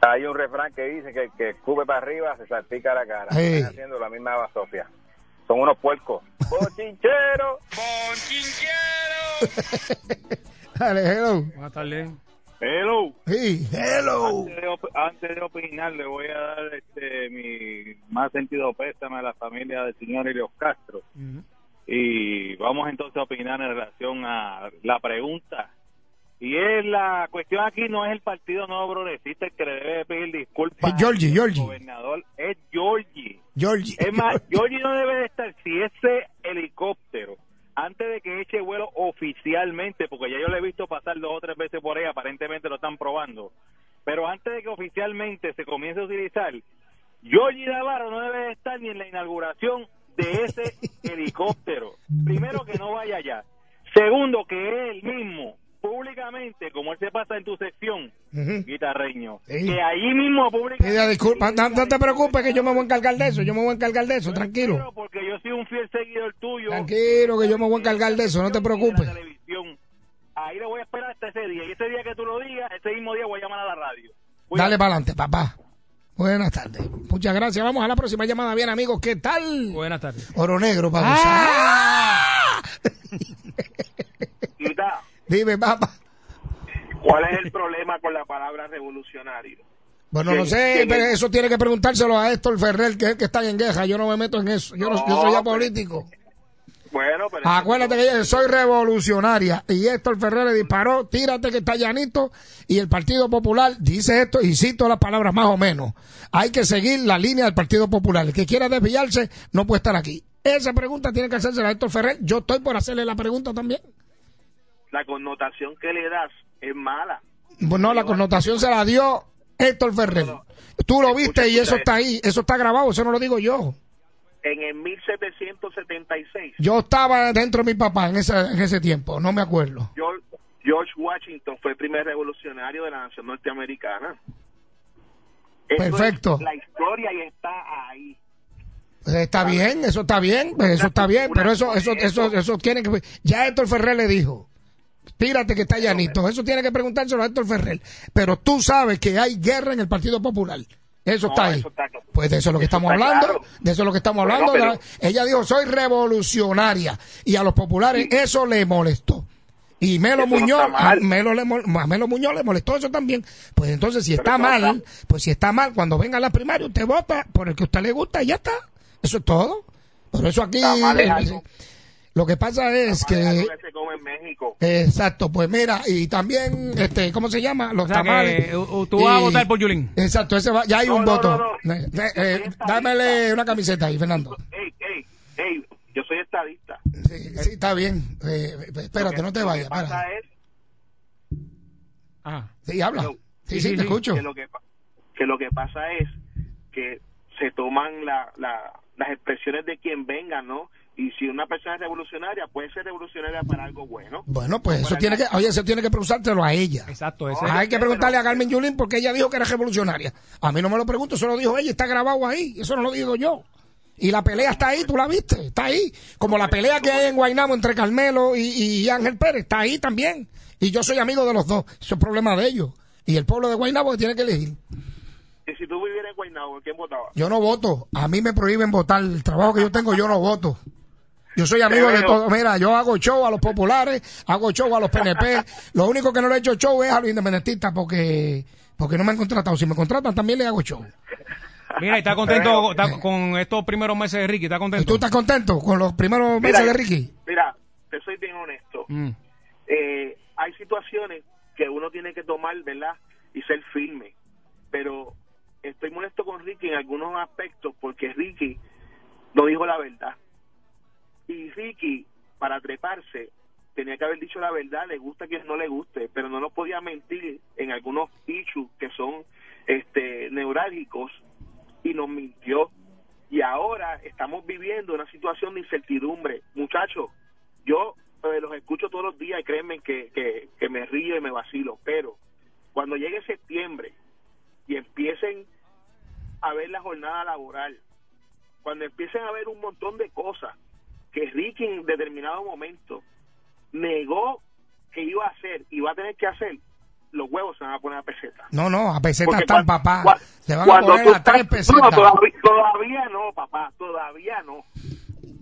[SPEAKER 18] Hay un refrán que dice que el que escupe para arriba se salpica la cara.
[SPEAKER 13] Sí.
[SPEAKER 18] Están haciendo la misma basofia. Son unos puercos. ¡Bochinchero!
[SPEAKER 13] Dale, hello.
[SPEAKER 3] Buenas tardes.
[SPEAKER 18] Hello.
[SPEAKER 13] Sí, hello.
[SPEAKER 9] Antes de, op- antes de opinar, le voy a dar este, mi más sentido pésame a la familia del señor Helios Castro. Y vamos entonces a opinar en relación a la pregunta. Y es la cuestión aquí no es el Partido Nuevo Progresista el que le debe pedir disculpas.
[SPEAKER 13] Eh, Giorgi,
[SPEAKER 9] al
[SPEAKER 13] Giorgi.
[SPEAKER 9] gobernador es Giorgi.
[SPEAKER 13] Georgie.
[SPEAKER 9] Es más, Giorgi no debe de estar si ese helicóptero antes de que eche vuelo oficialmente, porque ya yo lo he visto pasar dos o tres veces por ahí, aparentemente lo están probando. Pero antes de que oficialmente se comience a utilizar, Giorgi Navarro no debe de estar ni en la inauguración de ese helicóptero. Primero que no vaya allá. Segundo que él mismo, públicamente, como él se pasa en tu sección,
[SPEAKER 13] Ujú.
[SPEAKER 9] guitarreño,
[SPEAKER 13] Sí.
[SPEAKER 9] que allí mismo públicamente...
[SPEAKER 13] Pida disculpas, no, no te preocupes que yo me voy a encargar de eso, yo me voy a encargar de eso, tranquilo.
[SPEAKER 9] Porque yo soy un fiel seguidor tuyo.
[SPEAKER 13] Tranquilo que yo me voy a encargar de eso, no te preocupes.
[SPEAKER 9] televisión. Ahí lo voy a esperar hasta ese día. Y ese día que tú lo digas, ese mismo día voy a llamar a la radio.
[SPEAKER 13] Dale para adelante, papá. Buenas tardes. Muchas gracias. Vamos a la próxima llamada. Bien, amigos, ¿qué tal?
[SPEAKER 3] Buenas tardes.
[SPEAKER 13] Oro negro para
[SPEAKER 19] Guita,
[SPEAKER 13] Dime, papá.
[SPEAKER 19] ¿Cuál es el problema con la palabra revolucionario?
[SPEAKER 13] Bueno, no
[SPEAKER 20] ¿Quién-
[SPEAKER 13] sé,
[SPEAKER 20] quién
[SPEAKER 13] pero
[SPEAKER 20] es?
[SPEAKER 13] eso tiene que preguntárselo a Héctor Ferrer, que es el que está en guerra. Yo no me meto en eso. Yo, no, yo soy ya político.
[SPEAKER 9] Bueno, pero
[SPEAKER 13] Acuérdate que yo soy revolucionaria y Héctor Ferrer le disparó, tírate que está llanito y el Partido Popular dice esto y cito las palabras más o menos. Hay que seguir la línea del Partido Popular. El que quiera desviarse no puede estar aquí. Esa pregunta tiene que hacerse a Héctor Ferrer. Yo estoy por hacerle la pregunta también.
[SPEAKER 9] la connotación que le das es mala.
[SPEAKER 13] Bueno, Pues la connotación se la dio Héctor Ferrer. Tú lo viste y eso
[SPEAKER 9] escucha
[SPEAKER 13] está ahí, eso está grabado, eso no lo digo yo.
[SPEAKER 9] En el 1776,
[SPEAKER 13] Yo estaba dentro de mi papá en, esa- en ese tiempo, no me acuerdo.
[SPEAKER 9] George, George Washington fue el primer revolucionario de la nación norteamericana. Eso es
[SPEAKER 13] Perfecto.
[SPEAKER 9] la historia y está ahí.
[SPEAKER 13] Pues Está bien, eso está bien, pues eso está bien, pero eso, eso, eso, eso tiene que. Ya Héctor Ferrer le dijo, tírate que está llanito. Eso tiene que preguntárselo a Héctor Ferrer. Pero tú sabes que hay guerra en el Partido Popular. Eso
[SPEAKER 9] No,
[SPEAKER 13] está ahí.
[SPEAKER 9] eso está claro.
[SPEAKER 13] Pues de eso es lo que
[SPEAKER 9] Eso
[SPEAKER 13] estamos
[SPEAKER 9] está
[SPEAKER 13] hablando.
[SPEAKER 9] claro.
[SPEAKER 13] De eso es lo que estamos
[SPEAKER 9] Bueno,
[SPEAKER 13] hablando. de la-
[SPEAKER 9] pero-
[SPEAKER 13] Ella dijo, soy revolucionaria. Y a los populares eso le molestó. Y Melo
[SPEAKER 9] Eso no
[SPEAKER 13] Muñoz,
[SPEAKER 9] está mal.
[SPEAKER 13] a Melo, le mol- a Melo Muñoz le molestó eso también. Pues entonces, si está mal, pues si está mal, cuando venga la primaria, usted vota por el que a usted le gusta y ya está. Eso es todo. Por eso aquí.
[SPEAKER 9] Está mal es algo.
[SPEAKER 13] Lo que pasa es que.
[SPEAKER 9] Eso se come en México.
[SPEAKER 13] Exacto, pues mira, y también, este, ¿cómo se llama? Los
[SPEAKER 3] O sea, que,
[SPEAKER 13] tamales.
[SPEAKER 3] eh, tú vas a
[SPEAKER 13] Y-
[SPEAKER 3] votar por Yulín.
[SPEAKER 13] Exacto, ese va- ya hay
[SPEAKER 9] No,
[SPEAKER 13] un
[SPEAKER 9] no,
[SPEAKER 13] voto.
[SPEAKER 9] no, no.
[SPEAKER 13] Eh, eh, dámele una camiseta ahí, Fernando.
[SPEAKER 9] Ey, ey, ey, yo soy estadista.
[SPEAKER 13] Sí, está bien. Eh, espérate, no te vayas.
[SPEAKER 9] Pasa
[SPEAKER 13] para.
[SPEAKER 9] es Ah.
[SPEAKER 13] Sí, habla. Sí, sí, te escucho.
[SPEAKER 9] Que lo que, pa- que lo que pasa es que se toman la, la- las expresiones de quien venga, ¿no? Y si una persona es revolucionaria, puede ser revolucionaria para algo bueno.
[SPEAKER 13] Bueno, pues eso tiene que, oye, eso tiene que preguntárselo a ella.
[SPEAKER 3] Exacto,
[SPEAKER 9] ese-
[SPEAKER 13] Hay que preguntarle a Carmen Yulín porque ella dijo que era revolucionaria. A mí no me lo pregunto, eso lo dijo ella, está grabado ahí, eso no lo digo yo. Y la pelea está ahí, tú la viste, está ahí. Como la pelea que hay en Guaynamo entre Carmelo y, y Ángel Pérez, está ahí también. Y yo soy amigo de los dos, eso es problema de ellos. Y el pueblo de Guaynabo tiene que elegir.
[SPEAKER 9] Y si tú vivieras en Guaynabo, ¿quién votaba?
[SPEAKER 13] Yo no voto. A mí me prohíben votar. El trabajo que yo tengo, yo no voto. Yo soy amigo
[SPEAKER 9] Te
[SPEAKER 13] de
[SPEAKER 9] veo.
[SPEAKER 13] todo. Mira, yo hago show a los populares, hago show a los PNP. Lo único que no le he hecho show es a los independentistas porque, porque no me han contratado. Si me contratan, también le hago show.
[SPEAKER 3] Mira, y está contento está con estos primeros meses de Ricky, está contento.
[SPEAKER 13] ¿Tú estás contento con los primeros
[SPEAKER 9] Mira,
[SPEAKER 13] meses de Ricky?
[SPEAKER 9] Mira, te soy bien honesto. Eh, hay situaciones que uno tiene que tomar, ¿verdad? Y ser firme. Pero estoy molesto con Ricky en algunos aspectos porque Ricky no dijo la verdad. Y Ricky, para treparse, tenía que haber dicho la verdad, le gusta que no le guste, pero no nos podía mentir en algunos issues que son este neurálgicos y nos mintió. Y ahora estamos viviendo una situación de incertidumbre. Muchachos, yo eh, los escucho todos los días y créanme que, que, que me río y me vacilo, pero cuando llegue septiembre y empiecen a ver la jornada laboral, cuando empiecen a ver un montón de cosas que Ricky en determinado momento negó que iba a hacer y va a tener que hacer, los huevos se van a poner a peseta.
[SPEAKER 13] No, no, a pesetas
[SPEAKER 9] Porque
[SPEAKER 13] están,
[SPEAKER 9] cua-
[SPEAKER 13] papá.
[SPEAKER 9] cua-
[SPEAKER 13] Le van a poner
[SPEAKER 9] tú
[SPEAKER 13] a tres
[SPEAKER 9] estás- no,
[SPEAKER 13] pesetas.
[SPEAKER 9] todavía, todavía no, papá, todavía no.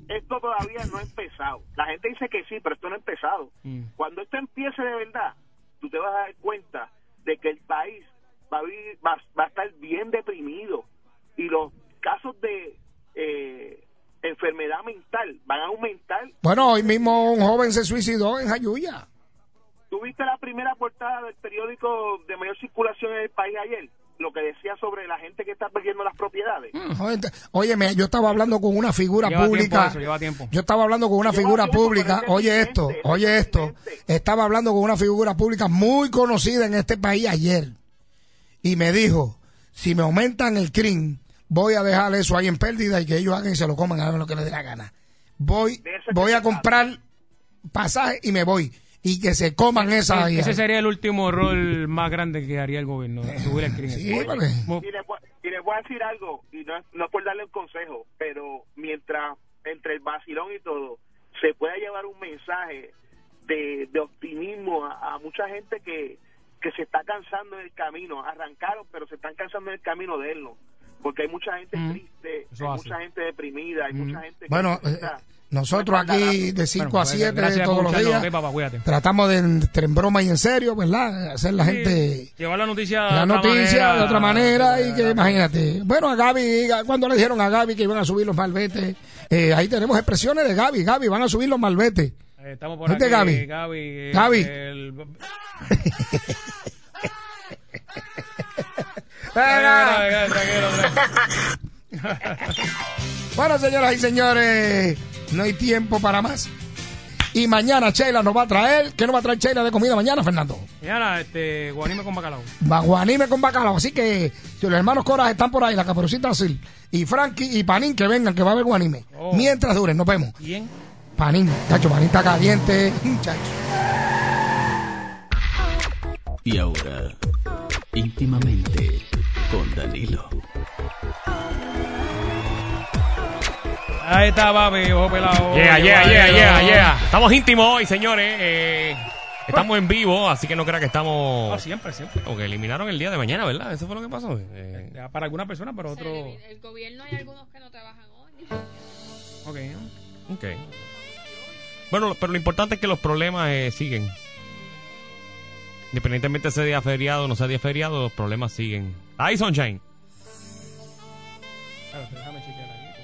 [SPEAKER 9] Esto todavía no ha empezado. La gente dice que sí, pero esto no ha empezado.
[SPEAKER 13] Mm.
[SPEAKER 9] Cuando esto empiece de verdad, tú te vas a dar cuenta de que el país va a, vivir- va, va a estar bien deprimido y los casos de eh, enfermedad mental van a aumentar.
[SPEAKER 13] Bueno, hoy mismo un joven se suicidó en Jayuya.
[SPEAKER 9] ¿Tuviste la primera portada del periódico de mayor circulación en el país ayer? Lo que decía sobre la gente que está perdiendo las propiedades.
[SPEAKER 13] Joven, te- Óyeme, yo estaba hablando con una figura
[SPEAKER 3] Lleva tiempo
[SPEAKER 13] pública.
[SPEAKER 3] eso, lleva tiempo.
[SPEAKER 13] Yo estaba hablando con una figura pública, oye esto, oye esto, estaba hablando con una figura pública muy conocida en este país ayer y me dijo, si me aumentan el CRIM, voy a dejar eso ahí en pérdida y que ellos hagan y se lo coman, hagan lo que les dé la gana. Voy, voy a comprar pasaje y me voy y que se coman esa ahí.
[SPEAKER 3] Ese sería el último error más grande que haría el gobierno, subir el crimen.
[SPEAKER 13] Eh, Sí, vale.
[SPEAKER 3] Mu-
[SPEAKER 9] Y les, voy, y les voy a decir algo, y no es, no es por darle un consejo, pero mientras entre el vacilón y todo, se pueda llevar un mensaje de, de optimismo a, a mucha gente que, que se está cansando en el camino. Arrancaron, pero se están cansando en el camino de
[SPEAKER 13] Mm.
[SPEAKER 9] él, ¿no? Porque hay mucha gente triste, hay mucha gente deprimida, hay mucha gente que
[SPEAKER 13] Bueno, eh,
[SPEAKER 9] necesita-
[SPEAKER 13] Nosotros aquí de 5
[SPEAKER 3] Bueno,
[SPEAKER 13] a
[SPEAKER 3] pues,
[SPEAKER 13] 7
[SPEAKER 3] gracias por
[SPEAKER 13] todos los
[SPEAKER 3] escucharnos.
[SPEAKER 13] días
[SPEAKER 3] Ok, papá, cuídate.
[SPEAKER 13] tratamos de entre en broma y en serio, ¿verdad? Hacer la
[SPEAKER 3] Sí,
[SPEAKER 13] gente
[SPEAKER 3] Llevar la noticia de
[SPEAKER 13] la
[SPEAKER 3] otra
[SPEAKER 13] noticia
[SPEAKER 3] manera.
[SPEAKER 13] de otra manera y que imagínate. Bueno, a Gaby, cuando le dijeron a Gaby que iban a subir los malbetes, eh, ahí tenemos expresiones de Gaby, Gaby, van a subir los malbetes.
[SPEAKER 3] Eh, Estamos por
[SPEAKER 13] ¿Viste,
[SPEAKER 3] aquí,
[SPEAKER 13] Gaby?
[SPEAKER 3] Gaby, eh,
[SPEAKER 13] Gaby.
[SPEAKER 3] el-
[SPEAKER 13] Venga. Bueno, señoras y señores, no hay tiempo para más. Y mañana Sheila nos va a traer, ¿qué nos va a traer Sheila de comida mañana, Fernando?
[SPEAKER 3] Mañana, este, guanime con bacalao.
[SPEAKER 13] Baguanime con bacalao. Así que si los hermanos Coras están por ahí, la caperucita Sil y Frankie y Panín que vengan, que va a haber guanime. Mientras duren, nos vemos.
[SPEAKER 3] ¿Quién?
[SPEAKER 13] Panín, chacho, Panín está caliente. Chacho.
[SPEAKER 21] Y ahora, íntimamente con Danilo.
[SPEAKER 3] Ahí está, papi, ojo pelado.
[SPEAKER 6] Yeah, yeah,
[SPEAKER 3] Ojo
[SPEAKER 6] yeah,
[SPEAKER 3] pelado.
[SPEAKER 6] yeah, yeah. Estamos íntimos hoy, señores. eh, estamos en vivo, así que no crea que estamos.
[SPEAKER 3] Ah, siempre, siempre.
[SPEAKER 6] Porque eliminaron el día de mañana, ¿verdad? Eso fue lo que pasó. eh.
[SPEAKER 3] Ya, Para algunas personas, para otros.
[SPEAKER 4] El gobierno hay algunos que no trabajan hoy.
[SPEAKER 3] Ok.
[SPEAKER 6] Ok. Bueno, lo- pero lo importante es que los problemas eh, siguen. Independientemente sea día feriado o no sea día feriado, los problemas siguen. Ahí, Sunshine.
[SPEAKER 3] Espérate, déjame chequear aquí.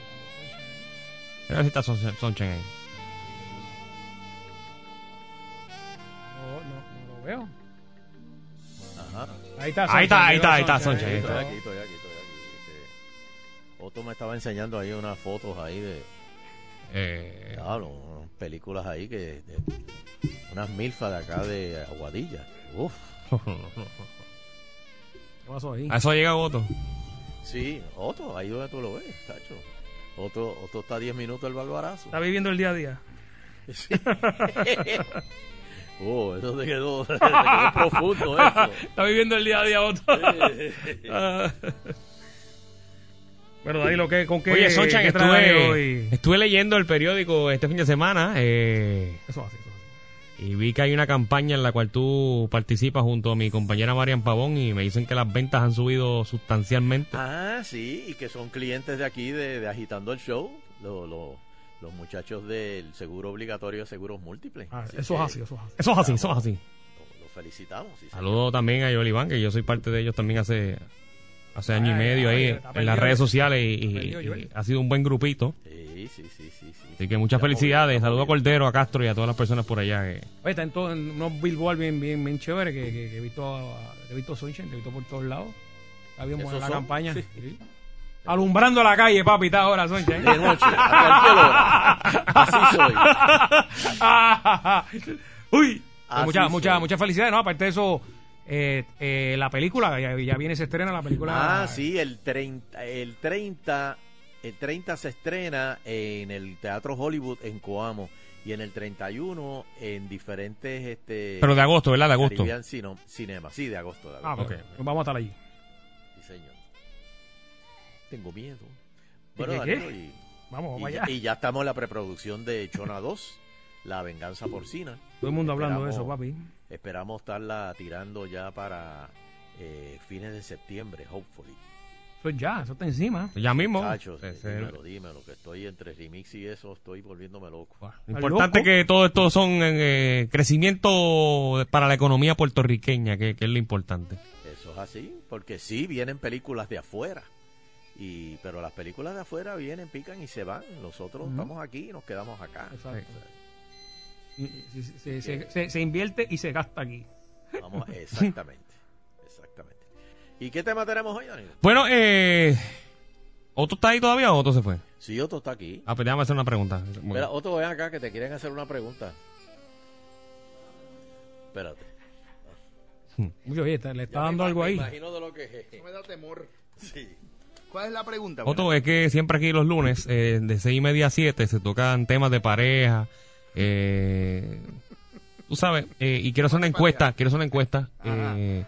[SPEAKER 6] Mira si está Sunshine Sunshine ahí.
[SPEAKER 3] No, no, no lo veo.
[SPEAKER 22] Ajá.
[SPEAKER 3] Ahí está,
[SPEAKER 6] Ahí está,
[SPEAKER 3] Sunshine,
[SPEAKER 6] ahí está, ahí
[SPEAKER 3] llegó
[SPEAKER 6] está, Sunshine, ahí
[SPEAKER 22] Estoy
[SPEAKER 6] está.
[SPEAKER 22] aquí, estoy aquí, estoy aquí. Este, Otto me estaba enseñando ahí unas fotos ahí de.
[SPEAKER 6] Eh.
[SPEAKER 22] Diablo, unas películas ahí que. de- unas milfas de acá de Aguadilla. Uf.
[SPEAKER 3] ¿Qué pasó ahí?
[SPEAKER 6] A Ah, eso llega Goto.
[SPEAKER 22] Sí, Otto, ahí donde tú lo ves, tacho. Otto, Otto está a 10 minutos del barbarazo.
[SPEAKER 3] Está viviendo el día a día.
[SPEAKER 22] Oh, eso se quedó, se quedó profundo eso. Eh,
[SPEAKER 3] Está viviendo el día a día otro. Ah. bueno, Danilo, ¿qué, ¿con qué?
[SPEAKER 6] Oye, Sonchan,
[SPEAKER 3] qué trae
[SPEAKER 6] estuve,
[SPEAKER 3] hoy?
[SPEAKER 6] estuve leyendo el periódico este fin de semana. eh,
[SPEAKER 3] Eso hace, eso
[SPEAKER 6] Y vi que hay una campaña en la cual tú participas junto a mi compañera Marian Pavón y me dicen que las ventas han subido sustancialmente.
[SPEAKER 22] Ah, sí, y que son clientes de aquí de, de Agitando el Show, lo- lo- los muchachos del seguro obligatorio de seguros múltiples. Así
[SPEAKER 3] Ah, eso es
[SPEAKER 22] que
[SPEAKER 3] así, eso es así.
[SPEAKER 6] Eso es así, eso es así.
[SPEAKER 22] Los felicitamos. sí, señor.
[SPEAKER 6] Saludo también a Joel Iván, que yo soy parte de ellos también hace, hace año y medio ahí
[SPEAKER 22] está
[SPEAKER 6] en las
[SPEAKER 22] perdido.
[SPEAKER 6] redes sociales y, y-
[SPEAKER 22] perdido,
[SPEAKER 6] y
[SPEAKER 22] Joel.
[SPEAKER 6] ha sido un buen grupito.
[SPEAKER 22] Sí, sí, sí, sí, sí.
[SPEAKER 6] Así que muchas felicidades. Saludo a Cordero, a Castro y a todas las personas por allá. eh.
[SPEAKER 3] Oye, está en, todo, en unos billboards bien, bien, bien chéveres que, que- que he visto, a- he visto Sunshine, te he visto por todos lados. Está bien buena
[SPEAKER 22] ¿Esos
[SPEAKER 3] la
[SPEAKER 22] son?
[SPEAKER 3] campaña.
[SPEAKER 22] Sí.
[SPEAKER 3] Sí. Alumbrando la calle, papi, está ahora, Sunshine.
[SPEAKER 22] De noche, a cualquier hora.
[SPEAKER 3] Así soy. Uy.
[SPEAKER 22] Así
[SPEAKER 3] Muchas
[SPEAKER 22] soy.
[SPEAKER 3] Pues mucha, mucha felicidades, ¿no? Aparte de eso, eh, eh, la película, ya, ya viene, se estrena la película.
[SPEAKER 22] Ah, sí, el 30, el 30, el 30 se estrena en el Teatro Hollywood en Coamo y en el 31 en diferentes este
[SPEAKER 6] Pero de agosto, ¿verdad? De agosto.
[SPEAKER 22] Caribbean Cino- Cinema, sí, de agosto, de
[SPEAKER 3] Ah,
[SPEAKER 22] agosto.
[SPEAKER 3] pues, pues vamos a estar allí.
[SPEAKER 22] Sí, señor. Tengo miedo.
[SPEAKER 3] ¿Y
[SPEAKER 22] Bueno,
[SPEAKER 3] qué, qué?
[SPEAKER 22] Danilo, y,
[SPEAKER 3] Vamos, vamos
[SPEAKER 22] y ya,
[SPEAKER 3] allá.
[SPEAKER 22] y ya estamos en la preproducción de Chona 2, La Venganza Porcina.
[SPEAKER 3] Todo el mundo hablando de eso,
[SPEAKER 22] Esperamos-
[SPEAKER 3] papi.
[SPEAKER 22] Esperamos estarla tirando ya para eh, fines de septiembre, hopefully.
[SPEAKER 3] Eso es ya, eso está encima.
[SPEAKER 6] Ya mismo.
[SPEAKER 22] Muchachos, eh,
[SPEAKER 6] Ese es el-
[SPEAKER 22] dímelo, dímelo, que estoy entre remix y eso, estoy volviéndome loco.
[SPEAKER 6] Importante que todo esto son eh, crecimiento para la economía puertorriqueña, que, que es lo importante.
[SPEAKER 22] Eso es así, porque sí vienen películas de afuera, y pero las películas de afuera vienen, pican y se van. Nosotros
[SPEAKER 3] Ujú.
[SPEAKER 22] estamos aquí y nos quedamos acá.
[SPEAKER 3] Exacto. Y- y- se- se- se- se- se invierte y se gasta aquí.
[SPEAKER 22] Vamos, exactamente, exactamente. ¿Y qué tema tenemos hoy, Danilo?
[SPEAKER 6] Bueno, eh, ¿Otto está ahí todavía o Otto se fue?
[SPEAKER 22] Sí, Otto está aquí.
[SPEAKER 6] Ah, pues déjame hacer una pregunta. Bueno.
[SPEAKER 22] Mira, Otto, ven acá que te quieren hacer una pregunta. Espérate.
[SPEAKER 3] Uy, oye, está- le está
[SPEAKER 22] Ya me
[SPEAKER 3] dando
[SPEAKER 22] ima-
[SPEAKER 3] algo
[SPEAKER 22] me
[SPEAKER 3] ahí.
[SPEAKER 22] imagino de lo que es. me da temor. Sí.
[SPEAKER 23] ¿Cuál es la pregunta?
[SPEAKER 6] Otto, es que siempre aquí los lunes, eh, de seis y media a 7, se tocan temas de pareja. eh, tú sabes, eh, y quiero hacer una encuesta, quiero hacer una encuesta. eh,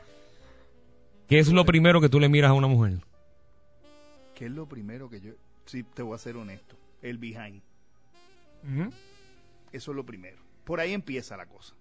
[SPEAKER 6] ¿Qué es lo primero que tú le miras a una mujer?
[SPEAKER 23] ¿Qué es lo primero que yo.? Si te voy a ser honesto, el behind. Eso es lo primero. Por ahí empieza la cosa.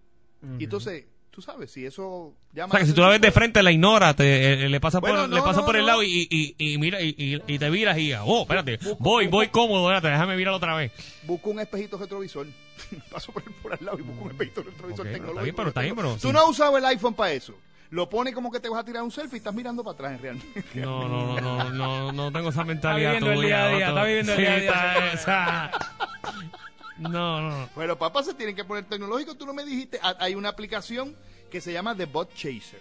[SPEAKER 3] Ujú.
[SPEAKER 23] Y entonces, tú tú sabes, si eso llama...
[SPEAKER 6] O sea, que si tú la ves de frente, la ignoras, te, eh, le pasa
[SPEAKER 23] Bueno,
[SPEAKER 6] por,
[SPEAKER 23] no,
[SPEAKER 6] le pasa
[SPEAKER 23] no,
[SPEAKER 6] por el
[SPEAKER 23] no.
[SPEAKER 6] lado y, y, y, mira, y, y- y te viras y, oh, espérate, voy, voy cómodo, espérate, déjame mirar otra vez.
[SPEAKER 23] Busco un espejito retrovisor. Paso por, el- por al lado y busco un espejito retrovisor
[SPEAKER 6] Ok, pero
[SPEAKER 23] tecnológico.
[SPEAKER 6] está bien, pero está bien, pero-
[SPEAKER 23] Tú no has usado el iPhone para eso. Lo pones como que te vas a tirar un selfie y estás mirando para atrás realmente.
[SPEAKER 6] No, no, no, no, no, no tengo esa mentalidad
[SPEAKER 23] viviendo el
[SPEAKER 6] tuya,
[SPEAKER 23] día a día,
[SPEAKER 6] Otto.
[SPEAKER 23] está viviendo el
[SPEAKER 6] Sí,
[SPEAKER 23] día a día, señor.
[SPEAKER 6] está esa- No, no.
[SPEAKER 23] Pero papá Pues se tienen que poner tecnológico. Tú no me dijiste, ha- hay una aplicación que se llama The Bot Chaser.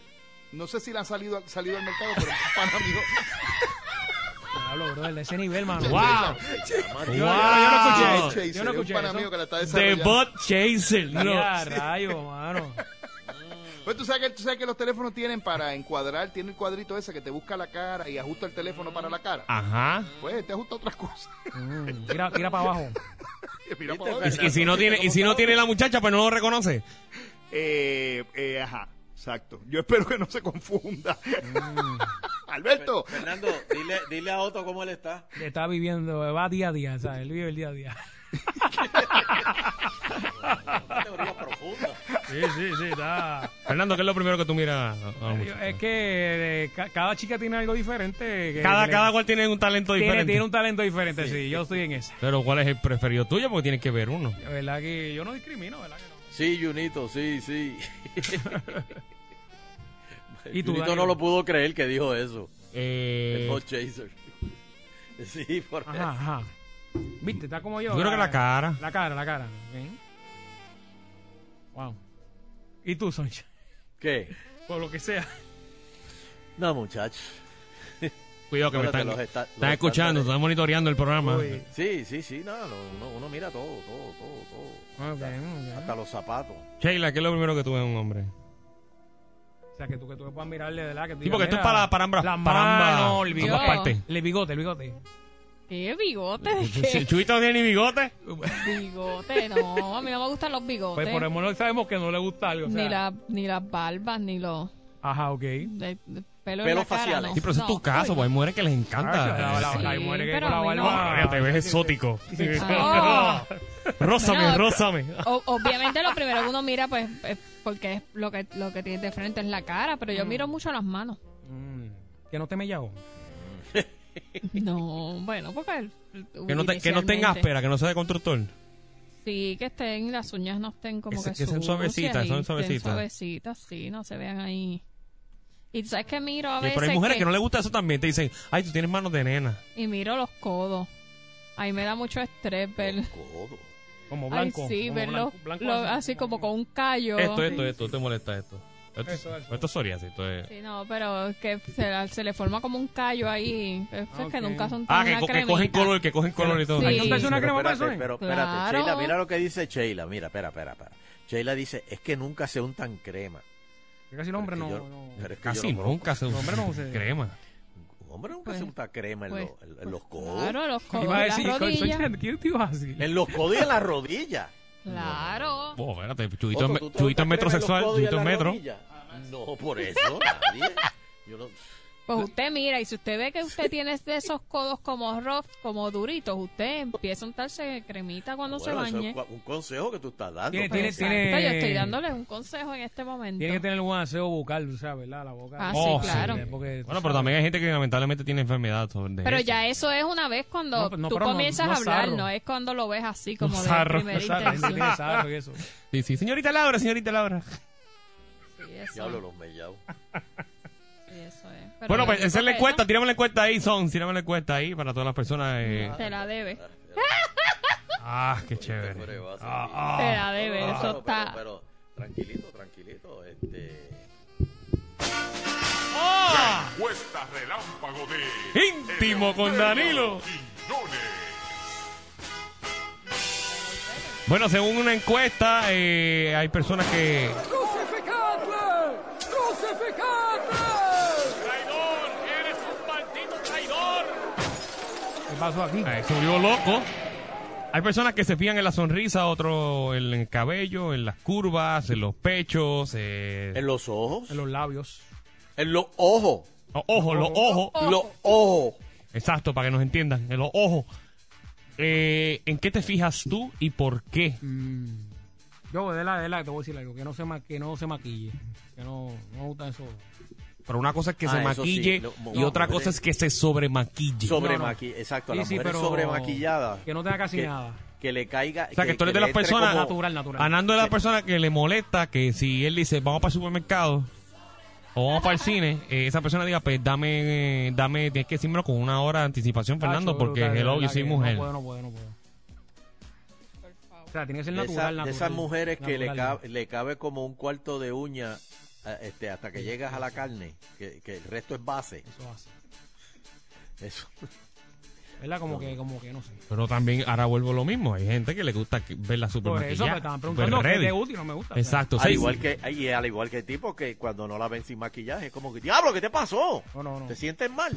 [SPEAKER 23] No sé si la han salido, salido al mercado, pero para mí
[SPEAKER 3] Diablo, bro, de ese nivel, mano.
[SPEAKER 23] Chaser.
[SPEAKER 3] ¡Wow!
[SPEAKER 23] Chaser.
[SPEAKER 3] Yo- yo- yo no escuché eso.
[SPEAKER 23] Chaser,
[SPEAKER 3] Yo no
[SPEAKER 23] es
[SPEAKER 3] escuché
[SPEAKER 23] un pana
[SPEAKER 3] eso.
[SPEAKER 23] mío que la está
[SPEAKER 3] The
[SPEAKER 23] desarrollando.
[SPEAKER 6] Bot Chaser, no.
[SPEAKER 3] Ya, rayo, mano.
[SPEAKER 23] Pues tú sabes, que, tú sabes que los teléfonos tienen para encuadrar, tiene el cuadrito ese que te busca la cara y ajusta el teléfono para la cara.
[SPEAKER 6] Ajá.
[SPEAKER 23] Pues te ajusta otras cosas.
[SPEAKER 3] Tira, tira para abajo.
[SPEAKER 23] Mira para abajo.
[SPEAKER 6] Y, y si no tiene, y si no tiene la muchacha, pues no lo reconoce.
[SPEAKER 23] Eh, eh, ajá, exacto. Yo espero que no se confunda. Alberto.
[SPEAKER 22] Fernando, dile, dile a Otto cómo él está.
[SPEAKER 3] Está viviendo, va día a día, ¿sabes? Él vive el día a día. Sí, sí, sí, está.
[SPEAKER 6] Fernando, ¿qué es lo primero que tú miras? a- a un
[SPEAKER 3] Yo-
[SPEAKER 6] muchacho?
[SPEAKER 3] Es que eh, ca- cada chica tiene algo diferente. que-
[SPEAKER 6] Cada,
[SPEAKER 3] que le-
[SPEAKER 6] cada cual tiene un talento
[SPEAKER 3] tiene,
[SPEAKER 6] diferente.
[SPEAKER 3] tiene un talento diferente, sí. Yo estoy en esa.
[SPEAKER 6] Pero ¿cuál es el preferido tuyo? Porque tienes que ver uno.
[SPEAKER 3] La verdad que yo no discrimino, ¿verdad? que
[SPEAKER 22] Sí, Junito, sí, sí.
[SPEAKER 3] ¿Y tú,
[SPEAKER 22] Junito
[SPEAKER 3] Daniel?
[SPEAKER 22] no lo pudo creer que dijo eso.
[SPEAKER 6] Eh.
[SPEAKER 22] El Hot Chaser. Sí, por
[SPEAKER 3] no? Ajá, ajá. Viste, está como yo.
[SPEAKER 6] Yo creo que la cara.
[SPEAKER 3] La cara, la cara. ok. Wow. ¿Y tú, Soncha?
[SPEAKER 22] ¿Qué?
[SPEAKER 3] Por lo que sea.
[SPEAKER 22] No, muchacho.
[SPEAKER 6] Cuidado que me
[SPEAKER 22] Acuérdate,
[SPEAKER 6] están,
[SPEAKER 22] los esta- los
[SPEAKER 6] están escuchando,
[SPEAKER 22] estándares.
[SPEAKER 6] están monitoreando el programa.
[SPEAKER 22] Sí, sí, sí, no, no, uno, uno mira todo, todo, todo, todo. Hasta, hasta los zapatos.
[SPEAKER 6] Sheila, ¿qué es lo primero que tú ves en un hombre?
[SPEAKER 3] O sea, que tú, que tú puedas mirarle, ¿verdad? Que tú
[SPEAKER 6] Sí, porque esto
[SPEAKER 3] digas,
[SPEAKER 6] es
[SPEAKER 3] mira,
[SPEAKER 6] para- para ambas-
[SPEAKER 3] las
[SPEAKER 6] para ambas-
[SPEAKER 3] manos, el bigote.
[SPEAKER 6] ambas partes.
[SPEAKER 3] El bigote, el bigote.
[SPEAKER 4] ¿Qué bigote? ¿De
[SPEAKER 6] Ch-
[SPEAKER 4] qué?
[SPEAKER 6] Chuito no tiene ni bigote.
[SPEAKER 4] bigote, no. A mí no me gustan los bigotes.
[SPEAKER 3] Pues por el menos sabemos que no le gusta algo. O sea,
[SPEAKER 4] ni, la, ni las barbas, ni los
[SPEAKER 3] Ajá, ok.
[SPEAKER 4] de- de pelo en la cara, no.
[SPEAKER 6] Sí, pero ese
[SPEAKER 4] No.
[SPEAKER 6] es tu caso, pues hay mujeres que les encanta.
[SPEAKER 3] Ah, la- la- la- hay mujeres que Sí, con la pero a mí no. Oh. barba-
[SPEAKER 6] Ya te ves exótico.
[SPEAKER 4] Ah.
[SPEAKER 6] Rózame,
[SPEAKER 4] Bueno,
[SPEAKER 6] rózame.
[SPEAKER 4] o- obviamente lo primero que uno mira, pues, es porque es lo que lo que tienes de frente es la cara, pero yo
[SPEAKER 6] Mm.
[SPEAKER 4] miro mucho las manos.
[SPEAKER 3] mm, Que no te me llamo.
[SPEAKER 4] No, bueno, porque...
[SPEAKER 6] Que no, te, que no tenga
[SPEAKER 4] inicialmente.
[SPEAKER 6] áspera, que no sea de constructor.
[SPEAKER 4] Sí, que estén, las uñas no estén como que,
[SPEAKER 6] Ese- que sean
[SPEAKER 4] sucias
[SPEAKER 6] suavecitas,
[SPEAKER 4] y
[SPEAKER 6] son
[SPEAKER 4] estén
[SPEAKER 6] suavecitas.
[SPEAKER 4] suavecitas, sí, no se vean ahí. Y tú sabes que miro a
[SPEAKER 6] Sí,
[SPEAKER 4] veces.
[SPEAKER 6] pero hay mujeres que... no les gusta eso también. Te dicen, ay, tú tienes manos de nena.
[SPEAKER 4] Y miro los codos. Ahí me da mucho estrés ver.
[SPEAKER 22] Codo.
[SPEAKER 6] Como
[SPEAKER 4] Ay, sí, verlos los- así como con un callo.
[SPEAKER 6] Esto, esto, esto, te molesta esto. Esto,
[SPEAKER 4] Eso, eso.
[SPEAKER 6] esto es psoriasis, esto es...
[SPEAKER 4] Sí, no, pero es que se, la- se le forma como un callo ahí. Es que nunca son tan
[SPEAKER 6] Ah, que,
[SPEAKER 4] una
[SPEAKER 6] co- que
[SPEAKER 4] cremita.
[SPEAKER 6] cogen color, que cogen color y todo.
[SPEAKER 4] Sí. Hay que hacerse una
[SPEAKER 22] Pero
[SPEAKER 4] crema para eso,
[SPEAKER 22] espérate,
[SPEAKER 4] ¿eh?
[SPEAKER 22] pero espérate,
[SPEAKER 4] Claro.
[SPEAKER 22] Sheila, mira lo que dice Sheila, mira, espera, espera, espera. Sheila dice, es que nunca se untan crema.
[SPEAKER 3] Que casi el hombre no.
[SPEAKER 22] Yo-
[SPEAKER 3] no-
[SPEAKER 22] pero es que
[SPEAKER 6] Casi
[SPEAKER 22] yo no conozco-
[SPEAKER 6] nunca se
[SPEAKER 3] Los hombres no
[SPEAKER 6] usa
[SPEAKER 3] se-
[SPEAKER 6] crema.
[SPEAKER 22] Un hombre nunca se unta crema en,
[SPEAKER 3] pues,
[SPEAKER 22] los- en- en los codos.
[SPEAKER 4] Claro, los codos
[SPEAKER 3] Iba a
[SPEAKER 4] y las
[SPEAKER 3] decir, co-
[SPEAKER 4] rodillas.
[SPEAKER 3] Soncha, ¿qué te ibas a decir?
[SPEAKER 22] En los codos y en las rodillas.
[SPEAKER 4] Claro.
[SPEAKER 6] Oh, espérate, Chuito, es
[SPEAKER 22] Otto,
[SPEAKER 6] me-
[SPEAKER 22] ¿tú te
[SPEAKER 6] Chuito
[SPEAKER 22] untas
[SPEAKER 6] es metrosexual,
[SPEAKER 22] crema en los codos y en
[SPEAKER 6] Chuito
[SPEAKER 22] las
[SPEAKER 6] es metro.
[SPEAKER 22] rodillas? No, por eso, nadie. Yo no-
[SPEAKER 4] Pues usted mira, y si usted ve que usted tiene de esos codos como rough, como duritos, usted empieza a untarse cremita cuando
[SPEAKER 22] Bueno,
[SPEAKER 4] se
[SPEAKER 22] eso
[SPEAKER 4] bañe.
[SPEAKER 22] es cua- un consejo que tú estás dando.
[SPEAKER 3] Tiene-
[SPEAKER 22] pero
[SPEAKER 3] tiene-
[SPEAKER 22] sí.
[SPEAKER 3] tiene-
[SPEAKER 4] Pero yo
[SPEAKER 6] Eh,
[SPEAKER 4] estoy dándole un consejo en este momento.
[SPEAKER 3] Tiene que tener un aseo bucal, o sea, ¿verdad? La boca.
[SPEAKER 4] Ah,
[SPEAKER 6] Oh,
[SPEAKER 4] sí, claro.
[SPEAKER 3] Porque,
[SPEAKER 6] Bueno, pero también hay gente que lamentablemente tiene enfermedad. sobre de
[SPEAKER 4] Pero
[SPEAKER 6] eso.
[SPEAKER 4] ya eso es una vez cuando
[SPEAKER 3] No, no,
[SPEAKER 4] tú
[SPEAKER 3] pero no-
[SPEAKER 4] comienzas
[SPEAKER 3] no
[SPEAKER 4] a hablar,
[SPEAKER 3] sarro.
[SPEAKER 4] no es cuando lo ves así como de
[SPEAKER 6] sarro,
[SPEAKER 4] primera
[SPEAKER 6] sarro,
[SPEAKER 4] intención.
[SPEAKER 6] tiene sarro
[SPEAKER 3] y eso.
[SPEAKER 6] Sí, sí, señorita Laura, señorita Laura.
[SPEAKER 4] Sí, eso
[SPEAKER 22] Diablo,
[SPEAKER 4] es,
[SPEAKER 22] los mellados.
[SPEAKER 4] sí, eso es. Pero
[SPEAKER 6] bueno,
[SPEAKER 4] yo
[SPEAKER 6] pues
[SPEAKER 4] digo
[SPEAKER 6] esa es la
[SPEAKER 4] que
[SPEAKER 6] encuesta, tirame la encuesta ahí, Son, tirame la encuesta ahí para todas las personas. eh.
[SPEAKER 4] Te la debe.
[SPEAKER 6] Ah, qué chévere. Ah, ah.
[SPEAKER 4] Te la debe,
[SPEAKER 22] No, no,
[SPEAKER 4] eso
[SPEAKER 22] no,
[SPEAKER 4] está-
[SPEAKER 22] Pero, pero, tranquilito, tranquilito. Este...
[SPEAKER 6] ¡Ah!
[SPEAKER 5] Cuesta relámpago de
[SPEAKER 6] Íntimo con Danilo. Bueno, según una encuesta, eh, hay personas que...
[SPEAKER 14] ¡Crucificadle! ¡Crucificadle!
[SPEAKER 6] ¡Traidor! ¡Eres un maldito traidor!
[SPEAKER 3] ¿Qué pasó aquí?
[SPEAKER 6] Eh, se volvió loco. Hay personas que se fijan en la sonrisa, otro en el cabello, en las curvas, en los pechos. eh, En
[SPEAKER 22] los ojos.
[SPEAKER 3] En los labios.
[SPEAKER 22] En los ojos.
[SPEAKER 6] Los ojos, los ojos.
[SPEAKER 22] Los ojos.
[SPEAKER 6] Exacto, para que nos entiendan. En los
[SPEAKER 3] Mm.
[SPEAKER 6] ojos. Eh, ¿En qué te fijas tú y por qué?
[SPEAKER 3] Yo, de la, de la, te voy a decir algo, que no se, ma- que no se maquille. Que no, no me gusta eso.
[SPEAKER 6] Pero una cosa es que
[SPEAKER 3] Ah,
[SPEAKER 6] se
[SPEAKER 3] eso sí,
[SPEAKER 6] maquille
[SPEAKER 3] lo-
[SPEAKER 6] y
[SPEAKER 3] no,
[SPEAKER 6] otra
[SPEAKER 3] no,
[SPEAKER 6] cosa es que se sobremaquille.
[SPEAKER 22] Sobre exacto,
[SPEAKER 3] Sí,
[SPEAKER 22] la
[SPEAKER 3] sí,
[SPEAKER 22] mujer
[SPEAKER 3] pero
[SPEAKER 22] sobremaquillada.
[SPEAKER 3] que no tenga casi
[SPEAKER 22] Que-
[SPEAKER 3] nada.
[SPEAKER 22] Que le caiga.
[SPEAKER 6] O sea, que, tú eres de las
[SPEAKER 22] le entre
[SPEAKER 6] personas.
[SPEAKER 22] como-
[SPEAKER 6] Anando de la persona que le molesta que si él dice, vamos para el supermercado o vamos para el cine, eh, esa persona diga, pues dame, eh, dame, tienes que decírmelo con una hora de anticipación, Fernando,
[SPEAKER 3] Tacho,
[SPEAKER 6] porque
[SPEAKER 3] brutal, de
[SPEAKER 6] hello, yo
[SPEAKER 3] verdad
[SPEAKER 6] soy
[SPEAKER 3] que
[SPEAKER 6] mujer.
[SPEAKER 3] No puedo, no puedo, no puedo. O sea, tiene que ser
[SPEAKER 22] de, esa-
[SPEAKER 3] natural,
[SPEAKER 22] de
[SPEAKER 3] natural.
[SPEAKER 22] esas mujeres que le
[SPEAKER 3] natural.
[SPEAKER 22] cabe, le cabe como un cuarto de uña eh, este, hasta que llegas a la carne, que, que el resto es base.
[SPEAKER 3] Eso hace.
[SPEAKER 22] Eso.
[SPEAKER 3] ¿Verdad? Como que, como que, no sé.
[SPEAKER 6] Pero también, ahora vuelvo a lo mismo, hay gente que le gusta que- ver la
[SPEAKER 3] Por
[SPEAKER 6] supermercado.
[SPEAKER 3] eso me estaban preguntando que es útil, no me gusta.
[SPEAKER 6] Exacto,
[SPEAKER 22] al
[SPEAKER 6] sí.
[SPEAKER 22] igual que ay, y al igual que el tipo que cuando no la ven sin maquillaje, es como que, diablo, ¿qué te pasó? ¿Te sientes mal?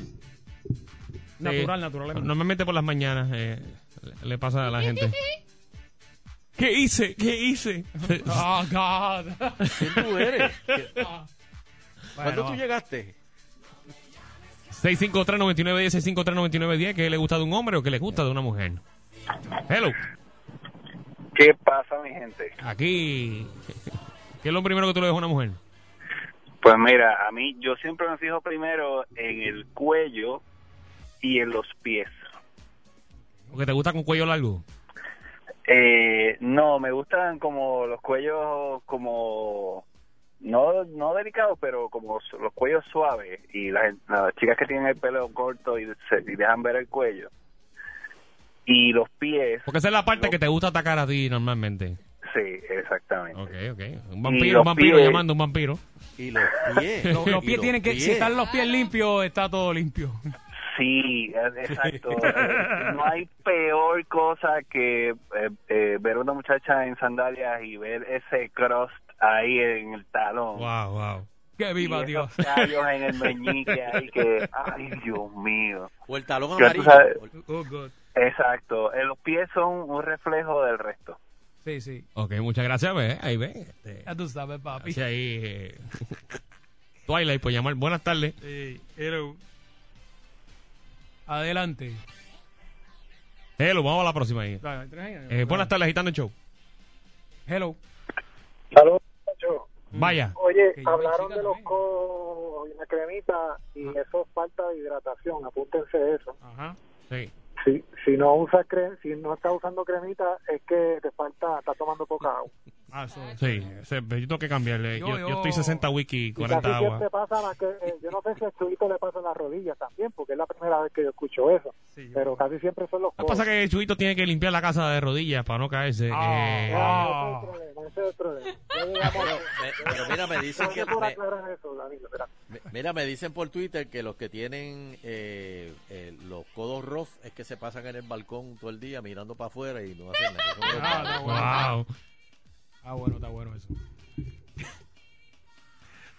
[SPEAKER 3] Natural, natural.
[SPEAKER 6] Normalmente por las mañanas eh, le- le pasa a la gente. ¿Qué hice? ¿Qué hice?
[SPEAKER 3] Oh, God.
[SPEAKER 22] ¿Quién tú eres? ¿Qué- ¿Cuándo
[SPEAKER 6] va.
[SPEAKER 22] tú llegaste?
[SPEAKER 6] 653-9910, 653-9910, ¿qué le gusta de un hombre o qué le gusta de una mujer? Hello,
[SPEAKER 9] ¿Qué pasa, mi gente?
[SPEAKER 6] aquí. ¿Qué es lo primero que tú le das a una mujer?
[SPEAKER 9] Pues mira, a mí yo siempre me fijo primero en el cuello y en los pies.
[SPEAKER 6] Porque te gusta con cuello largo.
[SPEAKER 9] Eh, no, me gustan como los cuellos como no no delicados, pero como su- los cuellos suaves y las, las chicas que tienen el pelo corto y, se- y dejan ver el cuello y los pies.
[SPEAKER 6] Porque esa es la parte que te gusta atacar a ti normalmente.
[SPEAKER 9] Sí, exactamente.
[SPEAKER 6] Ok, ok. Un
[SPEAKER 9] Y
[SPEAKER 6] vampiro,
[SPEAKER 9] los
[SPEAKER 6] un vampiro
[SPEAKER 9] pies.
[SPEAKER 6] llamando a un vampiro.
[SPEAKER 22] Y los pies.
[SPEAKER 3] Los, los pies tienen que, si están los pies limpios, está todo limpio.
[SPEAKER 9] Sí, eh, exacto. Eh, no hay peor cosa que eh, eh, ver una muchacha en sandalias y ver ese crust ahí en el talón.
[SPEAKER 6] Wow, wow. Que
[SPEAKER 9] Y
[SPEAKER 6] viva
[SPEAKER 9] esos
[SPEAKER 6] Dios.
[SPEAKER 9] callos en el meñique ahí que, ay, Dios mío.
[SPEAKER 22] O el talón
[SPEAKER 9] Ya tú
[SPEAKER 22] amarillo.
[SPEAKER 9] sabes.
[SPEAKER 3] Oh, God.
[SPEAKER 9] Exacto. Eh, los pies son un reflejo del resto.
[SPEAKER 3] Sí, sí.
[SPEAKER 6] Ok, muchas gracias, ve. Ahí ve.
[SPEAKER 3] Ya tú sabes, papi.
[SPEAKER 6] Gracias ahí. eh, Twilight, por llamar. Buenas tardes.
[SPEAKER 3] Sí, hello. Adelante.
[SPEAKER 6] Hello, vamos a la próxima ahí.
[SPEAKER 3] Dale, ¿tienes ahí?
[SPEAKER 6] Eh, buenas tardes, Gitano Show.
[SPEAKER 3] Hello.
[SPEAKER 14] Saludos, muchachos.
[SPEAKER 3] Mm.
[SPEAKER 6] Vaya.
[SPEAKER 14] Oye, hablaron de los cojos y la cremita y eso es falta de hidratación, apúntense eso.
[SPEAKER 3] Ajá. Sí.
[SPEAKER 14] Si, si no usas cre si no estás usando cremita es que te falta, estás tomando poca agua.
[SPEAKER 3] Ah, eso.
[SPEAKER 6] Sí, ese- yo tengo que cambiarle. Yo,
[SPEAKER 14] Yo-
[SPEAKER 6] yo
[SPEAKER 14] yo-
[SPEAKER 6] estoy 60 wiki,
[SPEAKER 14] Y
[SPEAKER 6] 40
[SPEAKER 14] casi
[SPEAKER 6] agua.
[SPEAKER 14] siempre pasa la que, eh, yo no sé si a Chuito le pasa en las rodillas también, porque es la primera vez que yo escucho eso. pero casi siempre son los
[SPEAKER 6] Lo que
[SPEAKER 14] cojos.
[SPEAKER 6] pasa es que Chuito tiene que limpiar la casa de rodillas para no caerse. Eh,
[SPEAKER 14] Ah, ese es el problema, ese es el problema. Ya llegamos-
[SPEAKER 22] Me- pero mira, me dicen que
[SPEAKER 14] Gracias por
[SPEAKER 22] me-
[SPEAKER 14] aclarar eso, Danilo, gracias.
[SPEAKER 22] Me- Mira, me dicen por Twitter que los que tienen eh, eh, los codos rough es que se pasan en el balcón todo el día mirando para afuera y no hacen nada. Son unos
[SPEAKER 3] Ah,
[SPEAKER 22] malos.
[SPEAKER 3] está bueno. Ah, bueno, está bueno eso.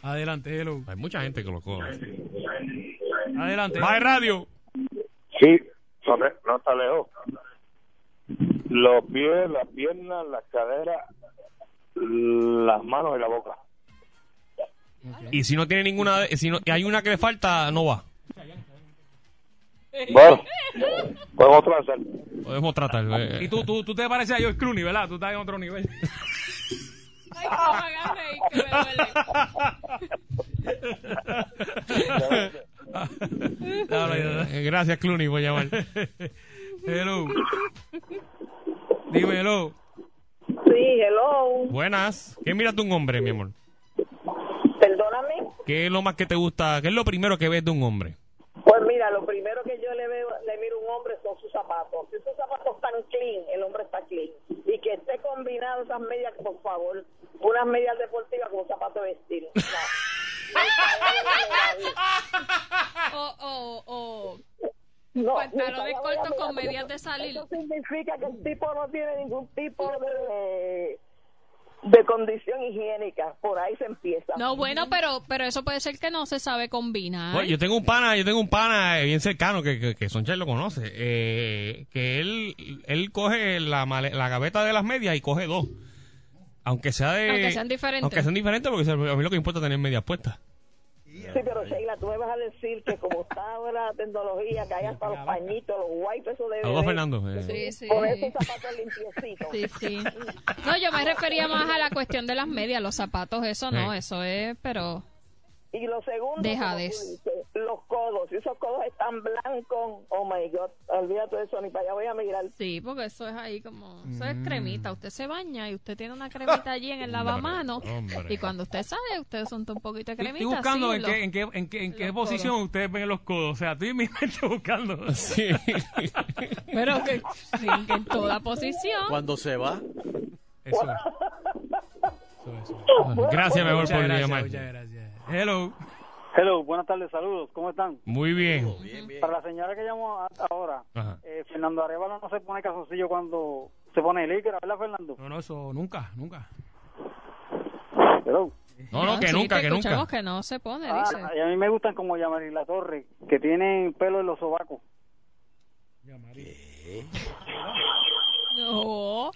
[SPEAKER 3] Adelante, hello.
[SPEAKER 6] Hay mucha gente que los coja.
[SPEAKER 3] Adelante.
[SPEAKER 6] Más radio.
[SPEAKER 24] Sí, no, te- no está lejos. Los pies, las piernas, las caderas, las manos y la boca.
[SPEAKER 6] Y si no tiene ninguna, de- si no, hay una que le falta, no va.
[SPEAKER 24] Bueno, podemos tratar.
[SPEAKER 6] Podemos tratar. eh.
[SPEAKER 3] Y tú, tú, tú te pareces a George Clooney, ¿verdad? Tú estás en otro nivel.
[SPEAKER 4] Ay, que no me hagas reír, que me duele.
[SPEAKER 6] Eh, Gracias, Clooney, por llamar.
[SPEAKER 3] Hello. Dímelo.
[SPEAKER 25] Sí, hello.
[SPEAKER 6] Buenas. ¿Qué mira tú un hombre, mi amor?
[SPEAKER 25] Perdóname.
[SPEAKER 6] ¿Qué es lo más que te gusta? ¿Qué es lo primero que ves de un hombre?
[SPEAKER 25] Pues mira, lo primero que yo le veo, le miro a un hombre son sus zapatos. Si sus zapatos están clean, el hombre está clean. Y que esté combinado esas medias, por favor, unas medias deportivas con un zapato de vestir.
[SPEAKER 4] O, o, o.
[SPEAKER 25] No,
[SPEAKER 4] Pantalones
[SPEAKER 25] mira,
[SPEAKER 4] cortos
[SPEAKER 25] mira,
[SPEAKER 4] con
[SPEAKER 25] mira,
[SPEAKER 4] medias de salir.
[SPEAKER 25] Eso significa que el tipo no tiene ningún tipo de, de condición higiénica. Por ahí se empieza.
[SPEAKER 4] No, bueno, pero, pero eso puede ser que no se sabe combinar.
[SPEAKER 6] Bueno, Pues yo tengo un pana, yo tengo un pana eh, bien cercano que, que, que Sonche lo conoce, eh, que él, él coge la, male- la gaveta de las medias y coge dos. Aunque sea de...
[SPEAKER 4] Aunque sean diferentes.
[SPEAKER 6] Aunque sean diferentes, porque a mí lo que importa es tener medias puestas.
[SPEAKER 25] Sí, pero Sheila, tú me vas a decir que como está ahora la tecnología, que hay hasta los pañitos, los wipes, eso de
[SPEAKER 6] Aló,
[SPEAKER 25] bebé,
[SPEAKER 6] Fernando, eh.
[SPEAKER 4] Sí, sí.
[SPEAKER 25] Por eso zapatos limpiecitos.
[SPEAKER 4] Sí, sí. No, yo me refería más a la cuestión de las medias, los zapatos, eso no,
[SPEAKER 25] Sí.
[SPEAKER 4] eso es, pero
[SPEAKER 25] Y lo segundo,
[SPEAKER 4] Dejadez.
[SPEAKER 25] como tú dices, los codos. Si esos codos están blancos, oh my God, olvídate de eso, ni para allá voy a mirar.
[SPEAKER 4] Sí, porque eso es ahí como, eso es cremita, usted se baña y usted tiene una cremita allí en el lavamanos
[SPEAKER 6] hombre.
[SPEAKER 4] y cuando usted sale, usted suelta un poquito de cremita.
[SPEAKER 3] Estoy buscando
[SPEAKER 4] sí,
[SPEAKER 3] en,
[SPEAKER 4] lo-
[SPEAKER 3] qué, en, qué, en qué- en qué
[SPEAKER 4] los
[SPEAKER 3] posición ustedes ven los codos. O sea, estoy mismo buscando.
[SPEAKER 6] Sí.
[SPEAKER 4] Pero que, sí, que en toda posición.
[SPEAKER 2] Cuando se va.
[SPEAKER 3] Eso
[SPEAKER 6] Gracias, mejor,
[SPEAKER 3] Muchas
[SPEAKER 6] por
[SPEAKER 3] gracias,
[SPEAKER 6] llamar.
[SPEAKER 3] muchas gracias. Hello.
[SPEAKER 26] Hello, buenas tardes, saludos, ¿cómo están?
[SPEAKER 6] Muy bien.
[SPEAKER 26] Para la señora que llamó a- ahora,
[SPEAKER 6] Ajá.
[SPEAKER 26] eh, Fernando Arevalo no se pone calzoncillo cuando se pone el líquido, ¿verdad, Fernando?
[SPEAKER 3] No, no, eso nunca, nunca.
[SPEAKER 26] Hello.
[SPEAKER 6] No, no, que
[SPEAKER 4] sí,
[SPEAKER 6] nunca,
[SPEAKER 4] te
[SPEAKER 6] que
[SPEAKER 4] escuchamos
[SPEAKER 6] nunca.
[SPEAKER 4] que no se pone,
[SPEAKER 26] Ah,
[SPEAKER 4] dice.
[SPEAKER 26] y a mí me gustan como Yamari La Torre, que tienen pelo en los sobacos.
[SPEAKER 4] No,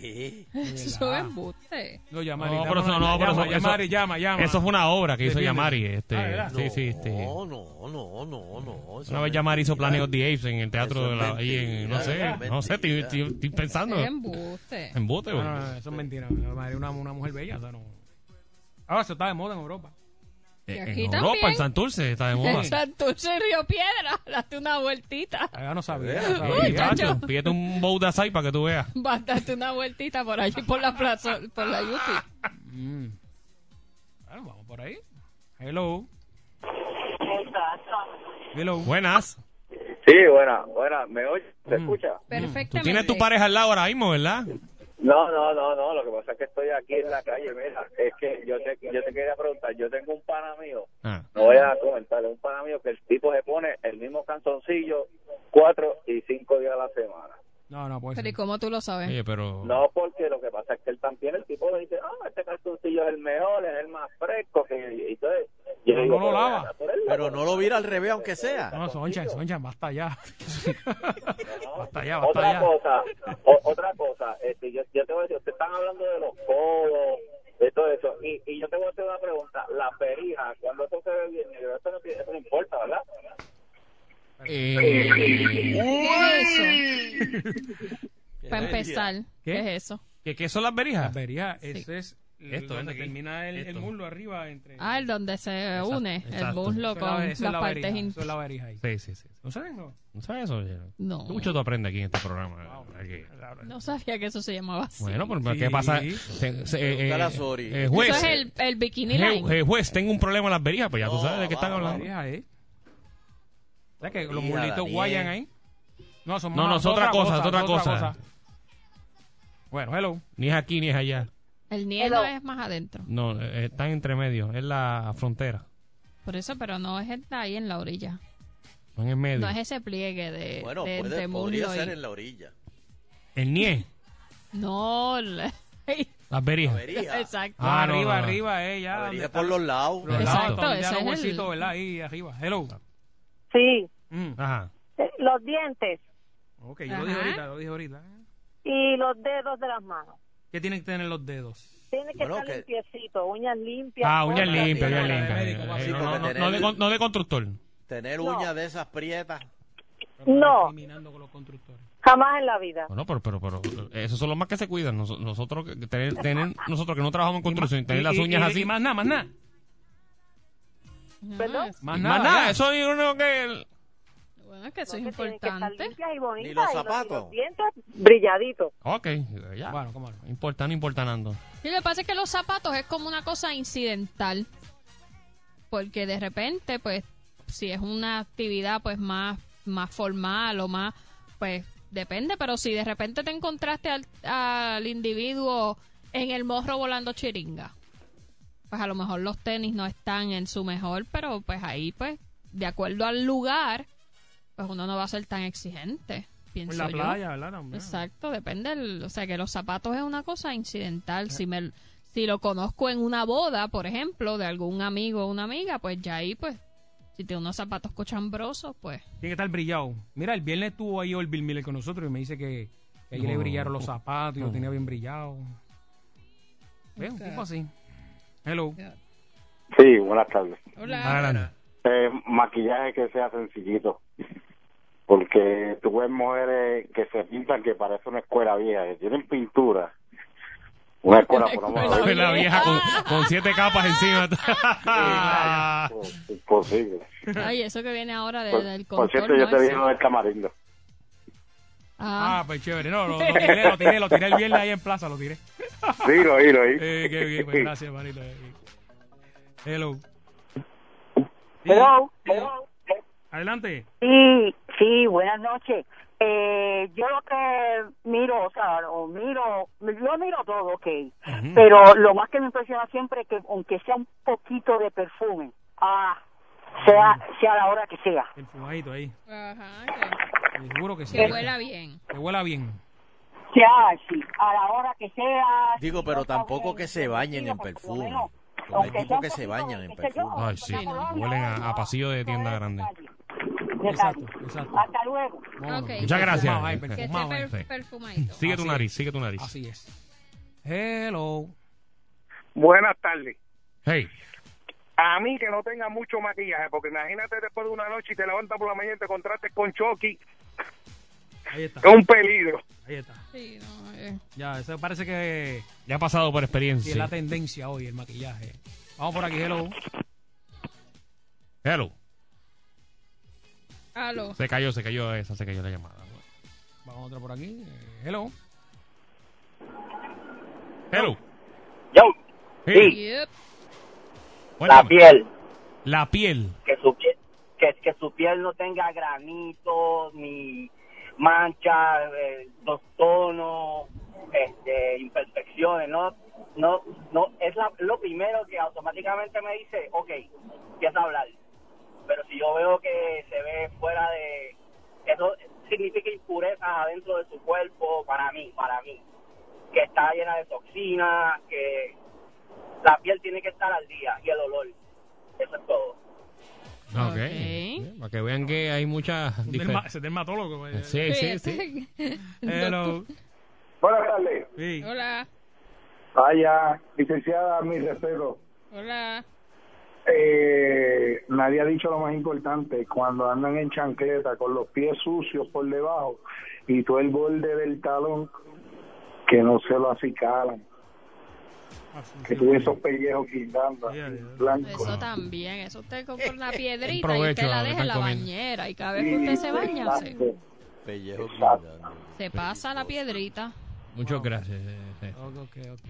[SPEAKER 2] ¿Qué?
[SPEAKER 4] eso es embuste.
[SPEAKER 3] No, Yamari.
[SPEAKER 6] No,
[SPEAKER 3] dame
[SPEAKER 6] pero eso-
[SPEAKER 3] una-
[SPEAKER 6] no, pero
[SPEAKER 3] llama,
[SPEAKER 6] eso-
[SPEAKER 3] Yamari,
[SPEAKER 6] eso-
[SPEAKER 3] llama, llama.
[SPEAKER 6] Eso fue una obra que hizo
[SPEAKER 3] Defiéndete.
[SPEAKER 6] Yamari. Este,
[SPEAKER 3] Ah, ¿verdad?
[SPEAKER 6] sí, sí, este.
[SPEAKER 2] No, no, no, no, no. eso
[SPEAKER 6] Una vez
[SPEAKER 2] es
[SPEAKER 6] Yamari hizo
[SPEAKER 2] mentira.
[SPEAKER 6] Planet of the Apes en el teatro
[SPEAKER 2] Eso
[SPEAKER 6] de
[SPEAKER 2] es
[SPEAKER 6] la. ahí en- no sé,
[SPEAKER 2] mentira,
[SPEAKER 6] no sé, estoy,
[SPEAKER 2] mentira.
[SPEAKER 6] estoy- estoy pensando.
[SPEAKER 4] Es embuste.
[SPEAKER 6] En bote,
[SPEAKER 3] No, no, no, eso es mentira. Yamari es una, una mujer bella. o sea, no. Ahora eso está de moda en Europa.
[SPEAKER 4] Y
[SPEAKER 6] Eh, En
[SPEAKER 4] aquí
[SPEAKER 6] Europa,
[SPEAKER 4] también.
[SPEAKER 6] en Santurce, está de moda.
[SPEAKER 4] En Santurce y Río Piedra, date una vueltita.
[SPEAKER 3] Ah, no sabía.
[SPEAKER 6] Sí,
[SPEAKER 3] no sabía.
[SPEAKER 6] chacho, Pídete un bow de açaí para que tú veas.
[SPEAKER 4] Vas, date una vueltita por allí, por la plaza, por la Yupi.
[SPEAKER 3] Mm. Bueno, vamos por ahí. Hello. Hello.
[SPEAKER 6] Buenas. Mm.
[SPEAKER 10] Sí, buena, buena. ¿Me oye? ¿Se escucha?
[SPEAKER 6] Tú tienes tu pareja al lado ahora mismo, ¿verdad?
[SPEAKER 10] No, no, no, no. Lo que pasa es que estoy aquí en la calle. Mira, es que yo te, yo te quería preguntar. Yo tengo un pana mío.
[SPEAKER 6] Ah.
[SPEAKER 10] No voy a comentarle. Un pana mío que el tipo se pone el mismo canzoncillo cuatro y cinco días a la semana.
[SPEAKER 3] No, no, pues.
[SPEAKER 4] Pero ¿y cómo tú lo sabes?
[SPEAKER 6] Oye, pero.
[SPEAKER 10] No, porque lo que pasa es que él también, el tipo le dice, ah, este calzoncillo es el mejor, es el más fresco. Que... y Entonces, yo
[SPEAKER 3] Pero
[SPEAKER 10] digo,
[SPEAKER 3] no
[SPEAKER 10] pero,
[SPEAKER 3] lo lava.
[SPEAKER 2] Pero no lo vira al revés, aunque sea.
[SPEAKER 3] No, Sonchan, Sonchan, basta ya. basta ya, basta
[SPEAKER 10] otra
[SPEAKER 3] ya.
[SPEAKER 10] cosa, o- otra cosa, este, yo, yo te voy a decir, ustedes están hablando de los codos, de todo eso, y, y yo te voy a hacer una pregunta, la perija, cuando eso se ve bien negro, eso no, tiene- eso no importa, ¿verdad?
[SPEAKER 3] Eh.
[SPEAKER 4] ¿Qué es eso? Para empezar, ¿qué, es eso?
[SPEAKER 6] ¿Qué, qué son las berijas?
[SPEAKER 3] Las berijas, ese es
[SPEAKER 6] Esto,
[SPEAKER 3] donde
[SPEAKER 6] aquí.
[SPEAKER 3] termina el, el
[SPEAKER 6] Esto.
[SPEAKER 3] muslo arriba entre.
[SPEAKER 4] Ah, el donde se une el
[SPEAKER 6] exacto.
[SPEAKER 4] muslo
[SPEAKER 3] Eso es la-
[SPEAKER 4] con
[SPEAKER 3] eso es
[SPEAKER 4] las
[SPEAKER 3] la
[SPEAKER 4] partes
[SPEAKER 3] verija,
[SPEAKER 4] in-
[SPEAKER 3] eso es la verija ahí.
[SPEAKER 6] Sí, sí, sí.
[SPEAKER 3] ¿No sabes eso?
[SPEAKER 6] ¿No sabes eso? Yero?
[SPEAKER 4] No.
[SPEAKER 6] Mucho tú aprendes aquí en este programa. Aquí.
[SPEAKER 4] No sabía que eso se llamaba así.
[SPEAKER 6] Bueno, pero pero ¿qué
[SPEAKER 3] Sí.
[SPEAKER 6] pasa? Se- se- eh,
[SPEAKER 2] Preguntar a
[SPEAKER 6] eh,
[SPEAKER 2] Sori.
[SPEAKER 6] eh, juez,
[SPEAKER 4] eso es el, el bikini
[SPEAKER 6] eh,
[SPEAKER 4] line.
[SPEAKER 6] eh, juez, tengo un problema en las berijas, pues ya tú
[SPEAKER 2] No,
[SPEAKER 6] sabes de qué
[SPEAKER 2] va,
[SPEAKER 6] están
[SPEAKER 2] va,
[SPEAKER 6] hablando.
[SPEAKER 3] Berija, ¿eh? O sea que los
[SPEAKER 2] Berija,
[SPEAKER 3] mulitos
[SPEAKER 2] Daniel.
[SPEAKER 3] guayan ahí. No, son
[SPEAKER 6] No,
[SPEAKER 3] más-
[SPEAKER 6] no, es otra cosa, es otra cosa.
[SPEAKER 3] Bueno, hello.
[SPEAKER 6] Ni es aquí ni es allá.
[SPEAKER 4] El nielo es más adentro.
[SPEAKER 6] No, eh, están entre medio, es la frontera.
[SPEAKER 4] Por eso, pero no es el de ahí en la orilla.
[SPEAKER 6] No en el medio.
[SPEAKER 4] No es ese pliegue de,
[SPEAKER 2] Bueno,
[SPEAKER 4] de
[SPEAKER 2] puede-
[SPEAKER 4] entre
[SPEAKER 2] podría
[SPEAKER 4] muslo y-
[SPEAKER 2] ser en la orilla.
[SPEAKER 6] El nie,
[SPEAKER 4] No, la-
[SPEAKER 6] las berijas.
[SPEAKER 4] exacto.
[SPEAKER 6] Ah, no,
[SPEAKER 3] arriba,
[SPEAKER 6] no, no.
[SPEAKER 3] arriba, eh, ya.
[SPEAKER 2] Averija
[SPEAKER 3] donde
[SPEAKER 2] por
[SPEAKER 3] están-
[SPEAKER 2] los lados.
[SPEAKER 3] Los
[SPEAKER 4] Exacto,
[SPEAKER 3] lados, donde
[SPEAKER 4] ese
[SPEAKER 3] ya los
[SPEAKER 4] es el-
[SPEAKER 3] huesitos, ¿verdad? Ahí arriba. Hello.
[SPEAKER 12] Sí,
[SPEAKER 6] Mm. Ajá.
[SPEAKER 12] eh, los dientes
[SPEAKER 3] Ok, yo lo dije
[SPEAKER 12] Ajá.
[SPEAKER 3] ahorita, lo dije ahorita.
[SPEAKER 12] y los dedos de las manos.
[SPEAKER 3] ¿Qué tienen que tener los dedos?
[SPEAKER 12] Tiene que
[SPEAKER 3] Bueno,
[SPEAKER 12] estar
[SPEAKER 3] que-
[SPEAKER 12] limpiecito, uñas limpias.
[SPEAKER 6] Ah, uñas
[SPEAKER 12] cosas
[SPEAKER 6] limpias, uñas
[SPEAKER 12] así.
[SPEAKER 6] limpias.
[SPEAKER 2] sí,
[SPEAKER 6] Eh, no,
[SPEAKER 2] porque
[SPEAKER 6] no, no,
[SPEAKER 2] tener-
[SPEAKER 6] no de con- no de constructor.
[SPEAKER 2] Tener
[SPEAKER 12] No.
[SPEAKER 2] uñas de esas prietas.
[SPEAKER 12] No, jamás en la vida.
[SPEAKER 6] Bueno, pero, pero, pero, eh, esos son los más que se cuidan. Nos- nosotros, que- que tener, tener- nosotros que no trabajamos en construcción, tener
[SPEAKER 3] y-
[SPEAKER 6] las
[SPEAKER 3] y-
[SPEAKER 6] uñas
[SPEAKER 3] y-
[SPEAKER 6] así.
[SPEAKER 3] y más nada, más nada.
[SPEAKER 12] ¿Perdón?
[SPEAKER 6] Más nada,
[SPEAKER 3] ya.
[SPEAKER 6] eso es uno que... el-
[SPEAKER 4] Bueno, es que eso es
[SPEAKER 12] Que tienen que estar
[SPEAKER 4] importante.
[SPEAKER 12] limpias y bonitas.
[SPEAKER 4] Ni
[SPEAKER 12] y
[SPEAKER 4] los
[SPEAKER 12] los- y
[SPEAKER 4] zapatos.
[SPEAKER 12] los dientes brilladitos.
[SPEAKER 6] Ok, ya. Bueno,
[SPEAKER 3] cómo no.
[SPEAKER 6] Importando, importando.
[SPEAKER 4] Y lo que pasa es que los zapatos es como una cosa incidental. Porque de repente, pues, si es una actividad pues más, más formal o más, pues depende, pero si de repente te encontraste al, al individuo en el morro volando chiringa, pues a lo mejor los tenis no están en su mejor, pero pues ahí pues, de acuerdo al lugar, pues uno no va a ser tan exigente. Pienso
[SPEAKER 3] la
[SPEAKER 4] yo.
[SPEAKER 3] playa, ¿verdad? También.
[SPEAKER 4] Exacto, depende. del- o sea, que los zapatos es una cosa incidental. Si me si lo conozco en una boda, por ejemplo, de algún amigo o una amiga, pues ya ahí, pues, si tiene unos zapatos cochambrosos, pues.
[SPEAKER 3] Tiene que estar brillado. Mira, el viernes estuvo ahí Orville Miller con nosotros y me dice que, que ahí le
[SPEAKER 6] No.
[SPEAKER 3] brillaron los zapatos y
[SPEAKER 6] No.
[SPEAKER 3] lo tenía bien brillado. Veo, un tipo así. Hello.
[SPEAKER 14] Sí, buenas tardes.
[SPEAKER 6] Adelante.
[SPEAKER 14] Eh, maquillaje que sea sencillito. Porque tú ves mujeres que se pintan que parece una escuela vieja, que tienen pintura. Una escuela, por amor a Dios.
[SPEAKER 6] La vieja con,
[SPEAKER 3] Ah.
[SPEAKER 6] con siete capas encima.
[SPEAKER 14] Imposible.
[SPEAKER 4] Ay, eso que viene ahora de-
[SPEAKER 14] Por,
[SPEAKER 4] del
[SPEAKER 14] por
[SPEAKER 4] contorno.
[SPEAKER 14] cierto, yo te
[SPEAKER 4] ese.
[SPEAKER 14] vi en el camarindo.
[SPEAKER 4] Ah,
[SPEAKER 3] Ah, pues chévere. No, lo, lo tiré, lo tiré, lo tiré el viernes ahí en plaza, lo tiré.
[SPEAKER 14] Sí, lo oí, lo oí.
[SPEAKER 3] Eh, qué bien, pues gracias, manito. eh. Hello.
[SPEAKER 25] Hello.
[SPEAKER 3] Adelante.
[SPEAKER 25] Sí, sí, buenas noches. Eh, yo lo que miro, o sea, o miro, yo miro todo, ok, pero lo más que me impresiona siempre es que aunque sea un poquito de perfume, ah, sea, sea la hora que sea.
[SPEAKER 3] El fumadito ahí.
[SPEAKER 4] Ajá,
[SPEAKER 3] Seguro que sí.
[SPEAKER 4] que huela bien.
[SPEAKER 3] Que huela bien.
[SPEAKER 25] Sea así, Ah, a la hora que sea.
[SPEAKER 2] Digo, pero tampoco que se bañen en perfume. Porque hay tipos que se bañan en perfume.
[SPEAKER 6] Ay, sí. Huelen a, a pasillo de tienda grande.
[SPEAKER 25] Exacto,
[SPEAKER 3] exacto.
[SPEAKER 25] Hasta luego.
[SPEAKER 4] Ok,
[SPEAKER 6] Muchas gracias.
[SPEAKER 3] perfumado, ay,
[SPEAKER 6] Sí.
[SPEAKER 4] perfumado, Que esté per-
[SPEAKER 6] Sí.
[SPEAKER 4] perfumadito.
[SPEAKER 6] Sigue tu
[SPEAKER 3] Así
[SPEAKER 6] nariz, sigue tu nariz.
[SPEAKER 3] Así es. Hello.
[SPEAKER 27] Buenas tardes.
[SPEAKER 6] Hey.
[SPEAKER 27] A mí que no tenga mucho maquillaje, porque imagínate después de una noche y te levantas por la mañana y te contrates con Chucky.
[SPEAKER 3] Ahí está.
[SPEAKER 27] Es un peligro.
[SPEAKER 3] Ahí está.
[SPEAKER 4] Sí, no, eh.
[SPEAKER 3] Ya, eso parece que
[SPEAKER 6] Ya ha pasado por
[SPEAKER 3] sí, es
[SPEAKER 6] experiencia.
[SPEAKER 3] la tendencia hoy, el maquillaje. Vamos por aquí, hello.
[SPEAKER 6] Hello.
[SPEAKER 4] Aló.
[SPEAKER 6] Se cayó, se cayó esa, se cayó la llamada.
[SPEAKER 3] Vamos otra por aquí. eh, Hello.
[SPEAKER 6] Hello.
[SPEAKER 15] Yo.
[SPEAKER 6] Sí.
[SPEAKER 4] Yep.
[SPEAKER 6] Hola.
[SPEAKER 15] La piel.
[SPEAKER 6] La piel.
[SPEAKER 15] Que su, pie- que, que su piel no tenga granitos, ni manchas, eh, dos tonos, este, imperfecciones, ¿no? No, no, es la- lo primero que automáticamente me dice, ok, empieza a hablar. Pero si yo veo que se ve fuera de... Eso significa impurezas adentro de su cuerpo, para mí, para mí. Que está llena de toxinas, que la piel tiene que estar al día y el olor. Eso es todo.
[SPEAKER 6] Ok. Bien, Para que vean que hay muchas
[SPEAKER 3] Es
[SPEAKER 6] diferen-
[SPEAKER 3] derma- es dermatólogo. eh.
[SPEAKER 6] Sí, sí, sí.
[SPEAKER 3] Hello.
[SPEAKER 22] Buenas tardes.
[SPEAKER 3] Sí.
[SPEAKER 4] Hola,
[SPEAKER 22] Vaya, licenciada, mi respeto.
[SPEAKER 4] hola.
[SPEAKER 22] Eh, nadie ha dicho lo más importante, cuando andan en chancleta con los pies sucios por debajo y todo el borde del talón, que no se lo acicalan,
[SPEAKER 3] Ah,
[SPEAKER 22] que tuve esos pellejos quitando, blancos.
[SPEAKER 4] Eso también, eso usted compra una piedrita y
[SPEAKER 22] provecho
[SPEAKER 4] usted
[SPEAKER 22] a
[SPEAKER 4] la
[SPEAKER 22] lo que
[SPEAKER 4] deja en
[SPEAKER 22] están
[SPEAKER 4] la
[SPEAKER 22] comiendo.
[SPEAKER 4] bañera y cada vez que usted se baña se,
[SPEAKER 2] Pellejo
[SPEAKER 4] se pasa la piedrita.
[SPEAKER 6] Muchas gracias. eh, eh.
[SPEAKER 3] Ok, ok, ok.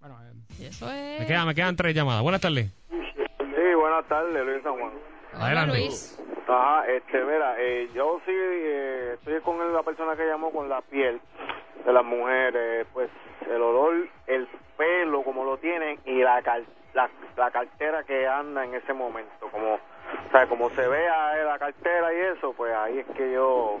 [SPEAKER 3] Bueno, eh,
[SPEAKER 4] Y eso es...
[SPEAKER 6] Me quedan, me quedan tres llamadas. Buenas tardes.
[SPEAKER 9] Sí, buenas tardes, Luis San Juan.
[SPEAKER 6] Adelante.
[SPEAKER 9] Ajá, este, mira, eh, yo sí eh, estoy con la persona que llamó con la piel de las mujeres, pues el olor, el pelo como lo tienen y la, cal- la, la cartera que anda en ese momento, como, o sea, como se vea eh, la cartera y eso, pues ahí es que yo...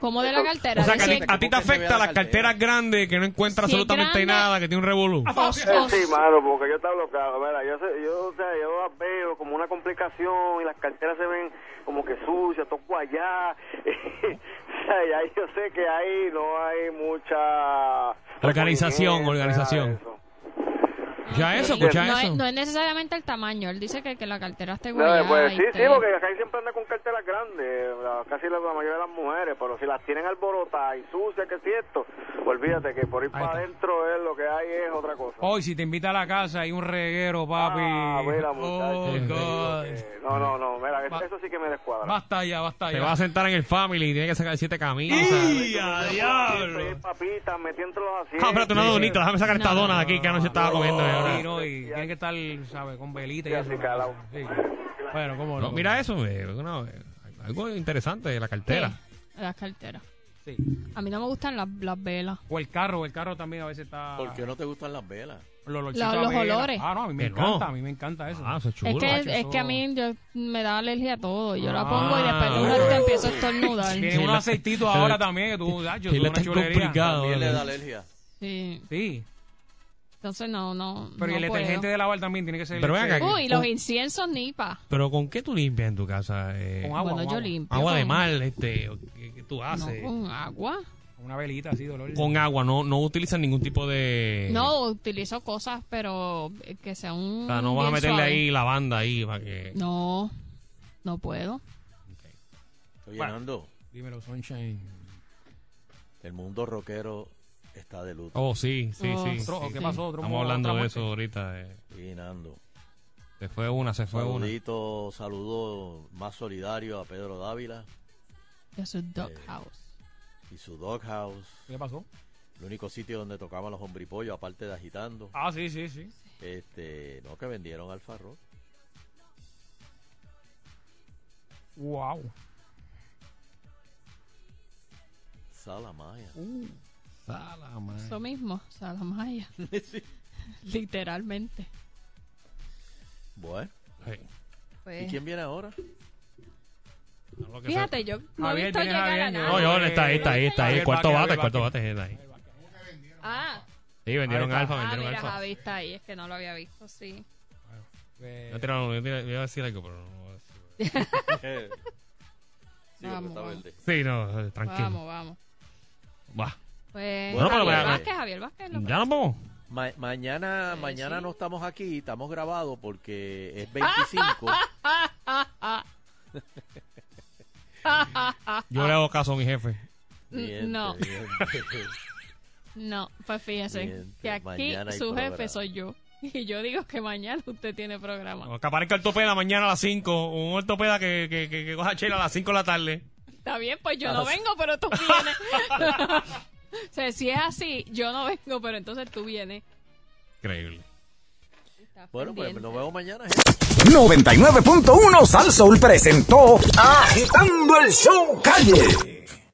[SPEAKER 4] Como de la cartera.
[SPEAKER 6] O sea, que a
[SPEAKER 4] dice-
[SPEAKER 6] ti, a ti te afecta las carteras grandes que no encuentras
[SPEAKER 4] Si es
[SPEAKER 6] absolutamente
[SPEAKER 4] grande-
[SPEAKER 6] nada, que tiene un revolú.
[SPEAKER 9] Eh, sí, mano, porque yo estaba bloqueado. Mira, yo, sé- yo, o sea, yo las veo como una complicación y las carteras se ven como que sucias, todo allá. o sea, y ahí yo sé que ahí no hay mucha...
[SPEAKER 6] Organización, organización. Ya eso, escucha
[SPEAKER 4] no,
[SPEAKER 6] eso.
[SPEAKER 4] Es, no es necesariamente el tamaño, él dice que, que la cartera esté
[SPEAKER 9] No,
[SPEAKER 4] huella
[SPEAKER 9] pues,
[SPEAKER 4] y
[SPEAKER 9] sí, sí,
[SPEAKER 4] esté-
[SPEAKER 9] porque acá siempre anda con carteras grandes, la- casi la, la mayoría de las mujeres, pero si las tienen alborotadas y sucias, que es cierto, olvídate que por ir para adentro es lo que hay es otra cosa.
[SPEAKER 3] Hoy, si te invita a la casa, hay un reguero, papi.
[SPEAKER 9] Ah, mira,
[SPEAKER 3] oh,
[SPEAKER 9] muchachos,
[SPEAKER 3] God.
[SPEAKER 9] No, no, no, mira, eso- eso sí que me descuadra.
[SPEAKER 3] Basta ya, basta
[SPEAKER 6] Se
[SPEAKER 3] ya.
[SPEAKER 6] va a sentar en el family y tiene que sacar siete camisas.
[SPEAKER 3] ¡Y
[SPEAKER 6] Ah,
[SPEAKER 3] a
[SPEAKER 9] diablo!
[SPEAKER 3] Ah,
[SPEAKER 6] espérate, una donita. Déjame sacar esta dona de aquí que anoche estaba comiendo. eh, ahora.
[SPEAKER 3] Sí, no, y tienen que estar, ¿sabes? Con velita y eso. Sí. Bueno, cómo
[SPEAKER 6] No,
[SPEAKER 3] no.
[SPEAKER 6] mira eso, eh, una- eh, algo interesante de la cartera.
[SPEAKER 4] Las carteras.
[SPEAKER 3] Sí.
[SPEAKER 4] A mí no me gustan las, las velas.
[SPEAKER 3] O el carro, el carro también a veces está...
[SPEAKER 2] ¿Por qué no te gustan las velas?
[SPEAKER 3] Los,
[SPEAKER 4] Los- los olores.
[SPEAKER 3] Ah, no, a mí me
[SPEAKER 2] Que no.
[SPEAKER 3] encanta, a mí me encanta eso. Ah, eso
[SPEAKER 4] Es que, es que a mí yo, me da alergia a todo. Yo la pongo y
[SPEAKER 14] Ah.
[SPEAKER 4] después de un
[SPEAKER 3] Ah.
[SPEAKER 4] rato empiezo a estornudar.
[SPEAKER 3] Tiene unos aceititos ahora también que tú, ah, yo
[SPEAKER 6] Sí,
[SPEAKER 3] soy
[SPEAKER 6] le
[SPEAKER 3] una
[SPEAKER 6] está
[SPEAKER 3] chulería.
[SPEAKER 6] complicado, También le da ¿vale?
[SPEAKER 2] alergia.
[SPEAKER 4] Sí.
[SPEAKER 3] Sí,
[SPEAKER 4] Entonces no, no.
[SPEAKER 3] pero y
[SPEAKER 4] no
[SPEAKER 3] el
[SPEAKER 4] puedo.
[SPEAKER 3] detergente de lavar también tiene que ser...
[SPEAKER 6] Pero ven
[SPEAKER 3] leche.
[SPEAKER 6] acá,
[SPEAKER 4] Uy, los inciensos nipa.
[SPEAKER 6] Pero ¿con qué tú limpias en tu casa? eh?
[SPEAKER 4] Con agua, Bueno, con yo agua. limpio
[SPEAKER 6] Agua de
[SPEAKER 4] con-
[SPEAKER 6] mal, este, ¿qué, qué tú
[SPEAKER 4] No
[SPEAKER 6] haces?
[SPEAKER 4] con agua.
[SPEAKER 3] Una velita así, dolor.
[SPEAKER 6] Con agua, no, no utilizan ningún tipo de...
[SPEAKER 4] No, utilizo cosas, pero eh, que sea un.
[SPEAKER 6] Eh. O sea, no vas a meterle ahí lavanda ahí para que...
[SPEAKER 4] No, no puedo.
[SPEAKER 22] Oye, Nando,
[SPEAKER 3] Dímelo, Sunshine.
[SPEAKER 22] el mundo rockero está de luto.
[SPEAKER 6] Oh, sí, sí,
[SPEAKER 3] Oh,
[SPEAKER 6] sí.
[SPEAKER 3] otro-
[SPEAKER 6] sí.
[SPEAKER 3] ¿qué pasó? Otro-
[SPEAKER 6] Estamos
[SPEAKER 3] otra
[SPEAKER 6] hablando de
[SPEAKER 3] muerte.
[SPEAKER 6] eso ahorita. eh.
[SPEAKER 22] Sí, Nando.
[SPEAKER 6] Se fue una, se fue una.
[SPEAKER 22] Saludito, saludo más solidario a Pedro Dávila
[SPEAKER 4] De su
[SPEAKER 6] Eh.
[SPEAKER 4] doghouse.
[SPEAKER 22] y su doghouse.
[SPEAKER 3] ¿Qué pasó?
[SPEAKER 22] El único sitio donde tocaban los hombripollos, aparte de agitando.
[SPEAKER 3] Ah, sí, sí, sí.
[SPEAKER 22] Este, no, que vendieron al farro.
[SPEAKER 3] Wow.
[SPEAKER 22] Salamaya.
[SPEAKER 4] Eso mismo, Salamaya. Literalmente.
[SPEAKER 22] Bueno.
[SPEAKER 4] Pues,
[SPEAKER 22] ¿Y quién viene ahora?
[SPEAKER 4] Fíjate, yo no he visto llegar a nadie.
[SPEAKER 6] No, yo, está ahí, está ahí, está ahí.
[SPEAKER 3] Javier
[SPEAKER 6] Cuarto bate,
[SPEAKER 3] Vázquez, Javier
[SPEAKER 6] cuarto bate. está ahí.
[SPEAKER 4] Ah,
[SPEAKER 6] Sí, vendieron
[SPEAKER 3] Ahí está.
[SPEAKER 6] alfa,
[SPEAKER 4] ah,
[SPEAKER 6] vendieron
[SPEAKER 4] mira,
[SPEAKER 6] alfa.
[SPEAKER 4] Javi está ahí, es que no lo había visto, sí.
[SPEAKER 3] eh,
[SPEAKER 6] Yo, tiro- yo tiro- yo iba a decir algo, pero no voy a decir.
[SPEAKER 4] vamos,
[SPEAKER 22] está
[SPEAKER 4] vamos.
[SPEAKER 22] verde.
[SPEAKER 6] Sí, no, eh, tranquilo.
[SPEAKER 4] Vamos, vamos.
[SPEAKER 6] Va.
[SPEAKER 4] Pues,
[SPEAKER 22] Bueno, pero
[SPEAKER 4] Javier
[SPEAKER 22] vea-
[SPEAKER 4] Vázquez, Javier Vázquez. lo-
[SPEAKER 6] ¿Ya nos
[SPEAKER 3] Uh.
[SPEAKER 6] vamos?
[SPEAKER 22] Ma- mañana mañana no estamos aquí, estamos grabados porque es 25.
[SPEAKER 6] Yo le hago caso a mi jefe.
[SPEAKER 4] N- no. No, pues fíjese
[SPEAKER 6] Miente,
[SPEAKER 4] que aquí
[SPEAKER 6] mañana hay
[SPEAKER 4] su
[SPEAKER 6] programa.
[SPEAKER 4] jefe soy yo. Y yo digo que mañana usted tiene programa.
[SPEAKER 6] O Que aparezca ortopeda mañana a las 5. Un ortopeda que, que, que, que coja chela a las 5 de la tarde.
[SPEAKER 4] Está bien, pues yo
[SPEAKER 6] A
[SPEAKER 4] no
[SPEAKER 6] las-
[SPEAKER 4] vengo, pero tú vienes. o sea, si es así, yo no vengo, pero entonces tú vienes.
[SPEAKER 6] Increíble.
[SPEAKER 22] Bueno, pues nos vemos mañana.
[SPEAKER 4] Ah,
[SPEAKER 2] 99.1 Sal Soul presentó Agitando el Show Calle.